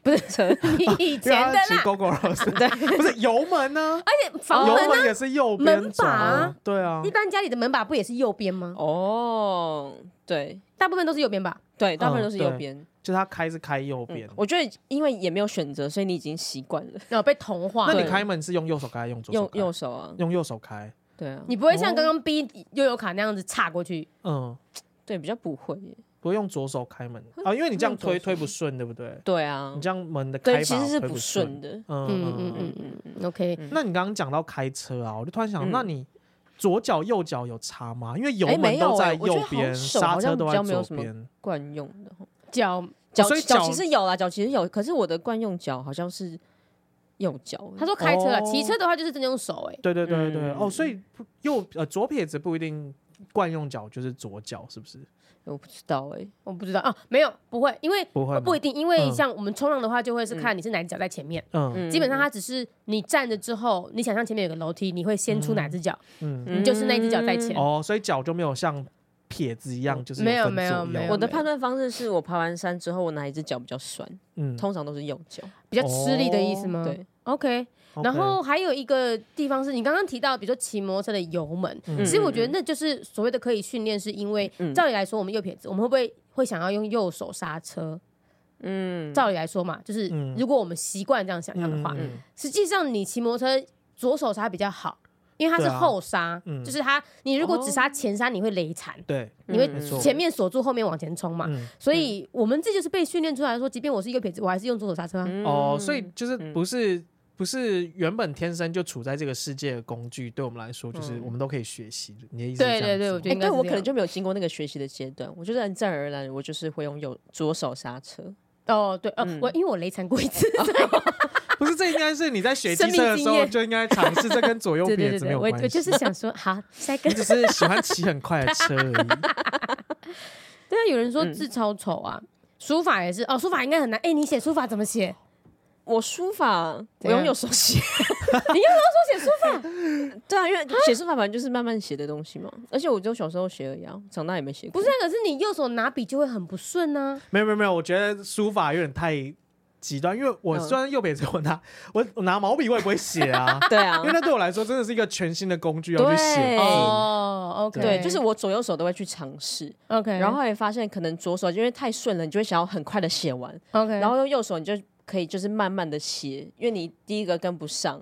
Speaker 2: 不是你以
Speaker 3: 因为
Speaker 2: 前的
Speaker 3: 他骑
Speaker 2: 啦，
Speaker 3: 狗狗老 师，不是油门呢，
Speaker 1: 哎
Speaker 2: 房
Speaker 3: 油
Speaker 2: 门
Speaker 3: 门也是右边
Speaker 2: 门
Speaker 3: 走
Speaker 2: 把
Speaker 3: 啊
Speaker 2: 啊，
Speaker 3: 对啊
Speaker 2: 一，般家里的门把不也是右边吗？
Speaker 1: 哦，对
Speaker 2: 大部分都是右边吧。
Speaker 1: 对，大部分
Speaker 3: 嗯
Speaker 1: 都是右
Speaker 3: 对
Speaker 1: 边。嗯
Speaker 3: 就他开是开右边，
Speaker 1: 我觉得因为也没有选择，所以你已经习惯了
Speaker 2: 然后被同化
Speaker 3: 那
Speaker 2: 了。
Speaker 3: 你
Speaker 1: 对
Speaker 3: 开门是用右手开还是用左手
Speaker 1: 用
Speaker 3: 开？
Speaker 1: 右手啊。
Speaker 3: 用右手开，
Speaker 1: 对啊，
Speaker 2: 你不会像刚刚逼悠游卡那样子插过去，
Speaker 3: 嗯，
Speaker 1: 对比较不会耶。
Speaker 3: 不用左手开门
Speaker 1: 嗯
Speaker 3: 啊，因为你这样推推不顺，对不对？
Speaker 1: 对啊
Speaker 3: 你，这样门的开
Speaker 1: 对，
Speaker 3: 法
Speaker 1: 其实是
Speaker 3: 推不
Speaker 1: 不顺。的。
Speaker 3: 嗯
Speaker 2: 嗯
Speaker 3: 嗯
Speaker 2: 嗯
Speaker 3: 嗯嗯。
Speaker 2: 嗯嗯，OK，
Speaker 3: 那你刚刚讲到开车啊，我就突然想，
Speaker 1: 嗯
Speaker 3: 那你左脚右脚有差吗？因为油
Speaker 1: 哎没
Speaker 3: 门都
Speaker 1: 有
Speaker 3: 在
Speaker 1: 哎我觉得
Speaker 3: 右
Speaker 1: 好像
Speaker 3: 边，
Speaker 1: 手
Speaker 3: 刹
Speaker 1: 好
Speaker 3: 车
Speaker 1: 像
Speaker 3: 都
Speaker 1: 比
Speaker 3: 在
Speaker 1: 较没有
Speaker 3: 左
Speaker 1: 什么
Speaker 3: 边。
Speaker 1: 惯用的
Speaker 2: 脚，
Speaker 1: 脚
Speaker 3: 哦所以
Speaker 1: 脚
Speaker 3: 脚
Speaker 1: 其实有啦，脚其实有，可是我的惯用脚好像是右脚耶。
Speaker 2: 他说开车啊，
Speaker 3: 哦
Speaker 2: 骑车的话就是真的用手，哎，
Speaker 3: 对对对对，
Speaker 1: 嗯
Speaker 3: 哦，所以不右呃左撇子不一定惯用脚就是左脚，是不是？
Speaker 1: 我不知道哎、
Speaker 2: 我不知道啊，没有，不会，因为
Speaker 3: 不会吗，
Speaker 2: 不一定，因为
Speaker 3: 嗯
Speaker 2: 像我们冲浪的话，就会是看你是哪只脚在前面。
Speaker 3: 嗯
Speaker 2: 基本上它只是你站着之后，你想象前面有个楼梯，你会先出哪只脚，
Speaker 3: 嗯
Speaker 2: 你就是那只脚在前。
Speaker 3: 哦，所以脚就没有像撇子一样，就是
Speaker 2: 没有
Speaker 3: 分
Speaker 2: 没有
Speaker 3: 左右
Speaker 2: 没有
Speaker 1: 我的判断方式是我爬完山之后，我哪一只脚比较酸，
Speaker 3: 嗯，
Speaker 1: 通常都是右脚。
Speaker 2: 比较吃力的意思吗？
Speaker 1: 对，
Speaker 2: ，OK。
Speaker 3: 哦 OK
Speaker 2: 然后还有一个地方是你刚刚提到，比如说骑摩托车的油门，
Speaker 3: 嗯
Speaker 2: 其实我觉得那就是所谓的可以训练，是因为
Speaker 1: 嗯
Speaker 2: 照理来说，我们右撇子，我们会不会会想要用右手刹车？
Speaker 1: 嗯，
Speaker 2: 照理来说嘛，就是
Speaker 3: 嗯
Speaker 2: 如果我们习惯这样想象的话，
Speaker 3: 嗯
Speaker 2: 实际上你骑摩托车左手刹比较好，因为它是
Speaker 3: 对啊
Speaker 2: 后刹，
Speaker 3: 嗯
Speaker 2: 就是它你如果只刹前刹，你会雷残。
Speaker 3: 对，
Speaker 2: 你会
Speaker 1: 嗯没
Speaker 3: 错
Speaker 2: 前面锁住，后面往前冲嘛，
Speaker 3: 嗯
Speaker 2: 所以我们这就是被训练出来说，即便我是右撇子，我还是用左手刹车啊。
Speaker 1: 嗯
Speaker 3: 哦，所以就是
Speaker 2: 嗯
Speaker 3: 不是不是原本天生就处在这个世界的工具，对我们来说就是我们都可以学习的。你的意思
Speaker 2: 嗯
Speaker 3: 是
Speaker 2: 对
Speaker 3: 这样
Speaker 2: 对对
Speaker 3: 子
Speaker 2: 我
Speaker 3: 吗
Speaker 2: 觉得
Speaker 1: 哎、
Speaker 2: 应该
Speaker 1: 对
Speaker 2: 是
Speaker 1: 我可
Speaker 2: 这
Speaker 1: 能
Speaker 2: 样
Speaker 1: 就没有经过那个学习的阶段，我就是很自然而然，我就是会用右左手刹车。
Speaker 2: 哦，对，
Speaker 1: 嗯
Speaker 2: 哦，我因为我雷残过一次，
Speaker 1: 啊
Speaker 2: 所以
Speaker 3: 不是这应该是你在学机
Speaker 2: 生命
Speaker 3: 车的时
Speaker 2: 经
Speaker 3: 候
Speaker 2: 验
Speaker 3: 就应该尝试，这跟 左右
Speaker 2: 对对
Speaker 3: 撇
Speaker 2: 对
Speaker 3: 子没
Speaker 2: 对，
Speaker 3: 有
Speaker 2: 我我
Speaker 3: 关
Speaker 2: 就
Speaker 3: 系。
Speaker 2: 是想说，好，帅哥
Speaker 1: 嗯
Speaker 3: 你，只是喜欢骑很快的车而已。
Speaker 2: 对啊，有人说
Speaker 1: 嗯
Speaker 2: 字超丑啊，书法也是，哦，书法应该很难，哎，你写书法怎么 写？
Speaker 1: 我书法，
Speaker 2: 怎
Speaker 1: 我
Speaker 2: 样
Speaker 1: 用右手写。
Speaker 2: 你用右手写书法，
Speaker 1: 对啊，因为写书法反正就是慢慢写的东西嘛，而且我就小时候写而已啊，长大也没写过。
Speaker 2: 不是，可是你右手拿笔就会很不顺啊。
Speaker 3: 没有没有没有，我觉得书法有点太极端，因为我
Speaker 1: 嗯
Speaker 3: 虽然右撇子，我拿 我我拿毛笔我也不会写
Speaker 1: ，
Speaker 3: 啊
Speaker 1: 对啊
Speaker 3: 因为，那对我来说真的是一个全新的工具要去写
Speaker 1: 对
Speaker 3: 字。
Speaker 2: 哦，OK，
Speaker 1: 对，就是我左右手都会去尝试，
Speaker 2: OK，
Speaker 1: 然后后来发现可能左手因为太顺了，你就会想要很快的写完，
Speaker 2: OK，
Speaker 1: 然后用右手你就可以就是慢慢的写，因为你第一个跟不上，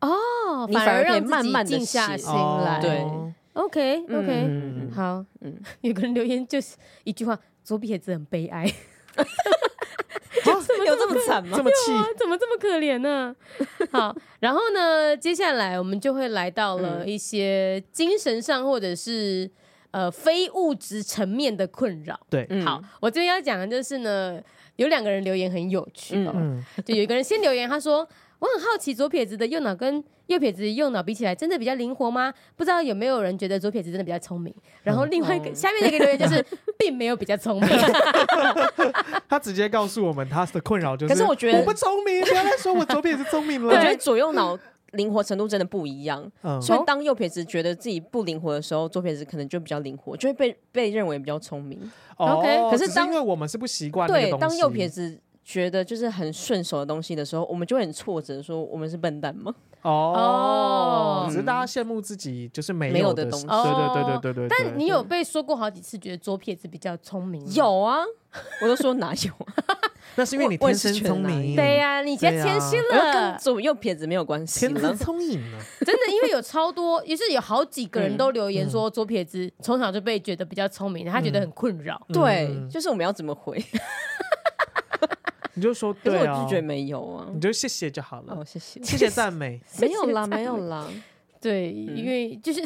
Speaker 2: 哦
Speaker 1: 你
Speaker 2: 反
Speaker 1: 反而
Speaker 2: 而
Speaker 1: 可以
Speaker 2: 让自己
Speaker 1: 慢慢地
Speaker 2: 静下
Speaker 1: 写
Speaker 2: 心
Speaker 3: 哦
Speaker 2: 来，
Speaker 1: 对
Speaker 2: OK OK，、
Speaker 3: 嗯
Speaker 2: 好，
Speaker 1: 嗯
Speaker 2: 嗯，有个人留言就是一句话：左撇子很悲哀，
Speaker 1: 啊有这么惨吗
Speaker 3: 这？么气，
Speaker 2: 怎么这么可怜呢、 好，然后呢，接下来我们就会来到了一些精神上或者是呃非物质层面的困扰。
Speaker 3: 对，
Speaker 1: 嗯
Speaker 2: 好，，我这边要讲的就是呢，有两个人留言很有趣哦，
Speaker 3: 嗯
Speaker 2: 就有一个人先留言，他说。我很好奇左撇子的右脑跟右撇子的右脑比起来，真的比较灵活吗？不知道有没有人觉得左撇子真的比较聪明？然后另外一个、
Speaker 1: 嗯
Speaker 2: 下面的一个留言就是，并没有比较聪明。
Speaker 3: 他直接告诉我们他的困扰就是，
Speaker 1: 可是我觉得
Speaker 3: 我不聪明，不要再说我左撇子聪明
Speaker 1: 我觉得
Speaker 3: 了。
Speaker 1: 左右脑灵活程度真的不一样，
Speaker 3: 嗯
Speaker 1: 所以当右撇子觉得自己不灵活的时候，左撇子可能就比较灵活，就会被被认为比较聪明。
Speaker 3: 哦
Speaker 2: OK，
Speaker 1: 可
Speaker 3: 只
Speaker 1: 是
Speaker 3: 是
Speaker 1: 当
Speaker 3: 因为我们是不习惯那
Speaker 1: 对
Speaker 3: 个，东
Speaker 1: 当
Speaker 3: 西
Speaker 1: 右撇子。觉得就是很顺手的东西的时候，我们就会很挫折，说我们是笨蛋吗？
Speaker 3: 哦
Speaker 2: 哦，
Speaker 3: 只是大家羡慕自己就是没
Speaker 1: 没有
Speaker 3: 的
Speaker 1: 的东西哦
Speaker 3: 对对对对对对。
Speaker 2: 但你有被说过好几次，觉得左撇子比较聪明吗？
Speaker 1: 有啊，我都说哪有 啊，
Speaker 3: 那是因为你
Speaker 1: 我我
Speaker 3: 天
Speaker 1: 也是
Speaker 3: 生
Speaker 1: 觉得
Speaker 3: 聪
Speaker 1: 哪
Speaker 3: 明，
Speaker 1: 里
Speaker 2: 对呀、你现在谦虚
Speaker 1: 我又
Speaker 2: 了
Speaker 1: 跟，左右撇子没有关系
Speaker 3: 天
Speaker 1: 了
Speaker 3: 资。聪颖呢。
Speaker 2: 真的，因为有超多，也是有好几个人都留言说左撇子从小就被觉得比较聪明，他觉得很困扰。
Speaker 1: 对，
Speaker 3: 嗯
Speaker 1: 就是我们要怎么回？
Speaker 3: 你就说
Speaker 1: 可是我
Speaker 3: 对啊，
Speaker 1: 就觉得没有啊。
Speaker 3: 你就谢谢就好了
Speaker 1: 哦，，谢谢。
Speaker 3: 谢谢赞美。
Speaker 1: 没有啦，没有啦。
Speaker 2: 对，因为就是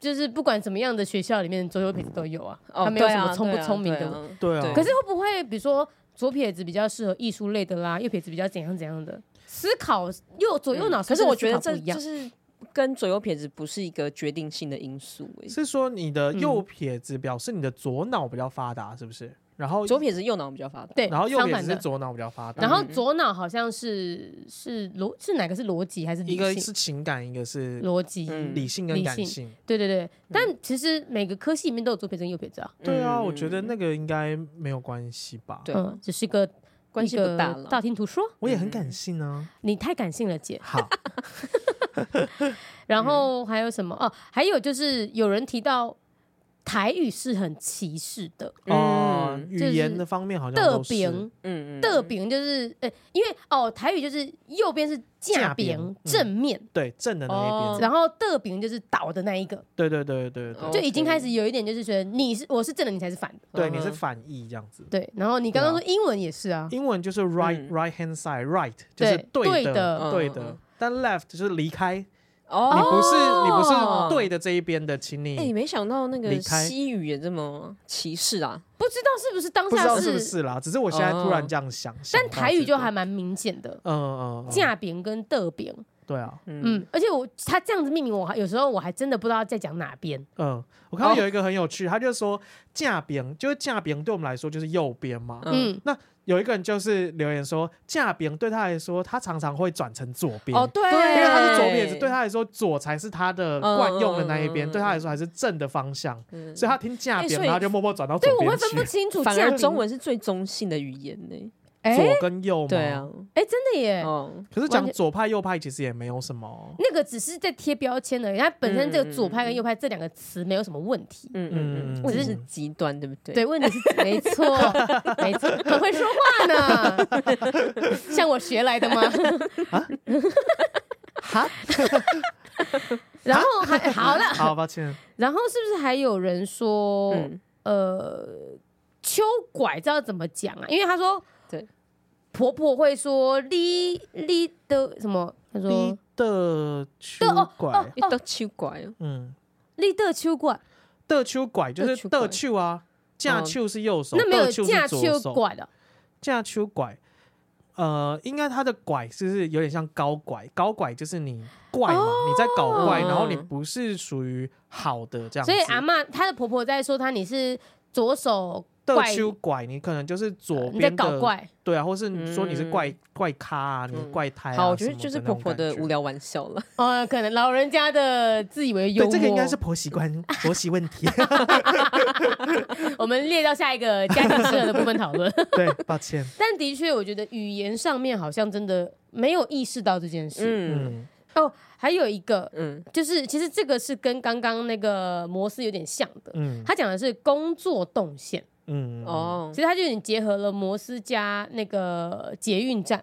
Speaker 2: 就是不管怎么样的学校里面，左右撇子都有啊，
Speaker 1: 哦，
Speaker 2: 他没有
Speaker 1: 对
Speaker 2: 什
Speaker 1: 啊
Speaker 2: 么聪不
Speaker 1: 对啊
Speaker 2: 聪明
Speaker 1: 对
Speaker 2: 的。
Speaker 1: 啊
Speaker 3: 对啊，
Speaker 1: 对
Speaker 2: 可是会不会比如说左撇子比较适合艺术类的啦，右撇子比较怎样怎样的？思考右左右脑，
Speaker 1: 嗯可是我觉得这
Speaker 2: 不一样
Speaker 1: 就。是跟左右撇子不是一个决定性的因素欸诶、
Speaker 3: 是说你的右撇子表示你的左脑比较发达，是不是？然后
Speaker 1: 左撇子右脑比较发达。
Speaker 2: 对，
Speaker 3: 然后右
Speaker 2: 相
Speaker 3: 撇
Speaker 2: 反
Speaker 3: 子是
Speaker 2: 的。
Speaker 3: 左脑比较发达，
Speaker 2: 然后左脑好像是是逻是哪个是逻辑还是理
Speaker 3: 一个
Speaker 2: 性？
Speaker 3: 是情感，一个是
Speaker 2: 逻辑，
Speaker 1: 嗯
Speaker 3: 理性跟
Speaker 2: 理
Speaker 3: 感
Speaker 2: 性
Speaker 3: 性。
Speaker 2: 对对对。但其实每个科系里面都有左撇子跟右撇子啊，
Speaker 3: 对啊，
Speaker 1: 嗯
Speaker 3: 我觉得那个应该没有关系吧。
Speaker 1: 对
Speaker 2: 嗯，只是个
Speaker 1: 关系不大
Speaker 2: 一个
Speaker 1: 了。
Speaker 2: 道听途说，
Speaker 3: 我也很感 性啊。
Speaker 2: 你太感性了，姐。
Speaker 3: 好，
Speaker 2: 然后还有什么？哦，还有就是有人提到台语是很歧视的，
Speaker 3: 哦，
Speaker 1: 嗯
Speaker 3: 语
Speaker 2: 就是
Speaker 3: 言的方面好像
Speaker 2: 的
Speaker 3: 都是
Speaker 2: 饼
Speaker 1: 嗯嗯，
Speaker 2: 的饼就是呃，因为哦台语就是右边嗯是架
Speaker 3: 架边
Speaker 2: 饼
Speaker 3: 嗯
Speaker 2: 正面，
Speaker 3: 对正的那一
Speaker 1: 哦
Speaker 3: 边，
Speaker 2: 然后的饼就是倒的那一个，
Speaker 3: 对对对对对
Speaker 1: 哦
Speaker 2: 就已经开始有一点就是觉得你是我是正的，你才是反的，
Speaker 3: 对，
Speaker 1: 嗯
Speaker 3: 你是反义这样子。
Speaker 2: 对。然后你刚刚说
Speaker 3: 对
Speaker 2: 英文也是啊，
Speaker 3: 英文就是 right
Speaker 1: 嗯
Speaker 3: right hand side right 就是
Speaker 2: 对
Speaker 3: 对
Speaker 2: 的
Speaker 3: 的对
Speaker 1: 嗯嗯
Speaker 3: 的
Speaker 1: 嗯，
Speaker 3: 但 left 就是离开，你
Speaker 1: 哦，
Speaker 3: 不是你不是对的这一边的，请
Speaker 1: 哎、
Speaker 3: 你
Speaker 1: 没想到那个
Speaker 3: 离开
Speaker 1: 西语也这么歧视啊！
Speaker 2: 不知道是不是当
Speaker 3: 不知
Speaker 2: 下
Speaker 3: 道是不是啦，只是我现在突然这样想，想
Speaker 2: 但
Speaker 3: 到
Speaker 2: 台语
Speaker 3: 这
Speaker 2: 就
Speaker 3: 个
Speaker 2: 还蛮明显的，
Speaker 3: 嗯嗯嗯嗯，
Speaker 2: 架饼跟的饼，
Speaker 3: 对啊，
Speaker 1: 哦嗯，
Speaker 2: 嗯，而且我他这样子命名，我还有时候我还真的不知道在讲哪边。
Speaker 3: 嗯，我看到有一个很有趣，他就说架边就是架边对我们来说就是右边嘛，
Speaker 2: 嗯，
Speaker 3: 有一个人就是留言说，架边对他来说，他常常会转成左边。
Speaker 1: 哦，对，
Speaker 3: 因
Speaker 1: 因
Speaker 3: 为他是左撇子，对他来说左才是他的惯用的那一
Speaker 1: 嗯嗯
Speaker 3: 边，
Speaker 1: 嗯嗯
Speaker 3: 对他来说还是正的方向，
Speaker 1: 嗯
Speaker 3: 啊所以他听架
Speaker 1: 哎
Speaker 3: 边，
Speaker 1: 所以
Speaker 3: 然后就默默转到
Speaker 2: 对
Speaker 3: 左，
Speaker 2: 我会
Speaker 3: 边
Speaker 2: 分
Speaker 3: 去
Speaker 2: 不，清楚
Speaker 1: 反
Speaker 2: 架
Speaker 1: 而
Speaker 2: 饼
Speaker 1: 中文是最中性的语言呢、
Speaker 2: 哎
Speaker 3: 左跟右嘛。
Speaker 1: 对啊，
Speaker 2: 哎，真的耶，
Speaker 1: 哦，
Speaker 3: 可是
Speaker 2: 完
Speaker 3: 讲
Speaker 2: 全
Speaker 3: 左派右派其实也没有什么，
Speaker 2: 那个只是在贴标签而已，它本身这个左派跟
Speaker 1: 嗯
Speaker 2: 右派这两个词没有什么问题。
Speaker 1: 嗯嗯
Speaker 3: 嗯
Speaker 1: 嗯，我只是
Speaker 3: 嗯
Speaker 1: 极端，对不对？
Speaker 2: 对，问题 是没 错，没错，很会说话呢， 像我学来的吗？
Speaker 3: 哈，
Speaker 2: 然后还好了，
Speaker 3: 好抱歉，
Speaker 2: 然后是不是还有人说，
Speaker 1: 嗯，
Speaker 2: 呃，秋拐知道怎么讲啊？因为他说，
Speaker 1: 对，
Speaker 2: 婆婆会说哩哩的什么？他说哦
Speaker 3: 低的秋拐，
Speaker 1: 一到秋拐哦，
Speaker 3: 嗯，
Speaker 2: 哩的秋拐，
Speaker 3: 的秋拐就
Speaker 1: 的
Speaker 3: 是
Speaker 1: 秋
Speaker 3: 的
Speaker 1: 拐
Speaker 3: 秋啊，架秋是右手，
Speaker 2: 哦那没有
Speaker 3: 的秋
Speaker 2: 架
Speaker 3: 是
Speaker 2: 秋
Speaker 3: 左手，
Speaker 2: 拐的，
Speaker 3: 架秋拐，呃，应该它的拐就是有点像高拐，高拐就是你怪
Speaker 2: 哦
Speaker 3: 嘛，你在搞怪，
Speaker 1: 嗯
Speaker 3: 然后你不是属于好的这样子。
Speaker 2: 所以阿嬷她的婆婆在说她你是左手
Speaker 3: 的
Speaker 2: 怪
Speaker 3: 秋拐，你可能就是左
Speaker 2: 你在
Speaker 3: 边
Speaker 2: 搞
Speaker 3: 的，
Speaker 2: 怪，
Speaker 3: 对啊，或是你说你是怪、怪咖啊，你是怪胎啊、
Speaker 1: 嗯好，我觉得
Speaker 3: 什么
Speaker 1: 就是
Speaker 3: 那种
Speaker 1: 婆婆的
Speaker 3: 感觉
Speaker 1: 无。聊玩笑了。
Speaker 2: 呃，可能老人家的自以为幽
Speaker 3: 对，
Speaker 2: 默。
Speaker 3: 这个应该是婆 媳关婆媳问题。
Speaker 2: 我们列到下一个家庭适合的部分讨论。
Speaker 3: 对，抱歉。
Speaker 2: 但的确，我觉得语言上面好像真的没有意识到这件事。
Speaker 1: 嗯
Speaker 3: 嗯，
Speaker 2: 哦，还有一个
Speaker 1: 嗯
Speaker 2: 就是，其实这个是跟刚刚那个摩斯有点像的。
Speaker 3: 嗯
Speaker 2: 他讲的是工作动线，
Speaker 3: 嗯，
Speaker 1: 哦
Speaker 2: 其，实他就有点结合了摩斯加那个捷运站，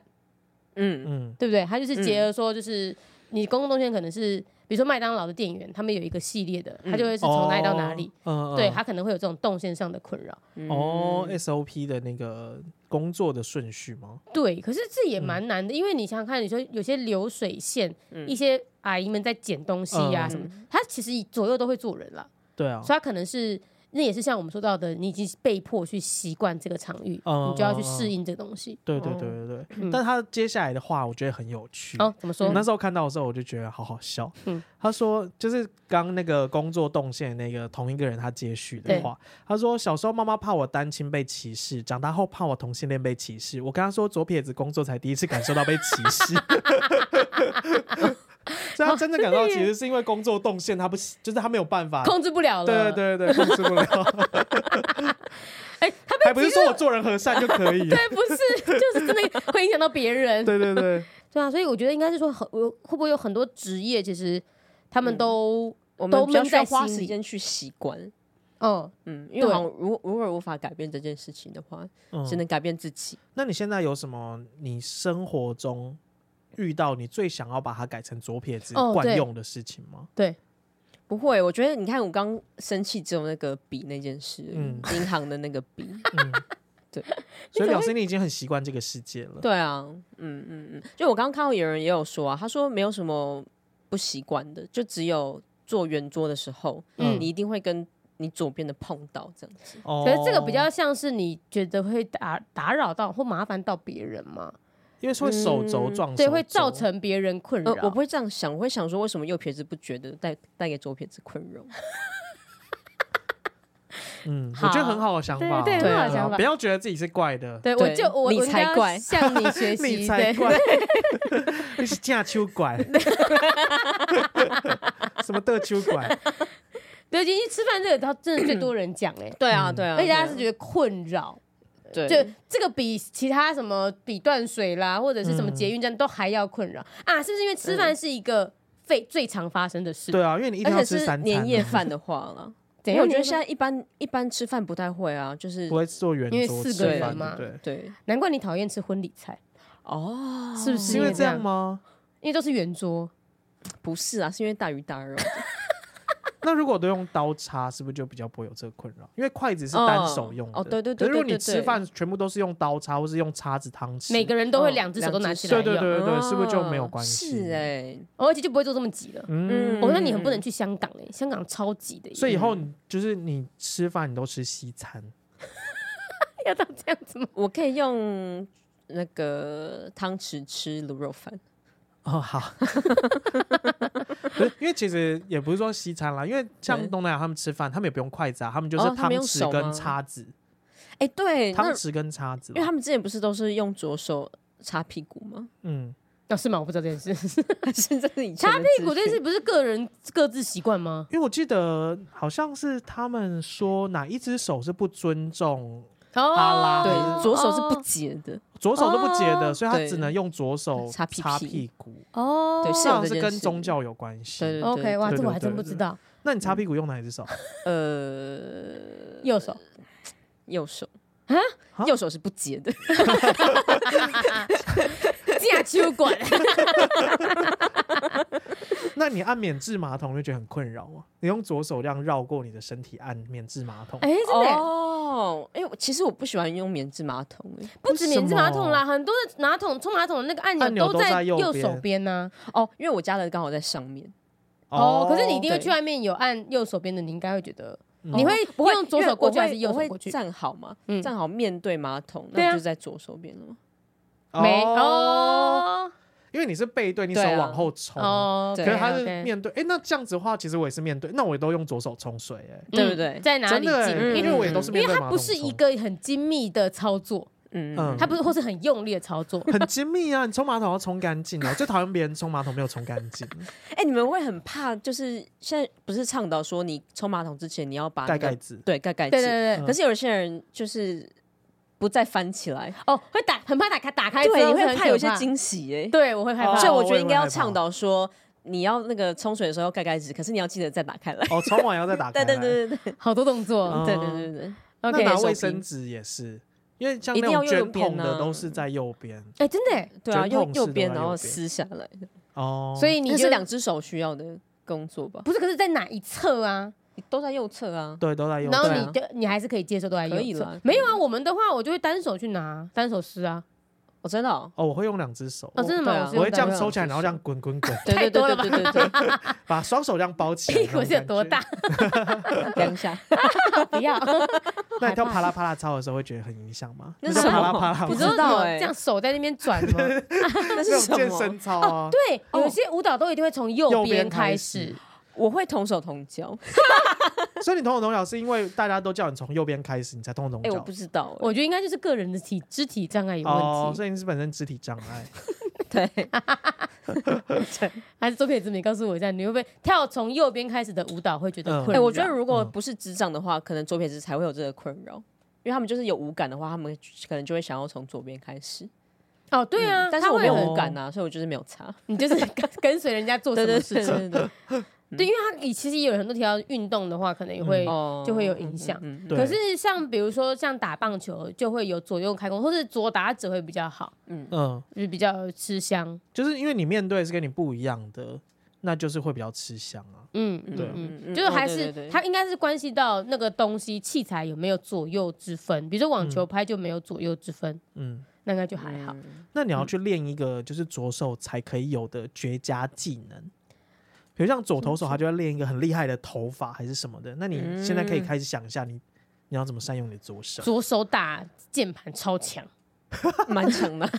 Speaker 1: 嗯
Speaker 3: 嗯
Speaker 2: 对不对？他就是结合说，就是你公共动线可能是，比如说麦当劳的店员，他们有一个系列的，他就会是从哪里到哪里。？
Speaker 3: 哦嗯，嗯
Speaker 2: 对他可能会有这种动线上的困扰。
Speaker 1: 嗯
Speaker 3: 哦，SOP 的那个工作的顺序吗？
Speaker 2: 对，可是这也蛮难的，因为你想想看，你说有些流水线，
Speaker 1: 嗯
Speaker 2: 一些阿姨们在捡东西
Speaker 1: 啊
Speaker 2: 呀、什么，她其实左右都会做人啦，
Speaker 3: 对啊
Speaker 2: 所以，她可能是。那也是像我们说到的，你已经被迫去习惯这个场域，
Speaker 3: 嗯
Speaker 2: 你就要去
Speaker 3: 嗯嗯
Speaker 2: 适应这个东西。
Speaker 3: 对对对对
Speaker 1: 哦
Speaker 3: 对。
Speaker 2: 嗯
Speaker 3: 但他接下来的话，我觉得很有趣。
Speaker 2: 哦，怎么说
Speaker 3: 我？那时候看到的时候，我就觉得好好笑。
Speaker 2: 嗯
Speaker 3: 他说，就是刚那个工作动线那个同一个人他接续的
Speaker 2: 对
Speaker 3: 话，他说小时候妈妈怕我单亲被歧视，长大后怕我同性恋被歧视。我跟他说左撇子工作才第一次感受到被歧 视。所以他真的感到，其实是因为工作动线，他不就是他没有办 法，
Speaker 2: 控制不了了。
Speaker 3: 对对对对，控制不了，
Speaker 2: 哎、他被
Speaker 3: 还不是说我做人和善就可 以？
Speaker 2: 对，不是，就是真的会影响到别人。
Speaker 3: 对对对，
Speaker 2: 对啊，所以我觉得应该是说很，有会不会有很多职业，其实他们都，
Speaker 1: 我们
Speaker 2: 都
Speaker 1: 比较
Speaker 2: 闷
Speaker 1: 需要
Speaker 2: 在
Speaker 1: 花
Speaker 2: 心
Speaker 1: 时
Speaker 2: 里
Speaker 1: 间去习惯。
Speaker 2: 嗯，
Speaker 1: 嗯，因为
Speaker 2: 对
Speaker 1: 好像如如果无法改变这件事情的话，
Speaker 3: 嗯
Speaker 1: 只能改变自己。
Speaker 3: 那你现在有什么你生活中遇到你最想要把它改成左撇子
Speaker 2: 哦
Speaker 3: 惯
Speaker 2: 对
Speaker 3: 用的事情吗？
Speaker 2: 对，
Speaker 1: 不会，我觉得你看我刚生气只有那个笔那件事，
Speaker 3: 嗯
Speaker 1: 嗯，银行的那个笔，
Speaker 3: 嗯，
Speaker 1: 对。
Speaker 3: 所以表示你已经很习惯这个世界了。
Speaker 1: 对啊，嗯嗯嗯，就我刚刚看到有人也有说啊，他说没有什么不习惯的，就只有做圆桌的时候，
Speaker 2: 嗯
Speaker 1: 你一定会跟你左边的碰到这样子。
Speaker 3: 哦
Speaker 2: 可是这个比较，像是你觉得会打打扰到或麻烦到别人嘛？
Speaker 3: 因为是会手肘撞手肘，
Speaker 2: 嗯对，会造成别人困扰、
Speaker 1: 呃，我不会这样想，我会想说为什么右撇子不觉得带带给左撇子困 扰？
Speaker 3: 嗯，
Speaker 2: 好
Speaker 3: 我觉得很好的想法，
Speaker 2: 对
Speaker 1: 对很好的
Speaker 3: 啊
Speaker 2: 想法
Speaker 3: 不要觉得自己是怪的，
Speaker 2: 对，
Speaker 1: 对
Speaker 2: 我就我
Speaker 1: 你
Speaker 2: 我应
Speaker 1: 才
Speaker 2: 该要
Speaker 1: 怪
Speaker 2: 向你学习，
Speaker 3: 你才
Speaker 2: 对
Speaker 3: 怪，你是架秋拐， 什么的秋 拐，
Speaker 2: 对，其实吃饭这个他真的最多人讲哎、欸
Speaker 1: 对啊，
Speaker 3: 嗯
Speaker 1: 对啊，
Speaker 2: 而且大家
Speaker 1: 对
Speaker 2: 是觉得困扰，
Speaker 1: 啊对，
Speaker 2: 就这个比其他什么比断水啦，或者是什么
Speaker 3: 嗯
Speaker 2: 捷运站都还要困扰啊！是不是因为吃饭是一个最最常发生的事？
Speaker 3: 对啊，因为你一天
Speaker 1: 而
Speaker 3: 要
Speaker 1: 且
Speaker 3: 吃
Speaker 1: 是
Speaker 3: 三餐啊，
Speaker 1: 年夜饭的话了，
Speaker 2: 怎
Speaker 1: 因为
Speaker 2: 样？
Speaker 1: 我觉得现在一般一般吃饭不太会啊，就是
Speaker 3: 不会做圆
Speaker 2: 因为
Speaker 3: 桌
Speaker 2: 四
Speaker 3: 吃
Speaker 1: 个人
Speaker 3: 饭
Speaker 2: 嘛
Speaker 3: 对不
Speaker 1: 对
Speaker 2: 难怪你讨厌吃婚礼菜，
Speaker 1: 哦，
Speaker 2: 是不
Speaker 3: 对，
Speaker 2: 是
Speaker 3: 是因为
Speaker 2: 也
Speaker 3: 这
Speaker 2: 这
Speaker 3: 样
Speaker 2: 样
Speaker 3: 吗？
Speaker 2: 因为都是圆桌，
Speaker 1: 不是啊？是因为大鱼大肉，
Speaker 3: 那如果都用刀叉，是不是就比较不会有这个困扰？因为筷子是单手用的，
Speaker 1: 哦哦对对对
Speaker 3: 可是如果
Speaker 1: 对
Speaker 3: 你
Speaker 1: 对对
Speaker 3: 吃饭全部都是用刀叉或是用叉子、汤匙，
Speaker 2: 每个人都会
Speaker 1: 嗯
Speaker 2: 两只手都拿
Speaker 1: 两只
Speaker 2: 起
Speaker 1: 手
Speaker 2: 来
Speaker 3: 对
Speaker 2: 用，
Speaker 3: 对对对对，
Speaker 1: 嗯
Speaker 3: 是不是就没有关系？
Speaker 1: 是哎，
Speaker 2: 哦而且就不会做这么挤了。
Speaker 3: 嗯。
Speaker 2: 哦，那你很不能去香港嘞，香港超级
Speaker 1: 嗯
Speaker 2: 的耶，
Speaker 3: 所以以后你就是你吃饭你都吃西餐，
Speaker 2: 要到这样子吗？
Speaker 1: 我可以用那个汤匙吃卤肉饭，
Speaker 3: 哦，好，不 是因为其实也不是说西餐啦，因为像
Speaker 1: 对
Speaker 3: 东南亚他们吃饭，他们也不用筷子啊，他们就是
Speaker 1: 哦他
Speaker 3: 汤
Speaker 1: 们用
Speaker 3: 匙
Speaker 1: 手
Speaker 3: 跟
Speaker 1: 吗
Speaker 3: 叉子，
Speaker 1: 哎，对，
Speaker 3: 汤
Speaker 1: 那
Speaker 3: 匙哦跟叉子
Speaker 1: 因为
Speaker 3: 啦，
Speaker 1: 他们之前不是都是用左手擦屁股吗？
Speaker 3: 嗯，
Speaker 2: 那哦是吗？我不知道这件 事。
Speaker 1: 还是这是以前的
Speaker 2: 擦屁股
Speaker 1: 资
Speaker 2: 这件
Speaker 1: 讯
Speaker 2: 事不是个人各自习惯吗？
Speaker 3: 因为我记得好像是他们说哪一只手是不尊重，
Speaker 2: 哦
Speaker 3: 哈拉
Speaker 1: 对，左手
Speaker 3: 哦
Speaker 1: 是不解的，
Speaker 3: 左手都不解的，
Speaker 2: 哦呃
Speaker 3: 所以他
Speaker 1: 对
Speaker 3: 只能用左手
Speaker 1: 擦屁
Speaker 3: 擦
Speaker 1: 屁
Speaker 3: 屁股，
Speaker 2: 哦
Speaker 1: 对
Speaker 3: 这
Speaker 1: 是有
Speaker 3: 样
Speaker 1: 这
Speaker 3: 是
Speaker 1: 件
Speaker 3: 跟
Speaker 1: 事
Speaker 3: 宗教有关
Speaker 1: 对
Speaker 3: 系
Speaker 1: 对。
Speaker 2: OK，哇，
Speaker 3: 对
Speaker 2: 这
Speaker 3: 对
Speaker 2: 我还真
Speaker 3: 对
Speaker 2: 不
Speaker 3: 对
Speaker 2: 知道。
Speaker 3: 那你擦屁股用哪一只手？
Speaker 1: 呃，
Speaker 2: 右手
Speaker 1: 右手
Speaker 2: 啊
Speaker 3: 啊
Speaker 1: 右手是不解的，
Speaker 2: 架秋馆，
Speaker 3: 那你按免治马桶会觉得很困扰吗？你用左手这样绕过你的身体按免治马桶，
Speaker 2: 哎，真的耶
Speaker 1: 哦，因为我其实我不喜欢用棉质马桶，哎，
Speaker 2: 不止免治马桶啦，很多的马桶冲马桶的那个按
Speaker 3: 按钮
Speaker 2: 钮
Speaker 3: 都在
Speaker 2: 在
Speaker 3: 右
Speaker 2: 右
Speaker 3: 边
Speaker 2: 手边呢。
Speaker 1: 哦，因为我家的刚好在上面，
Speaker 2: 哦，可是你一定会
Speaker 1: 对
Speaker 2: 去外面有按右手边的，你应该会觉得
Speaker 3: 嗯
Speaker 2: 你会
Speaker 1: 不会
Speaker 2: 用左手过去还是右
Speaker 1: 我会
Speaker 2: 手
Speaker 1: 我
Speaker 2: 过
Speaker 1: 会
Speaker 2: 去？
Speaker 1: 站好嘛，
Speaker 2: 嗯
Speaker 1: 站好面对马桶，
Speaker 2: 对啊
Speaker 1: 那不就在左手边了吗？
Speaker 2: 没，哦
Speaker 3: 因为你是背对，你手
Speaker 1: 对啊
Speaker 3: 往后冲，
Speaker 2: 哦，
Speaker 3: 可
Speaker 1: 对
Speaker 3: 是
Speaker 2: OK，
Speaker 3: 他是
Speaker 2: OK
Speaker 3: 面对。哎，那这样子的话，其实我也是面对，那我也都用左手冲水，哎，
Speaker 1: 对不对
Speaker 2: 嗯在哪
Speaker 3: 真
Speaker 2: 里
Speaker 3: 的
Speaker 2: 进？
Speaker 3: 欸，因
Speaker 1: 因
Speaker 3: 为
Speaker 1: 为
Speaker 3: 我也都是
Speaker 2: 因
Speaker 3: 面
Speaker 2: 为
Speaker 3: 对
Speaker 2: 它
Speaker 3: 马
Speaker 2: 不
Speaker 3: 桶
Speaker 2: 是
Speaker 3: 冲
Speaker 2: 一个 很精密的操作，
Speaker 1: 嗯，
Speaker 3: 嗯。
Speaker 2: 它不是或是很用力的操作
Speaker 3: 很精密啊！你冲马桶要冲干净啊！我最讨厌别人冲马桶没有冲干 净，
Speaker 1: 哎，你们会很怕，就是现在不是倡导说你冲马桶之前你要把那
Speaker 3: 盖
Speaker 1: 个
Speaker 3: 盖子。
Speaker 1: 对盖盖
Speaker 2: 对对
Speaker 1: 子，
Speaker 2: 对，对
Speaker 3: 嗯
Speaker 1: 可是有些人就是不再翻起来，
Speaker 2: 哦，会打很怕打开打开之后
Speaker 1: 对，你
Speaker 2: 是
Speaker 1: 会
Speaker 2: 很
Speaker 1: 怕有
Speaker 2: 可
Speaker 1: 一些
Speaker 2: 怕，
Speaker 1: 惊喜，哎，
Speaker 2: 对我会害
Speaker 3: 哦
Speaker 2: 怕，
Speaker 1: 所以
Speaker 3: 我
Speaker 1: 我觉
Speaker 3: 也
Speaker 1: 得
Speaker 3: 会
Speaker 1: 应该要
Speaker 3: 害怕
Speaker 1: 倡导说，你要那个冲水的时候要盖盖子，可是你要记得再打开来。
Speaker 3: 哦，冲完要再打开
Speaker 1: 对
Speaker 3: 来。
Speaker 1: 对对对对
Speaker 2: 好多动作。
Speaker 3: 嗯
Speaker 1: 对对对对，
Speaker 3: 那
Speaker 2: OK，
Speaker 3: 拿
Speaker 1: 手
Speaker 3: 卫
Speaker 1: 平
Speaker 3: 生纸也是，因为像
Speaker 1: 一
Speaker 3: 那
Speaker 1: 定要
Speaker 3: 种
Speaker 1: 用右
Speaker 3: 卷筒
Speaker 1: 边
Speaker 3: 的
Speaker 1: 啊
Speaker 3: 都是在右边
Speaker 2: 哎，真的耶，
Speaker 1: 对啊，
Speaker 3: 卷
Speaker 1: 右
Speaker 3: 筒式
Speaker 1: 右
Speaker 3: 的
Speaker 1: 边
Speaker 3: 在
Speaker 1: 然
Speaker 3: 右
Speaker 1: 后
Speaker 3: 边
Speaker 1: 撕下来，
Speaker 3: 哦。
Speaker 2: 所以你
Speaker 1: 那
Speaker 2: 就是
Speaker 1: 两只手需要的工作吧？
Speaker 2: 不是，可是在哪一侧啊？
Speaker 1: 都在右侧啊，
Speaker 3: 哎对都在右
Speaker 2: 然后
Speaker 3: 边。
Speaker 2: 你就你还是可以接受都在右
Speaker 1: 可以
Speaker 2: 侧
Speaker 1: 啦
Speaker 2: 没有啊，我们的话我就会单手去拿，单手撕啊。
Speaker 1: 我真的哦，
Speaker 3: 哦，我会用两只手，
Speaker 2: 哦，真的吗？
Speaker 1: 对啊
Speaker 2: 是
Speaker 3: 我
Speaker 2: 用
Speaker 3: 会这样
Speaker 2: 单手
Speaker 3: 抽起来，然后这样滚滚滚，
Speaker 1: 对
Speaker 2: 太
Speaker 1: 对
Speaker 2: 多
Speaker 1: 对
Speaker 2: 了
Speaker 1: 对对对对，
Speaker 3: 把双手这样包起来。
Speaker 2: 屁 股是有多大？？
Speaker 1: 两下，
Speaker 2: 不要，
Speaker 3: 那你跳啪啦啪啦操的时候会觉得很影响吗？
Speaker 1: 那
Speaker 3: 那
Speaker 1: 是
Speaker 3: 叫
Speaker 1: 什
Speaker 3: 啪啦
Speaker 1: 么
Speaker 3: 啪啦
Speaker 1: 不
Speaker 2: 你
Speaker 3: 吗，
Speaker 1: 知
Speaker 2: 说
Speaker 1: 道
Speaker 2: 什么
Speaker 1: 欸
Speaker 2: 这样手在那边转 吗？
Speaker 1: 那是
Speaker 3: 那
Speaker 1: 什
Speaker 3: 种健
Speaker 1: 么
Speaker 3: 身？操啊，
Speaker 2: 对，
Speaker 1: 哦
Speaker 2: 有些舞蹈都一定会从右
Speaker 3: 右边
Speaker 2: 边
Speaker 3: 开
Speaker 2: 开
Speaker 3: 始
Speaker 2: 始。
Speaker 1: 我会同手同脚，
Speaker 3: 所以你同手同脚是因为大家都叫你从右边开始，你才同手同
Speaker 1: 哎，
Speaker 3: 脚。
Speaker 1: 我不知道欸，
Speaker 2: 我觉得应该就是个人的体肢体障碍有
Speaker 3: 哦
Speaker 2: 问，题，
Speaker 3: 所以你是本身肢体障碍。
Speaker 1: 对，
Speaker 2: 还是周佩子你告诉我一下，你会不会跳从右边开始的舞蹈会觉得
Speaker 3: 嗯
Speaker 2: 困
Speaker 1: 哎，
Speaker 2: 扰？
Speaker 1: 我觉得如果
Speaker 3: 嗯
Speaker 1: 不是智障的话，可能左撇子才会有这个困扰，因为他们就是有五感的话，他们可能就会想要从左边开始。
Speaker 2: 哦，对啊，
Speaker 1: 嗯但是
Speaker 2: 他
Speaker 1: 我
Speaker 2: 会
Speaker 1: 没有
Speaker 2: 很
Speaker 1: 五感呐、所以我就是没有擦。
Speaker 2: 你就是跟 跟随人家做什么事情。
Speaker 1: 对对，
Speaker 2: 对，因为他以其实有很多提到运动的话，可能也会
Speaker 1: 哦
Speaker 2: 就会有影响。
Speaker 1: 嗯
Speaker 3: 嗯对
Speaker 2: 可是像比如说像打棒球，就会有左右开弓，或是左打者会比较好，
Speaker 3: 嗯，
Speaker 2: 就是比较吃香。
Speaker 3: 就是因为你面对是跟你不一样的，那就是会比较吃香啊。
Speaker 2: 嗯
Speaker 1: 嗯
Speaker 2: 嗯
Speaker 3: 对
Speaker 2: 嗯
Speaker 1: 嗯
Speaker 2: 就是还
Speaker 1: 哦
Speaker 2: 是
Speaker 1: 对对对
Speaker 2: 它应该是关系到那个东西器材有没有左右之分，比如说网球拍就没有左右之分，
Speaker 3: 嗯，
Speaker 2: 那应该就还好。
Speaker 3: 那你要去练一个就是左手才可以有的绝佳技能，比如像左投手，他就要练一个很厉害的头发还是什么的。那你现在可以开始想一下你，你要怎么善用你的左手？
Speaker 2: 左手打键盘超强，
Speaker 1: 嗯蛮强的，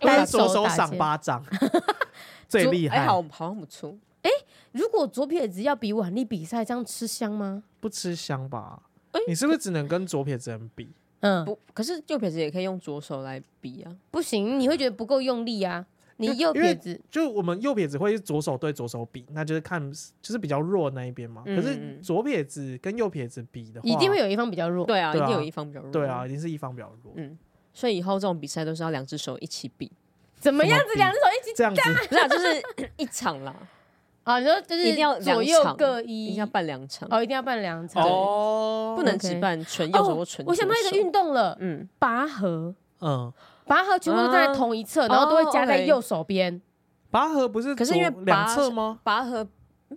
Speaker 3: 但
Speaker 2: 单
Speaker 3: 是左手
Speaker 2: 打
Speaker 3: 赏
Speaker 2: 键。
Speaker 3: 巴掌 最厉
Speaker 1: 哎、
Speaker 3: 害，
Speaker 1: 好好像不错。
Speaker 2: 如果左撇子要比腕力比赛，这样吃香吗？
Speaker 3: 不吃香吧？你是不是只能跟左撇子人比？
Speaker 2: 嗯，
Speaker 1: 不，可是右撇子也可以用左手来比啊。
Speaker 2: 不行，你会觉得不够用力啊。你右
Speaker 3: 因
Speaker 2: 撇
Speaker 3: 为
Speaker 2: 子，
Speaker 3: 就我们右撇子会左手对左手比，那就是看就是比较弱那一边嘛。
Speaker 1: 嗯
Speaker 3: 可是左撇子跟右撇子比的话，
Speaker 2: 一定会有一方比较弱。
Speaker 1: 对啊，
Speaker 3: 对啊
Speaker 1: 一定有一方比较弱。
Speaker 3: 对啊，，一定是一方比较弱。
Speaker 1: 嗯。所以以后这种比赛都是要两只手一起比，
Speaker 2: 怎么样
Speaker 3: 怎么
Speaker 2: 子？
Speaker 3: 比
Speaker 2: 两只手一起
Speaker 3: 这样子
Speaker 1: 不是、啊，就是一场啦。
Speaker 2: 啊，你说就
Speaker 1: 一定要
Speaker 2: 是
Speaker 1: 两
Speaker 2: 左右
Speaker 1: 场
Speaker 2: 各
Speaker 1: 一
Speaker 2: 一
Speaker 1: 定要，办两场，
Speaker 2: 哦，一定要办两场。
Speaker 3: 哦，
Speaker 1: 不能
Speaker 2: OK
Speaker 1: 只办纯右手或
Speaker 2: 哦
Speaker 1: 纯、，
Speaker 2: 我想到一个，运动了，
Speaker 1: 嗯，
Speaker 2: 拔河，
Speaker 3: 嗯，
Speaker 2: 拔河全部都在
Speaker 1: 啊
Speaker 2: 同一侧，然后都会夹在
Speaker 1: 哦，OK
Speaker 2: 右手边，
Speaker 3: 拔河不是
Speaker 1: 可是因为
Speaker 3: 左两
Speaker 1: 拔
Speaker 3: 侧吗？
Speaker 1: 拔河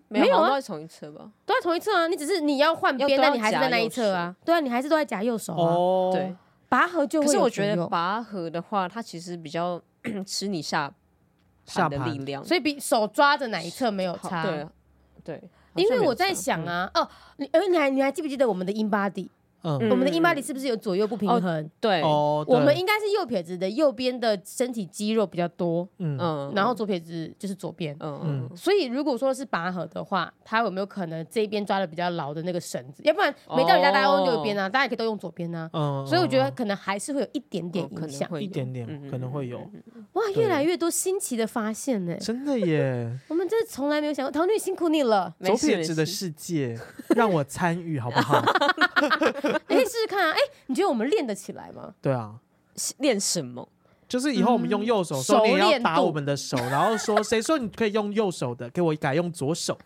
Speaker 1: 没
Speaker 2: 没
Speaker 1: 有
Speaker 2: 有啊
Speaker 1: 好像都是同一侧吧？
Speaker 2: 都在同一侧啊。你只是你要换
Speaker 1: 要
Speaker 2: 边，
Speaker 1: 都
Speaker 2: 但
Speaker 1: 要
Speaker 2: 你还是
Speaker 1: 夹
Speaker 2: 在那一
Speaker 1: 右
Speaker 2: 侧啊。对啊，你还是都在夹右手啊。
Speaker 3: 哦，
Speaker 1: 对，，
Speaker 2: 拔河就会
Speaker 1: 可是
Speaker 2: 有
Speaker 1: 我觉得
Speaker 2: 左右，
Speaker 1: 拔河的话，它其实比较 吃你下
Speaker 3: 下
Speaker 1: 盘的
Speaker 3: 盘
Speaker 1: 力量，
Speaker 2: 所以比手抓着哪一侧没有
Speaker 1: 好
Speaker 2: 差。
Speaker 1: 对啊对，好
Speaker 2: 因
Speaker 1: 像
Speaker 2: 为
Speaker 1: 没有
Speaker 2: 我在
Speaker 1: 差嗯
Speaker 2: 想啊，哦，你而你还你还记不记得我们的 in body？
Speaker 3: 嗯，
Speaker 1: 嗯
Speaker 2: 我们的 in body 是不是有左右不平
Speaker 1: 哦
Speaker 2: 衡？
Speaker 1: 对，
Speaker 3: 哦，对
Speaker 2: 我们应该是右撇子的右边的身体肌肉比较多，
Speaker 3: 嗯
Speaker 1: 嗯
Speaker 2: 然后左撇子就是左边。
Speaker 1: 嗯
Speaker 3: 嗯
Speaker 1: 嗯
Speaker 2: 所以如果说是拔河的话，他有没有可能这一边抓的比较牢的那个绳子？要不然没道理大家都用右边啊，大家也可以都用左边啊。
Speaker 3: 嗯，
Speaker 2: 所以我觉得
Speaker 3: 嗯
Speaker 2: 可能还是会有一点点
Speaker 1: 哦可
Speaker 2: 影
Speaker 1: 能
Speaker 2: 响。
Speaker 1: 会
Speaker 3: 一
Speaker 1: 有
Speaker 3: 点点
Speaker 1: 嗯嗯
Speaker 3: 可能会
Speaker 1: 嗯
Speaker 3: 有，
Speaker 2: 哇，
Speaker 3: 对
Speaker 2: 越来越多新奇的发现呢！
Speaker 3: 真的耶，
Speaker 2: 我们真的从来没有想过，唐女辛苦你了。
Speaker 1: 没
Speaker 3: 左
Speaker 1: 事
Speaker 3: 撇
Speaker 1: 没
Speaker 3: 子的
Speaker 1: 事
Speaker 3: 世界让我参与好不 好？
Speaker 2: 你可以试试看啊！哎、你觉得我们练得起来吗？
Speaker 3: 对啊。
Speaker 1: 练什么？
Speaker 3: 就是以后我们用右手的时候，
Speaker 2: 嗯
Speaker 3: 你也
Speaker 2: 熟
Speaker 3: 要
Speaker 2: 练
Speaker 3: 打
Speaker 2: 度
Speaker 3: 我们的手，然后说谁说你可以用右手的，给我改用左手。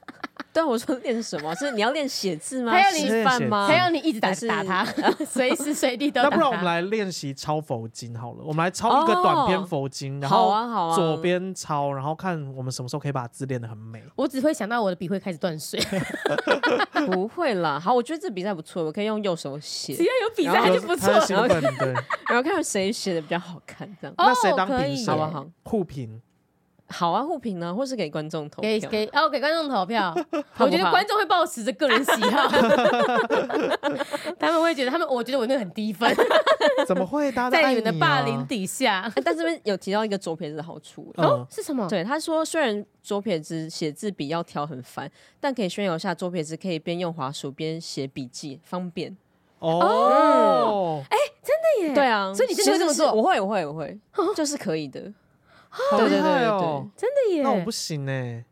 Speaker 1: 对啊，我说练什么？ 是你要练写字吗
Speaker 2: 他要？你
Speaker 1: 吃饭吗？
Speaker 2: 才让你一直
Speaker 1: 啊
Speaker 2: 打
Speaker 1: 还是
Speaker 2: 打他，随时随地都
Speaker 3: 那
Speaker 2: 打他。
Speaker 3: 不然我们来练习抄佛经好了，我们来抄一个短篇佛经，然
Speaker 1: 好
Speaker 3: 后
Speaker 1: 啊好啊，
Speaker 3: 左边抄，然后看我们什么时候可以把字练得很美。
Speaker 2: 我只会想到我的笔会开始断水，
Speaker 1: 不会啦。好，我觉得这比赛不错，我可以用右手写
Speaker 2: 只，要有比赛
Speaker 1: 然后
Speaker 2: 就
Speaker 3: 有
Speaker 2: 不错
Speaker 3: 他的
Speaker 2: 了。
Speaker 3: 兴 奋，对，
Speaker 1: 然后看谁写的比较好看，这样
Speaker 2: 哦
Speaker 3: 那谁当
Speaker 2: 可以
Speaker 3: 评审？
Speaker 1: 好不好？
Speaker 3: 互评，
Speaker 1: 好啊，互评呢，或是给观众投
Speaker 2: 给
Speaker 1: 票。
Speaker 2: 给哦，给观众 投票，
Speaker 1: 好
Speaker 2: 我觉得观众会抱持着个人喜 好，他们会觉得他们，我觉得我那个很低分，
Speaker 3: 怎么会？大家都
Speaker 2: 在
Speaker 3: 爱
Speaker 2: 你们的
Speaker 3: 啊
Speaker 2: 霸凌，底下。
Speaker 1: 但这边有提到一个左撇子的好处、欸
Speaker 2: 哦
Speaker 3: 嗯，，
Speaker 2: 是什么？
Speaker 1: 对，他说虽然左撇子写字笔要挑很烦，但可以炫耀一下，左撇子可以边用滑鼠边写笔记，方便。
Speaker 3: 哦，
Speaker 2: 哎对耶
Speaker 1: 对，啊，
Speaker 2: 所以你真的会这么做啊
Speaker 1: 其实是我会，我会，我会， 就是可以的。
Speaker 3: 好
Speaker 1: 对
Speaker 3: 厉
Speaker 1: 对对
Speaker 3: 害
Speaker 1: 对
Speaker 3: 哦
Speaker 1: 对。
Speaker 2: 真的耶。
Speaker 3: 那我不行哎，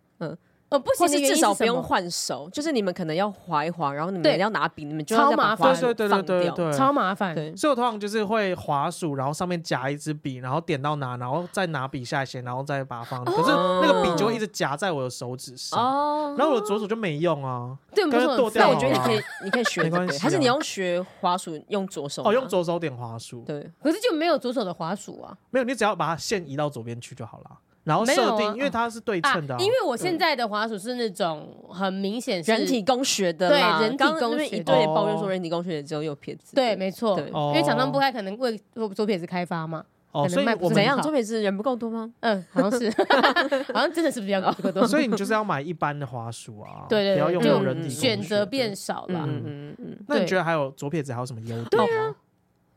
Speaker 2: 哦，不
Speaker 1: 或
Speaker 2: 行
Speaker 1: 是
Speaker 2: 的原因
Speaker 1: 至
Speaker 2: 是
Speaker 1: 少不
Speaker 2: 什
Speaker 1: 用
Speaker 2: 么
Speaker 1: 换手，就是你们可能要划一划，然后你
Speaker 2: 对
Speaker 1: 们要拿笔，你们就要
Speaker 2: 超
Speaker 1: 再把
Speaker 2: 麻
Speaker 1: 滑
Speaker 2: 烦
Speaker 1: 鼠
Speaker 3: 对对对
Speaker 1: 放
Speaker 3: 对
Speaker 1: 掉
Speaker 3: 对
Speaker 2: 超麻烦。
Speaker 1: 对
Speaker 3: 所以我通常就是会滑鼠，然后上面夹一支笔，然后点到哪，然后再拿笔下来写，然后再把它
Speaker 2: 哦
Speaker 3: 放。可是那个笔就会一直夹在我的手指上，
Speaker 1: 哦。
Speaker 3: 然后我的左手就没用啊。
Speaker 2: 对，我们
Speaker 3: 干脆
Speaker 2: 说
Speaker 3: 剁
Speaker 2: 很
Speaker 3: 掉
Speaker 1: 那我
Speaker 2: 废
Speaker 3: 好
Speaker 1: 觉得你
Speaker 3: 了
Speaker 1: 可以，你可以学
Speaker 3: 没
Speaker 1: 这
Speaker 3: 关
Speaker 1: 个，
Speaker 3: 系
Speaker 1: 还是
Speaker 3: 啊
Speaker 1: 你要学滑鼠用左手？
Speaker 2: 啊
Speaker 3: 哦，用。左手点滑鼠，
Speaker 1: 对，
Speaker 2: 可是就没有左手的滑鼠啊
Speaker 3: 没有，你只要把它线移到左边去就好了。然后
Speaker 2: 没有
Speaker 3: 设定，
Speaker 2: 啊
Speaker 3: 因为它是对
Speaker 2: 啊
Speaker 3: 称的啊，！
Speaker 2: 因为我现在的滑鼠是那种很明显是
Speaker 1: 人体工学的
Speaker 2: 对
Speaker 1: 啦，
Speaker 2: 人体
Speaker 1: 刚刚那
Speaker 2: 工
Speaker 1: 边
Speaker 2: 学
Speaker 1: 一
Speaker 2: 的
Speaker 1: 堆抱怨
Speaker 3: 哦
Speaker 1: 说人体工学也只有右撇子。
Speaker 2: 对，没错，
Speaker 1: 对
Speaker 2: 因为厂商不太可能为左撇子开发嘛。可
Speaker 3: 哦，
Speaker 2: 能
Speaker 3: 所以
Speaker 2: 卖不
Speaker 3: 我
Speaker 2: 出
Speaker 1: 怎
Speaker 3: 们
Speaker 2: 去
Speaker 1: 样？
Speaker 2: 好
Speaker 1: 左撇子人不够多吗？
Speaker 2: 嗯，好像 是，好像真的是比较更多。
Speaker 3: 所以你就是要买一般的滑鼠啊，
Speaker 2: 对对对，
Speaker 3: 不要用
Speaker 2: 就
Speaker 3: 有人体工
Speaker 2: 选
Speaker 3: 学
Speaker 2: 择
Speaker 3: 的
Speaker 2: 变。少了。
Speaker 1: 嗯嗯嗯嗯。
Speaker 3: 那你
Speaker 2: 对
Speaker 3: 觉得还有左撇子还有什么优点？对啊，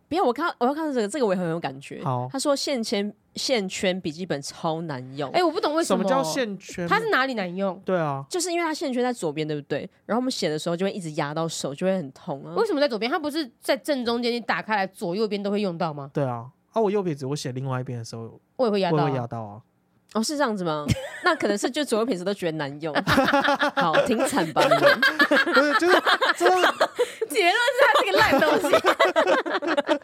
Speaker 1: 不要，我看到我要看到这个，这个我也很有感觉。
Speaker 3: 好
Speaker 1: 他说线圈线圈笔记本超难用，
Speaker 2: 哎、我不懂为
Speaker 3: 什
Speaker 2: 么
Speaker 3: 么叫线圈？
Speaker 2: 它是哪里难用？
Speaker 3: 对啊，
Speaker 1: 就是因为它线圈在左边，对不对？然后我们写的时候就会一直压到手，就会很痛
Speaker 3: 嗯
Speaker 1: 啊。
Speaker 2: 为什么在左边？它不是在正中间？你打开来左右边都会用到吗？
Speaker 3: 对啊。啊，我右撇子，我写另外一边的时候，
Speaker 2: 我也会压
Speaker 3: 我
Speaker 2: 到、
Speaker 3: 也会
Speaker 2: 啊
Speaker 3: 压。到啊。
Speaker 1: 哦，是这样子吗？那可能是就左右撇子都觉得难用，好，挺惨吧你们。
Speaker 3: 不是，就是 真的，
Speaker 2: 结论是它是个烂东西。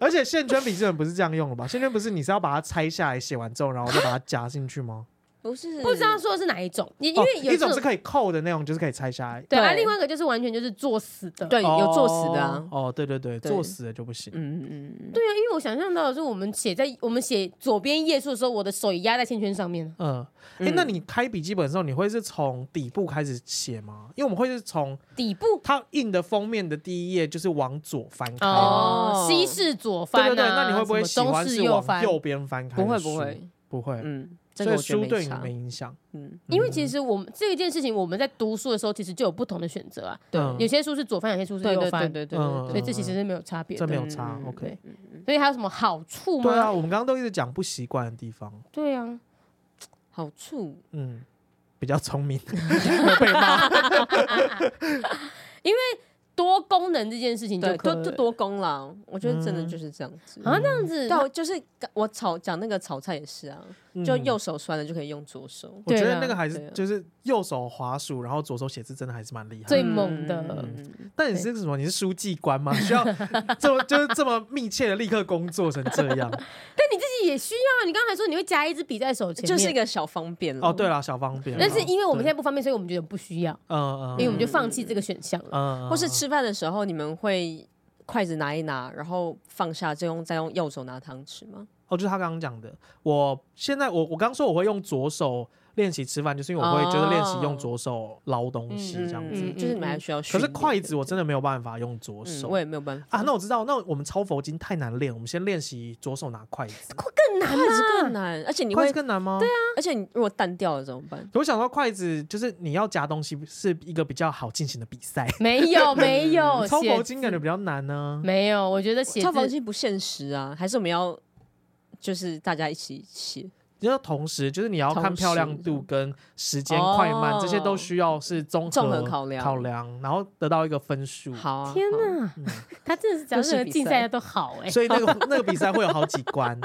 Speaker 3: 而且线圈笔记本不是这样用的吧？线圈不是你是要把它拆下来写完之后，然后再把它夹进去吗？
Speaker 1: 不是，
Speaker 2: 不知道说的是哪一种，你因
Speaker 3: 哦
Speaker 2: 为有
Speaker 3: 一
Speaker 2: 这
Speaker 3: 种是可以扣的那种，就是可以拆下来。
Speaker 2: 对，啊，
Speaker 1: 对
Speaker 2: 另外一个就是完全就是作死的。
Speaker 1: 对，有作死的啊
Speaker 3: 哦。哦，对对对，
Speaker 1: 对
Speaker 3: 作死的就不行。
Speaker 1: 嗯嗯嗯，
Speaker 2: 对啊，因为我想象到的是我们写在我们写左边页数的时候，我的手也压在线圈上面。
Speaker 3: 嗯，哎、
Speaker 1: 嗯
Speaker 3: 那你开笔记本的时候，你会是从底部开始写吗？因为我们会是从
Speaker 2: 底部
Speaker 3: 它印的封面的第一页，就是往左翻开。
Speaker 1: 哦
Speaker 2: 西式左
Speaker 3: 对
Speaker 2: 翻啊，
Speaker 3: 对对，那你会不会喜
Speaker 2: 什么
Speaker 3: 欢
Speaker 2: 中
Speaker 3: 是
Speaker 2: 式右
Speaker 3: 往
Speaker 2: 翻？
Speaker 3: 右边翻开？
Speaker 1: 不会不会，，
Speaker 3: 不会。
Speaker 1: 嗯，这
Speaker 3: 所
Speaker 1: 个
Speaker 3: 以
Speaker 1: 我觉
Speaker 3: 书
Speaker 1: 得
Speaker 3: 对
Speaker 1: 没
Speaker 3: 你
Speaker 1: 差
Speaker 3: 没。影响。
Speaker 1: 嗯，
Speaker 2: 因为其实我们这件事情，我们在读书的时候，其实就有不同的选择啊。
Speaker 3: 对
Speaker 2: 有些书是左翻，有些书是
Speaker 1: 对
Speaker 2: 右
Speaker 1: 对对
Speaker 2: 翻，
Speaker 1: 对对
Speaker 3: 嗯
Speaker 1: 对
Speaker 2: 所以
Speaker 1: 对，
Speaker 2: 这其实是没有差别
Speaker 3: 这
Speaker 2: 的。
Speaker 3: 没有
Speaker 1: 嗯
Speaker 3: 差
Speaker 1: 嗯。嗯嗯
Speaker 3: OK，
Speaker 2: 对所以还有什么好处吗？
Speaker 3: 对啊，我们刚刚都一直讲不习惯的地方，
Speaker 2: 对啊，
Speaker 1: 好处
Speaker 3: 嗯，比较聪明，
Speaker 2: 多功能这件事情就
Speaker 1: 对，
Speaker 2: 可
Speaker 1: 多
Speaker 2: 以
Speaker 1: 多多功啦，我觉得真的就是这样
Speaker 3: 嗯
Speaker 1: 子。
Speaker 2: 啊，那样子
Speaker 1: 对，我就是我炒讲那个炒菜也是啊，就
Speaker 3: 嗯
Speaker 1: 右手酸了就可以用左手。
Speaker 3: 我觉
Speaker 2: 对
Speaker 3: 得
Speaker 2: 啦
Speaker 3: 那个还是
Speaker 1: 对啊
Speaker 3: 就是右手滑鼠，然后左手写字，真的还是蛮厉害
Speaker 2: 最
Speaker 3: 的。
Speaker 2: 猛的
Speaker 1: 嗯嗯嗯嗯
Speaker 3: 但你是什么？你是书记官吗？需要这么就是这么密切的立刻工作成这样？
Speaker 2: 但你自己也需要啊，你刚才说你会夹一支笔在手前面，
Speaker 1: 就是一个小方便了。
Speaker 3: 哦，对了，小方便。
Speaker 2: 但是因为我们现在
Speaker 3: 在，
Speaker 2: 不方便，所以我们觉得不需要，
Speaker 3: 嗯嗯，
Speaker 2: 因为我们就放弃这个选项了。
Speaker 3: 嗯，
Speaker 1: 或是吃饭的时候，你们会筷子拿一拿，然后放下，就用再用右手拿汤匙吗？
Speaker 3: 哦，就是他刚刚讲的，我现在我我刚说我会用左手练习吃饭，就是因为我会就是练习用左手捞东西这样子。
Speaker 1: 嗯，就是你们还需要
Speaker 3: 可
Speaker 1: 训
Speaker 3: 是
Speaker 1: 练。
Speaker 3: 筷子我真的没有办法用左
Speaker 1: 嗯
Speaker 3: 手、
Speaker 1: 我也没有办法
Speaker 3: 啊。那我知道，那我们抄佛经太难练，我们先练习左手拿筷子。
Speaker 2: 更
Speaker 1: 筷
Speaker 2: 难
Speaker 1: 子更难，而且你
Speaker 3: 筷
Speaker 1: 会
Speaker 3: 子，更难吗？对啊。
Speaker 1: 而且你如果淡掉了怎么办？
Speaker 3: 我想到筷子就是你要夹东西是一个比较好进行的比赛，
Speaker 1: 嗯
Speaker 2: 没有没
Speaker 1: 哦
Speaker 2: 有
Speaker 3: 抄嗯佛
Speaker 2: 写
Speaker 3: 经感觉比较难啊呢、
Speaker 2: 没有，我觉得写
Speaker 1: 套房
Speaker 2: 字
Speaker 1: 间不现实啊，还是我们要就是大家一起写？
Speaker 3: 因为同时就是你要看
Speaker 1: 同时
Speaker 3: 漂亮度跟时间
Speaker 1: 哦
Speaker 3: 快慢，这些都需要是综合
Speaker 1: 综合考量
Speaker 3: 考量，然后得到一个分数。
Speaker 1: 好啊，
Speaker 2: 天
Speaker 1: 好
Speaker 2: 哪， 他真的是只要
Speaker 1: 又是
Speaker 2: 任何
Speaker 1: 比
Speaker 2: 竞
Speaker 1: 赛
Speaker 2: 赛都好哎、
Speaker 3: 所以那个那个比赛会有好几 关，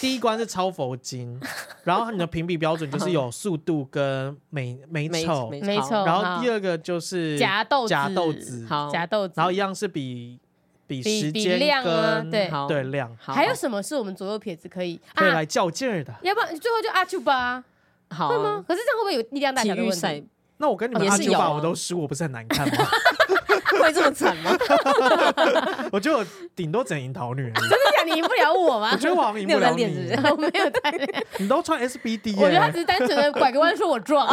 Speaker 3: 第一关是抄佛经，然后你的评比标准就是有速度跟美美
Speaker 1: 没
Speaker 3: 丑，
Speaker 1: 没
Speaker 2: 没
Speaker 1: 好
Speaker 2: 错
Speaker 3: 然后第二个就是
Speaker 2: 夹豆子
Speaker 3: 夹豆子，
Speaker 1: 好
Speaker 2: 夹豆子，
Speaker 3: 然后一样是比比
Speaker 2: 比
Speaker 3: 时
Speaker 2: 比
Speaker 3: 间
Speaker 2: 量啊
Speaker 3: 跟
Speaker 2: 对
Speaker 1: 好
Speaker 3: 对量，
Speaker 1: 好，
Speaker 2: 还有什么是我们左右撇子可以
Speaker 3: 可以
Speaker 2: 啊？
Speaker 3: 来较劲儿的。
Speaker 2: 要不然最后就阿丘吧，
Speaker 1: 好
Speaker 2: 会
Speaker 1: 啊
Speaker 2: 吗？可是这样会不会有力量大
Speaker 1: 体
Speaker 2: 小的
Speaker 1: 育
Speaker 2: 问
Speaker 1: 赛
Speaker 2: 题？
Speaker 3: 那我跟你们
Speaker 1: 也
Speaker 3: 阿
Speaker 1: 是
Speaker 3: 九
Speaker 1: 有
Speaker 3: 把
Speaker 1: 啊
Speaker 3: 我都输，我不是很难看吗？
Speaker 1: 会这么惨吗？
Speaker 3: 我觉得我顶多整樱桃女而已，
Speaker 2: 真的假的？你赢不了我吗
Speaker 3: 我？觉得我好像赢
Speaker 1: 你
Speaker 3: 不
Speaker 1: 有在
Speaker 3: 了
Speaker 1: 练是不
Speaker 3: 你
Speaker 1: 是。？
Speaker 2: 我没有在练，
Speaker 3: 你都穿 SBD，
Speaker 2: 我觉得他
Speaker 3: 耶
Speaker 2: 只是单纯的拐个弯说我 壮。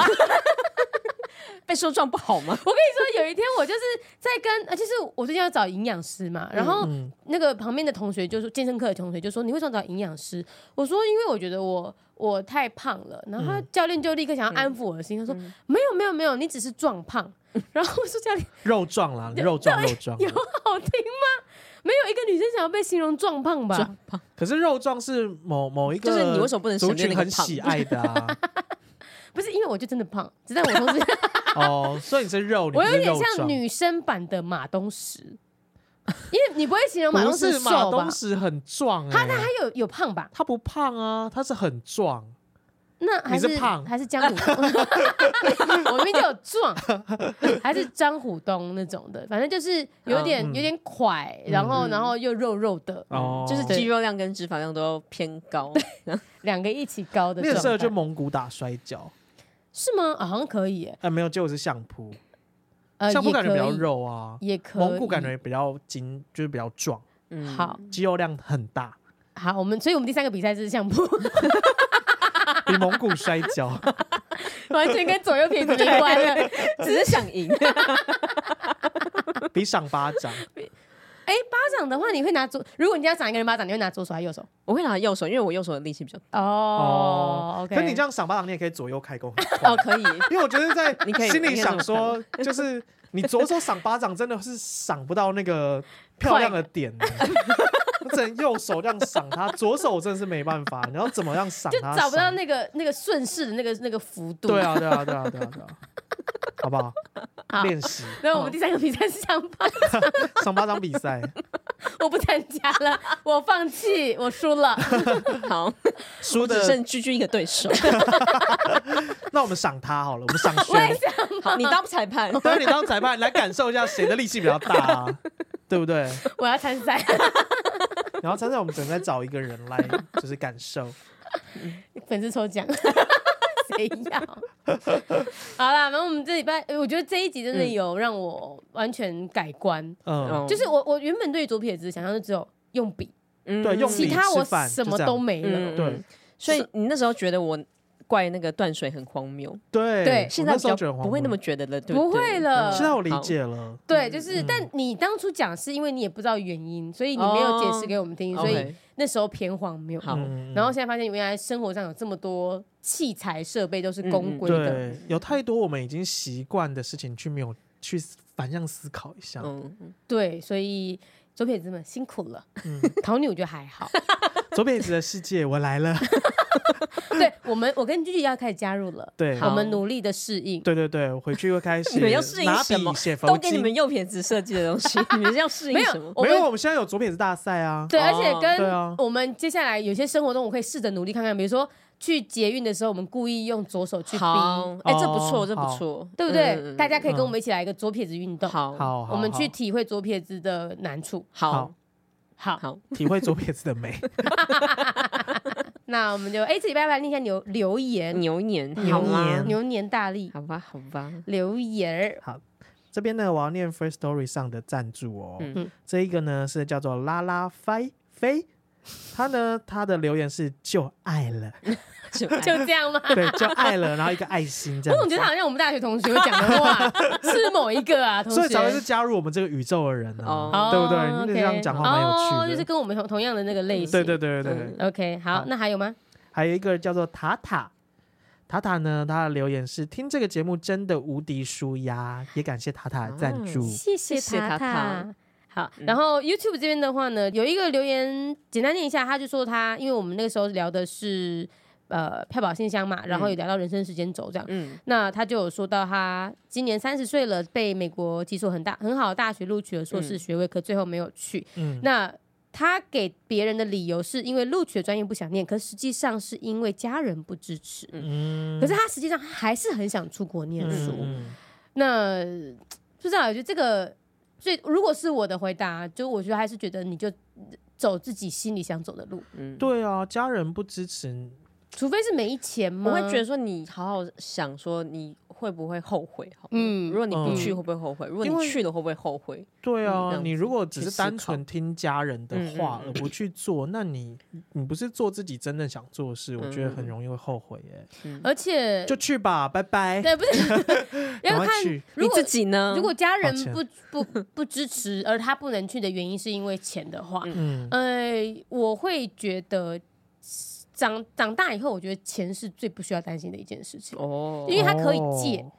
Speaker 1: 被说撞不好吗？
Speaker 2: 我跟你说，有一天我就是在跟，呃，就是我最近要找营养师嘛，然后
Speaker 3: 嗯
Speaker 2: 那个旁边的同学就说，健身课的同学就说，你为什么找营养师？我说，因为我觉得我我太胖了。然后他
Speaker 3: 嗯
Speaker 2: 教练就立刻想要安抚我的心，他说，没有没有没有，你只是壮 胖。然后我说，教练
Speaker 3: 肉壮啦，肉壮肉壮。
Speaker 2: 有好听吗？没有一个女生想要被形容壮胖吧？
Speaker 1: 撞
Speaker 3: 可是肉壮是某某一个，
Speaker 1: 就是你为什么不能省
Speaker 3: 族
Speaker 1: 略
Speaker 3: 群
Speaker 1: 那个
Speaker 3: 很
Speaker 1: 胖
Speaker 3: 喜爱的 啊？
Speaker 2: 不是，因为我就真的胖，只是我同时
Speaker 3: 哦，所以你是肉，你
Speaker 2: 我
Speaker 3: 不
Speaker 2: 有
Speaker 3: 是
Speaker 2: 点
Speaker 3: 肉
Speaker 2: 像
Speaker 3: 壮。
Speaker 2: 女生版的马东石，因为你不会形容马
Speaker 3: 不
Speaker 2: 东石
Speaker 3: 是马
Speaker 2: 瘦吧
Speaker 3: 东？石很壮
Speaker 2: 他
Speaker 3: 哎，
Speaker 2: 那还有有胖吧？
Speaker 3: 他不胖啊，他是很壮。
Speaker 2: 那还
Speaker 3: 你是胖
Speaker 2: 还是江虎东？我明明就有壮，还是张虎东那种的，反正就是有点、
Speaker 3: 嗯
Speaker 2: 有点快，然后、
Speaker 1: 嗯
Speaker 2: 然后又肉肉的，
Speaker 3: 哦，
Speaker 1: 就是
Speaker 2: 对
Speaker 1: 肌肉量跟脂肪量都要偏高。
Speaker 2: 两个一起高的
Speaker 3: 你很适合
Speaker 2: 状
Speaker 3: 就
Speaker 2: 态，
Speaker 3: 蒙古打摔跤，
Speaker 2: 是吗、啊好像可以耶，
Speaker 3: 哎，没有，结果是相扑，
Speaker 2: 呃，
Speaker 3: 相扑感觉比较
Speaker 2: 也可以，
Speaker 3: 肉啊，
Speaker 2: 也可以，
Speaker 3: 蒙古感觉比较筋，就是比较壮，
Speaker 1: 嗯，
Speaker 2: 好
Speaker 3: 肌肉量很大，
Speaker 2: 好，我们所以我们第三个比赛是相扑，
Speaker 3: 比蒙古摔跤。
Speaker 2: 完全跟左右撇子没关了。
Speaker 1: 只是想赢。
Speaker 3: 比赏巴掌，
Speaker 2: 哎，巴掌的话，你会拿左？如果你要赏一个人巴掌，你会拿左手还是右手？
Speaker 1: 我会拿右手，因为我右手的力气比较大。
Speaker 2: 哦，OK。
Speaker 3: 可你这样赏巴掌，你也可以左右开弓。
Speaker 1: 哦，可以，
Speaker 3: 因为我觉得在
Speaker 1: 你可以
Speaker 3: 心
Speaker 1: 你
Speaker 3: 里
Speaker 1: 可以这
Speaker 3: 想
Speaker 1: 么
Speaker 3: 说，就是你左手赏巴掌真的是赏不到那个漂亮的点呢，我只能右手这样赏它，左手我真的是没办法，你要怎么样赏
Speaker 2: 就
Speaker 3: 它？
Speaker 2: 找不到
Speaker 3: 赏
Speaker 2: 那个那个顺势的那个那个幅度。
Speaker 3: 对啊，对啊，对啊，对啊，对啊，好不好？
Speaker 2: 好
Speaker 3: 练习
Speaker 2: 然后我们第三个比赛是相棒，
Speaker 3: 赏巴掌比赛，
Speaker 2: 我不参加了，我放弃，我输了。
Speaker 1: 好，
Speaker 3: 输
Speaker 1: 只
Speaker 3: 的
Speaker 1: 剩居居一个对手。
Speaker 3: 那我们赏他好了，我们赏
Speaker 2: 为
Speaker 3: 轩。
Speaker 2: 什么？
Speaker 1: 好，你当裁判。
Speaker 3: 当你当裁判，来感受一下谁的力气比较大啊，对不对？
Speaker 2: 我要参赛，
Speaker 3: 然后参赛我们只能再找一个人 来，就是感受。
Speaker 2: 粉丝抽奖。 谁要？好啦，然后我们这礼拜，呃我觉得这一集真的有让我完全改观。
Speaker 3: 嗯，
Speaker 2: 就是我我原本对左撇子的想象就只有用笔，
Speaker 1: 嗯
Speaker 3: 对用
Speaker 2: 其
Speaker 3: 力
Speaker 2: 他我
Speaker 3: 吃饭
Speaker 2: 什么
Speaker 3: 就这样
Speaker 2: 都没了。
Speaker 1: 嗯
Speaker 3: 对
Speaker 1: 所以你那时候觉得我怪那个断水很荒谬，
Speaker 3: 对
Speaker 2: 对
Speaker 3: 我
Speaker 1: 现在
Speaker 3: 那
Speaker 1: 比
Speaker 3: 时候
Speaker 1: 较
Speaker 3: 觉得很
Speaker 1: 不会
Speaker 3: 荒
Speaker 1: 那么
Speaker 3: 谬
Speaker 1: 觉得了，对
Speaker 2: 不
Speaker 1: 对
Speaker 2: 会了
Speaker 1: 嗯
Speaker 3: 现在我理解了。
Speaker 2: 对，就是，
Speaker 3: 嗯
Speaker 2: 但你当初讲是因为你也不知道原因，所以你没有解释给我们听，
Speaker 1: 好
Speaker 2: 所以
Speaker 1: 嗯 OK，
Speaker 2: 那时候偏荒谬。
Speaker 1: 好
Speaker 3: 嗯
Speaker 2: 然后现在发现原来生活上有这么多器材设备都是公
Speaker 1: 嗯
Speaker 2: 规的，
Speaker 3: 对，有太多我们已经习惯的事情去没有去反向思考一下。
Speaker 1: 嗯，
Speaker 2: 对，所以左撇子们辛苦了。
Speaker 3: 嗯，
Speaker 2: 桃女我觉得 还好，
Speaker 3: 左撇子的世界，我来了。
Speaker 2: 对我们我跟居居要开始加入了，
Speaker 3: 对
Speaker 2: 我们努力的适应。
Speaker 3: 对对对，我回去又开始
Speaker 1: 你们要适应
Speaker 3: 拿
Speaker 1: 什么
Speaker 3: 笔写
Speaker 1: 都
Speaker 3: 佛
Speaker 1: 给你
Speaker 3: 经。
Speaker 1: 们
Speaker 3: 没
Speaker 1: 右撇子设计的东西， 你们要适应
Speaker 2: 没有
Speaker 1: 什么？
Speaker 2: 我
Speaker 3: 有，
Speaker 2: 们
Speaker 3: 我们现在有左撇子大赛啊。
Speaker 2: 对，
Speaker 1: 哦
Speaker 2: 而且
Speaker 1: 对
Speaker 2: 跟
Speaker 3: 啊
Speaker 2: 我们接下来有些生活中，我可以试着努力看看，比如说去捷运的时候，我们故意用左手去逼，
Speaker 1: 好，哎、这不错，
Speaker 3: 哦
Speaker 1: 这不
Speaker 3: 好
Speaker 1: 错，
Speaker 2: 对不对？
Speaker 1: 嗯
Speaker 2: 大家可以跟我们一起来一个左撇子运动，
Speaker 1: 好，
Speaker 3: 好，好
Speaker 2: 我们去
Speaker 3: 好
Speaker 2: 体会左撇子的难处。
Speaker 1: 好
Speaker 3: 好，
Speaker 2: 好，
Speaker 1: 好，
Speaker 3: 体会左撇子的美。
Speaker 2: 那我们就哎，这礼拜来念一下留留言，
Speaker 1: 牛年，
Speaker 3: 牛
Speaker 1: 好吗
Speaker 3: 年？
Speaker 2: 嗯牛年大利
Speaker 1: 好吧，好吧，
Speaker 2: 留言 儿，
Speaker 3: 这边呢，我要念 First Story 上的赞助哦。
Speaker 1: 嗯
Speaker 3: 这一个呢是叫做拉拉飞飞，他呢他的留言是就爱 了，
Speaker 1: 就
Speaker 2: 就这样吗？
Speaker 3: 对，就爱了，然后一个爱心这
Speaker 2: 我
Speaker 3: 样
Speaker 2: 总
Speaker 3: 子
Speaker 2: 觉得好像我们大学同学讲的话是某一个啊，同学，
Speaker 3: 所以才会是加入我们这个宇宙的人呢、啊
Speaker 1: 哦
Speaker 3: 对不对？
Speaker 2: 哦
Speaker 3: 你这样
Speaker 2: OK
Speaker 3: 讲话蛮
Speaker 2: 哦，就
Speaker 3: 有
Speaker 2: 是
Speaker 3: 趣的。
Speaker 2: 跟我们同同样的那个类型。
Speaker 3: 对对对对对，
Speaker 1: 嗯
Speaker 2: OK，好
Speaker 3: 好，
Speaker 2: 那还有吗？
Speaker 3: 还有一个叫做塔塔。塔塔呢？他的留言是：听这个节目真的无敌舒压，也感谢塔塔的赞助。
Speaker 2: 谢谢
Speaker 1: 谢
Speaker 2: 塔
Speaker 1: 塔
Speaker 2: 塔
Speaker 1: 塔。
Speaker 2: 好，
Speaker 3: 嗯
Speaker 2: 然后 YouTube 这边的话呢，有一个留言，简单念一下，他就说他，因为我们那个时候聊的是呃票宝信箱嘛，
Speaker 3: 嗯
Speaker 2: 然后有聊到人生时间轴这样，
Speaker 1: 嗯，
Speaker 2: 那他就有说到他今年三十岁了，被美国几所很大很好的大学录取了硕士学位，可最后没有去。
Speaker 3: 嗯，
Speaker 2: 那他给别人的理由是因为录取的专业不想念，可实际上是因为家人不支持。
Speaker 3: 嗯
Speaker 2: 可是他实际上还是很想出国念书。
Speaker 3: 嗯
Speaker 2: 那不知道，我觉得这个，所以如果是我的回答，就我觉得还是觉得你就走自己心里想走的路，
Speaker 1: 嗯，
Speaker 3: 对啊，家人不支持，
Speaker 2: 除非是没钱吗？
Speaker 1: 我会觉得说，你好好想说，你会不会后悔？好，
Speaker 2: 嗯
Speaker 1: 嗯，如果你不
Speaker 3: 嗯
Speaker 1: 去，会不会后悔？如果你
Speaker 3: 因为
Speaker 1: 去了，会不会后悔？
Speaker 3: 对
Speaker 1: 嗯这
Speaker 3: 啊，
Speaker 1: 样
Speaker 3: 你
Speaker 1: 子
Speaker 3: 如果只
Speaker 1: 去
Speaker 3: 是
Speaker 1: 思
Speaker 3: 单
Speaker 1: 考
Speaker 3: 纯听家人的
Speaker 1: 嗯
Speaker 3: 话
Speaker 1: 嗯
Speaker 3: 而不去做，那你你不是做自己真正想做的事，我觉得很
Speaker 1: 嗯嗯呃
Speaker 3: 容易会后悔耶。
Speaker 2: 而且
Speaker 3: 就去吧，拜拜，
Speaker 2: 对，不是
Speaker 3: 赶
Speaker 2: 要
Speaker 3: 快
Speaker 2: 看
Speaker 3: 去。
Speaker 2: 如果
Speaker 1: 你自己呢？
Speaker 2: 如果家人
Speaker 3: 抱
Speaker 2: 不不不支持，而他不能去的原因是因为钱的话，
Speaker 3: 嗯，
Speaker 2: 呃，我会觉得长长大以后，我觉得钱是最不需要担心的一件事情。
Speaker 1: 哦，
Speaker 2: 因为他可以借
Speaker 3: 哦，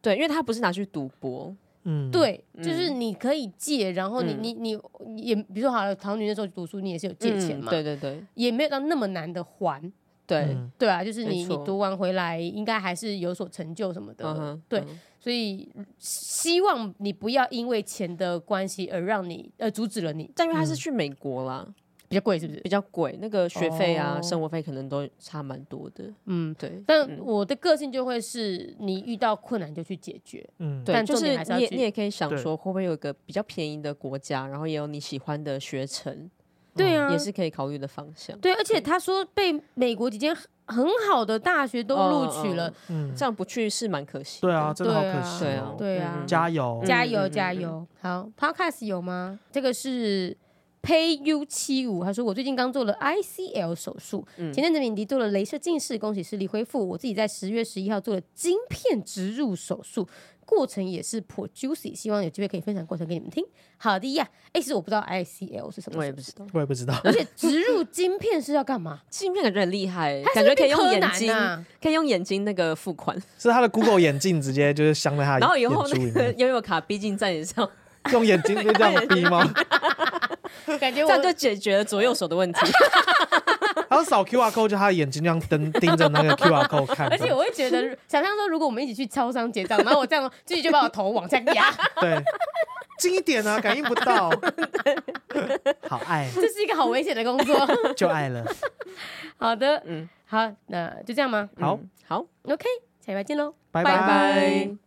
Speaker 1: 对，因为他不是拿去赌博，
Speaker 3: 嗯，，
Speaker 2: 对，
Speaker 1: 嗯
Speaker 2: 就是你可以借，然后你、你你你也，比如说好了，桃女那时候读书，你也是有借钱
Speaker 1: 嗯
Speaker 2: 嘛，
Speaker 1: 对对对
Speaker 2: 也没有到那么难的还，
Speaker 1: 对，
Speaker 3: 嗯
Speaker 2: 对啊，就是你
Speaker 1: 没错
Speaker 2: 你读完回来，应该还是有所成就什么的，
Speaker 1: 嗯哼，
Speaker 2: 对，
Speaker 1: 嗯
Speaker 2: 所以希望你不要因为钱的关系而让你呃阻止了你，
Speaker 1: 但因为他是去美国啦，
Speaker 2: 比较贵是不是？
Speaker 1: 比较贵，那个学费啊、
Speaker 2: 哦
Speaker 1: 生活费可能都差蛮多的。
Speaker 2: 嗯，
Speaker 1: 对，
Speaker 2: 但我的个性就会是你遇到困难就去解决，
Speaker 3: 嗯，
Speaker 1: 对，
Speaker 2: 但
Speaker 1: 就
Speaker 2: 重点
Speaker 1: 是
Speaker 2: 还是要
Speaker 1: 你也
Speaker 2: 去
Speaker 1: 你也可以想
Speaker 3: 对
Speaker 1: 说，会不会有一个比较便宜的国家，然后也有你喜欢的学程，
Speaker 2: 对啊，
Speaker 1: 也是可以考虑的方向。
Speaker 2: 对，而且他说被美国几间很很好的大学都录取了，
Speaker 3: 嗯，
Speaker 1: 这样不去是蛮可惜。
Speaker 3: 对啊，，真的好
Speaker 2: 对
Speaker 3: 可
Speaker 2: 啊
Speaker 3: 惜
Speaker 1: 对啊
Speaker 3: 哦，，
Speaker 2: 对啊
Speaker 1: 嗯
Speaker 3: 加油，
Speaker 2: 加
Speaker 1: 嗯
Speaker 2: 油
Speaker 1: 嗯
Speaker 2: 加
Speaker 1: 嗯
Speaker 2: 油！好，Podcast 有吗？这个是 PayU 七五，他说我最近刚做了 ICL 手术，前阵子敏迪做了镭射近视，恭喜视力恢复。我自己在十月十一号做了晶片植入手术，过程也是颇 juicy，希望有机会可以分享过程给你们听。好的呀，哎，其实我不知道 ICL 是什么，
Speaker 1: 我也不知道，
Speaker 3: 我也不知道，
Speaker 2: 而且植入晶片是要干嘛？
Speaker 1: 镜片感觉很厉害，
Speaker 2: 它
Speaker 1: 感
Speaker 2: 是
Speaker 1: 觉
Speaker 2: 不是
Speaker 1: 可以用
Speaker 2: 柯
Speaker 1: 眼
Speaker 2: 南
Speaker 1: 睛，
Speaker 2: 啊
Speaker 1: 可以用眼睛那个付款，
Speaker 3: 是他的 Google 眼镜直接就是镶在他
Speaker 1: 然后
Speaker 3: 的
Speaker 1: 以
Speaker 3: 哎眼
Speaker 1: 后
Speaker 3: 珠
Speaker 1: 那
Speaker 3: 里
Speaker 1: 个
Speaker 3: 面，
Speaker 1: 悠悠卡逼近在你上，
Speaker 3: 用眼睛就这 样逼吗？
Speaker 2: 感觉
Speaker 1: 这
Speaker 2: 我
Speaker 1: 样就解决了左右手的 问题。
Speaker 3: 然后扫 QR code 就他的眼睛这样盯盯着那个 QR code 看，
Speaker 2: 而且我会觉 得，想象说如果我们一起去超商结账，然后我这样自己就把我头往下压，
Speaker 3: 对，近一点啊，感应不到，好爱
Speaker 2: 这是一个好危险的工作。
Speaker 3: 就爱了，
Speaker 2: 好的，
Speaker 1: 嗯
Speaker 2: 好，那就这样吗
Speaker 3: 好
Speaker 1: 嗯，好，
Speaker 2: ？OK，下礼拜见喽，
Speaker 3: 拜
Speaker 2: 拜
Speaker 1: 拜拜。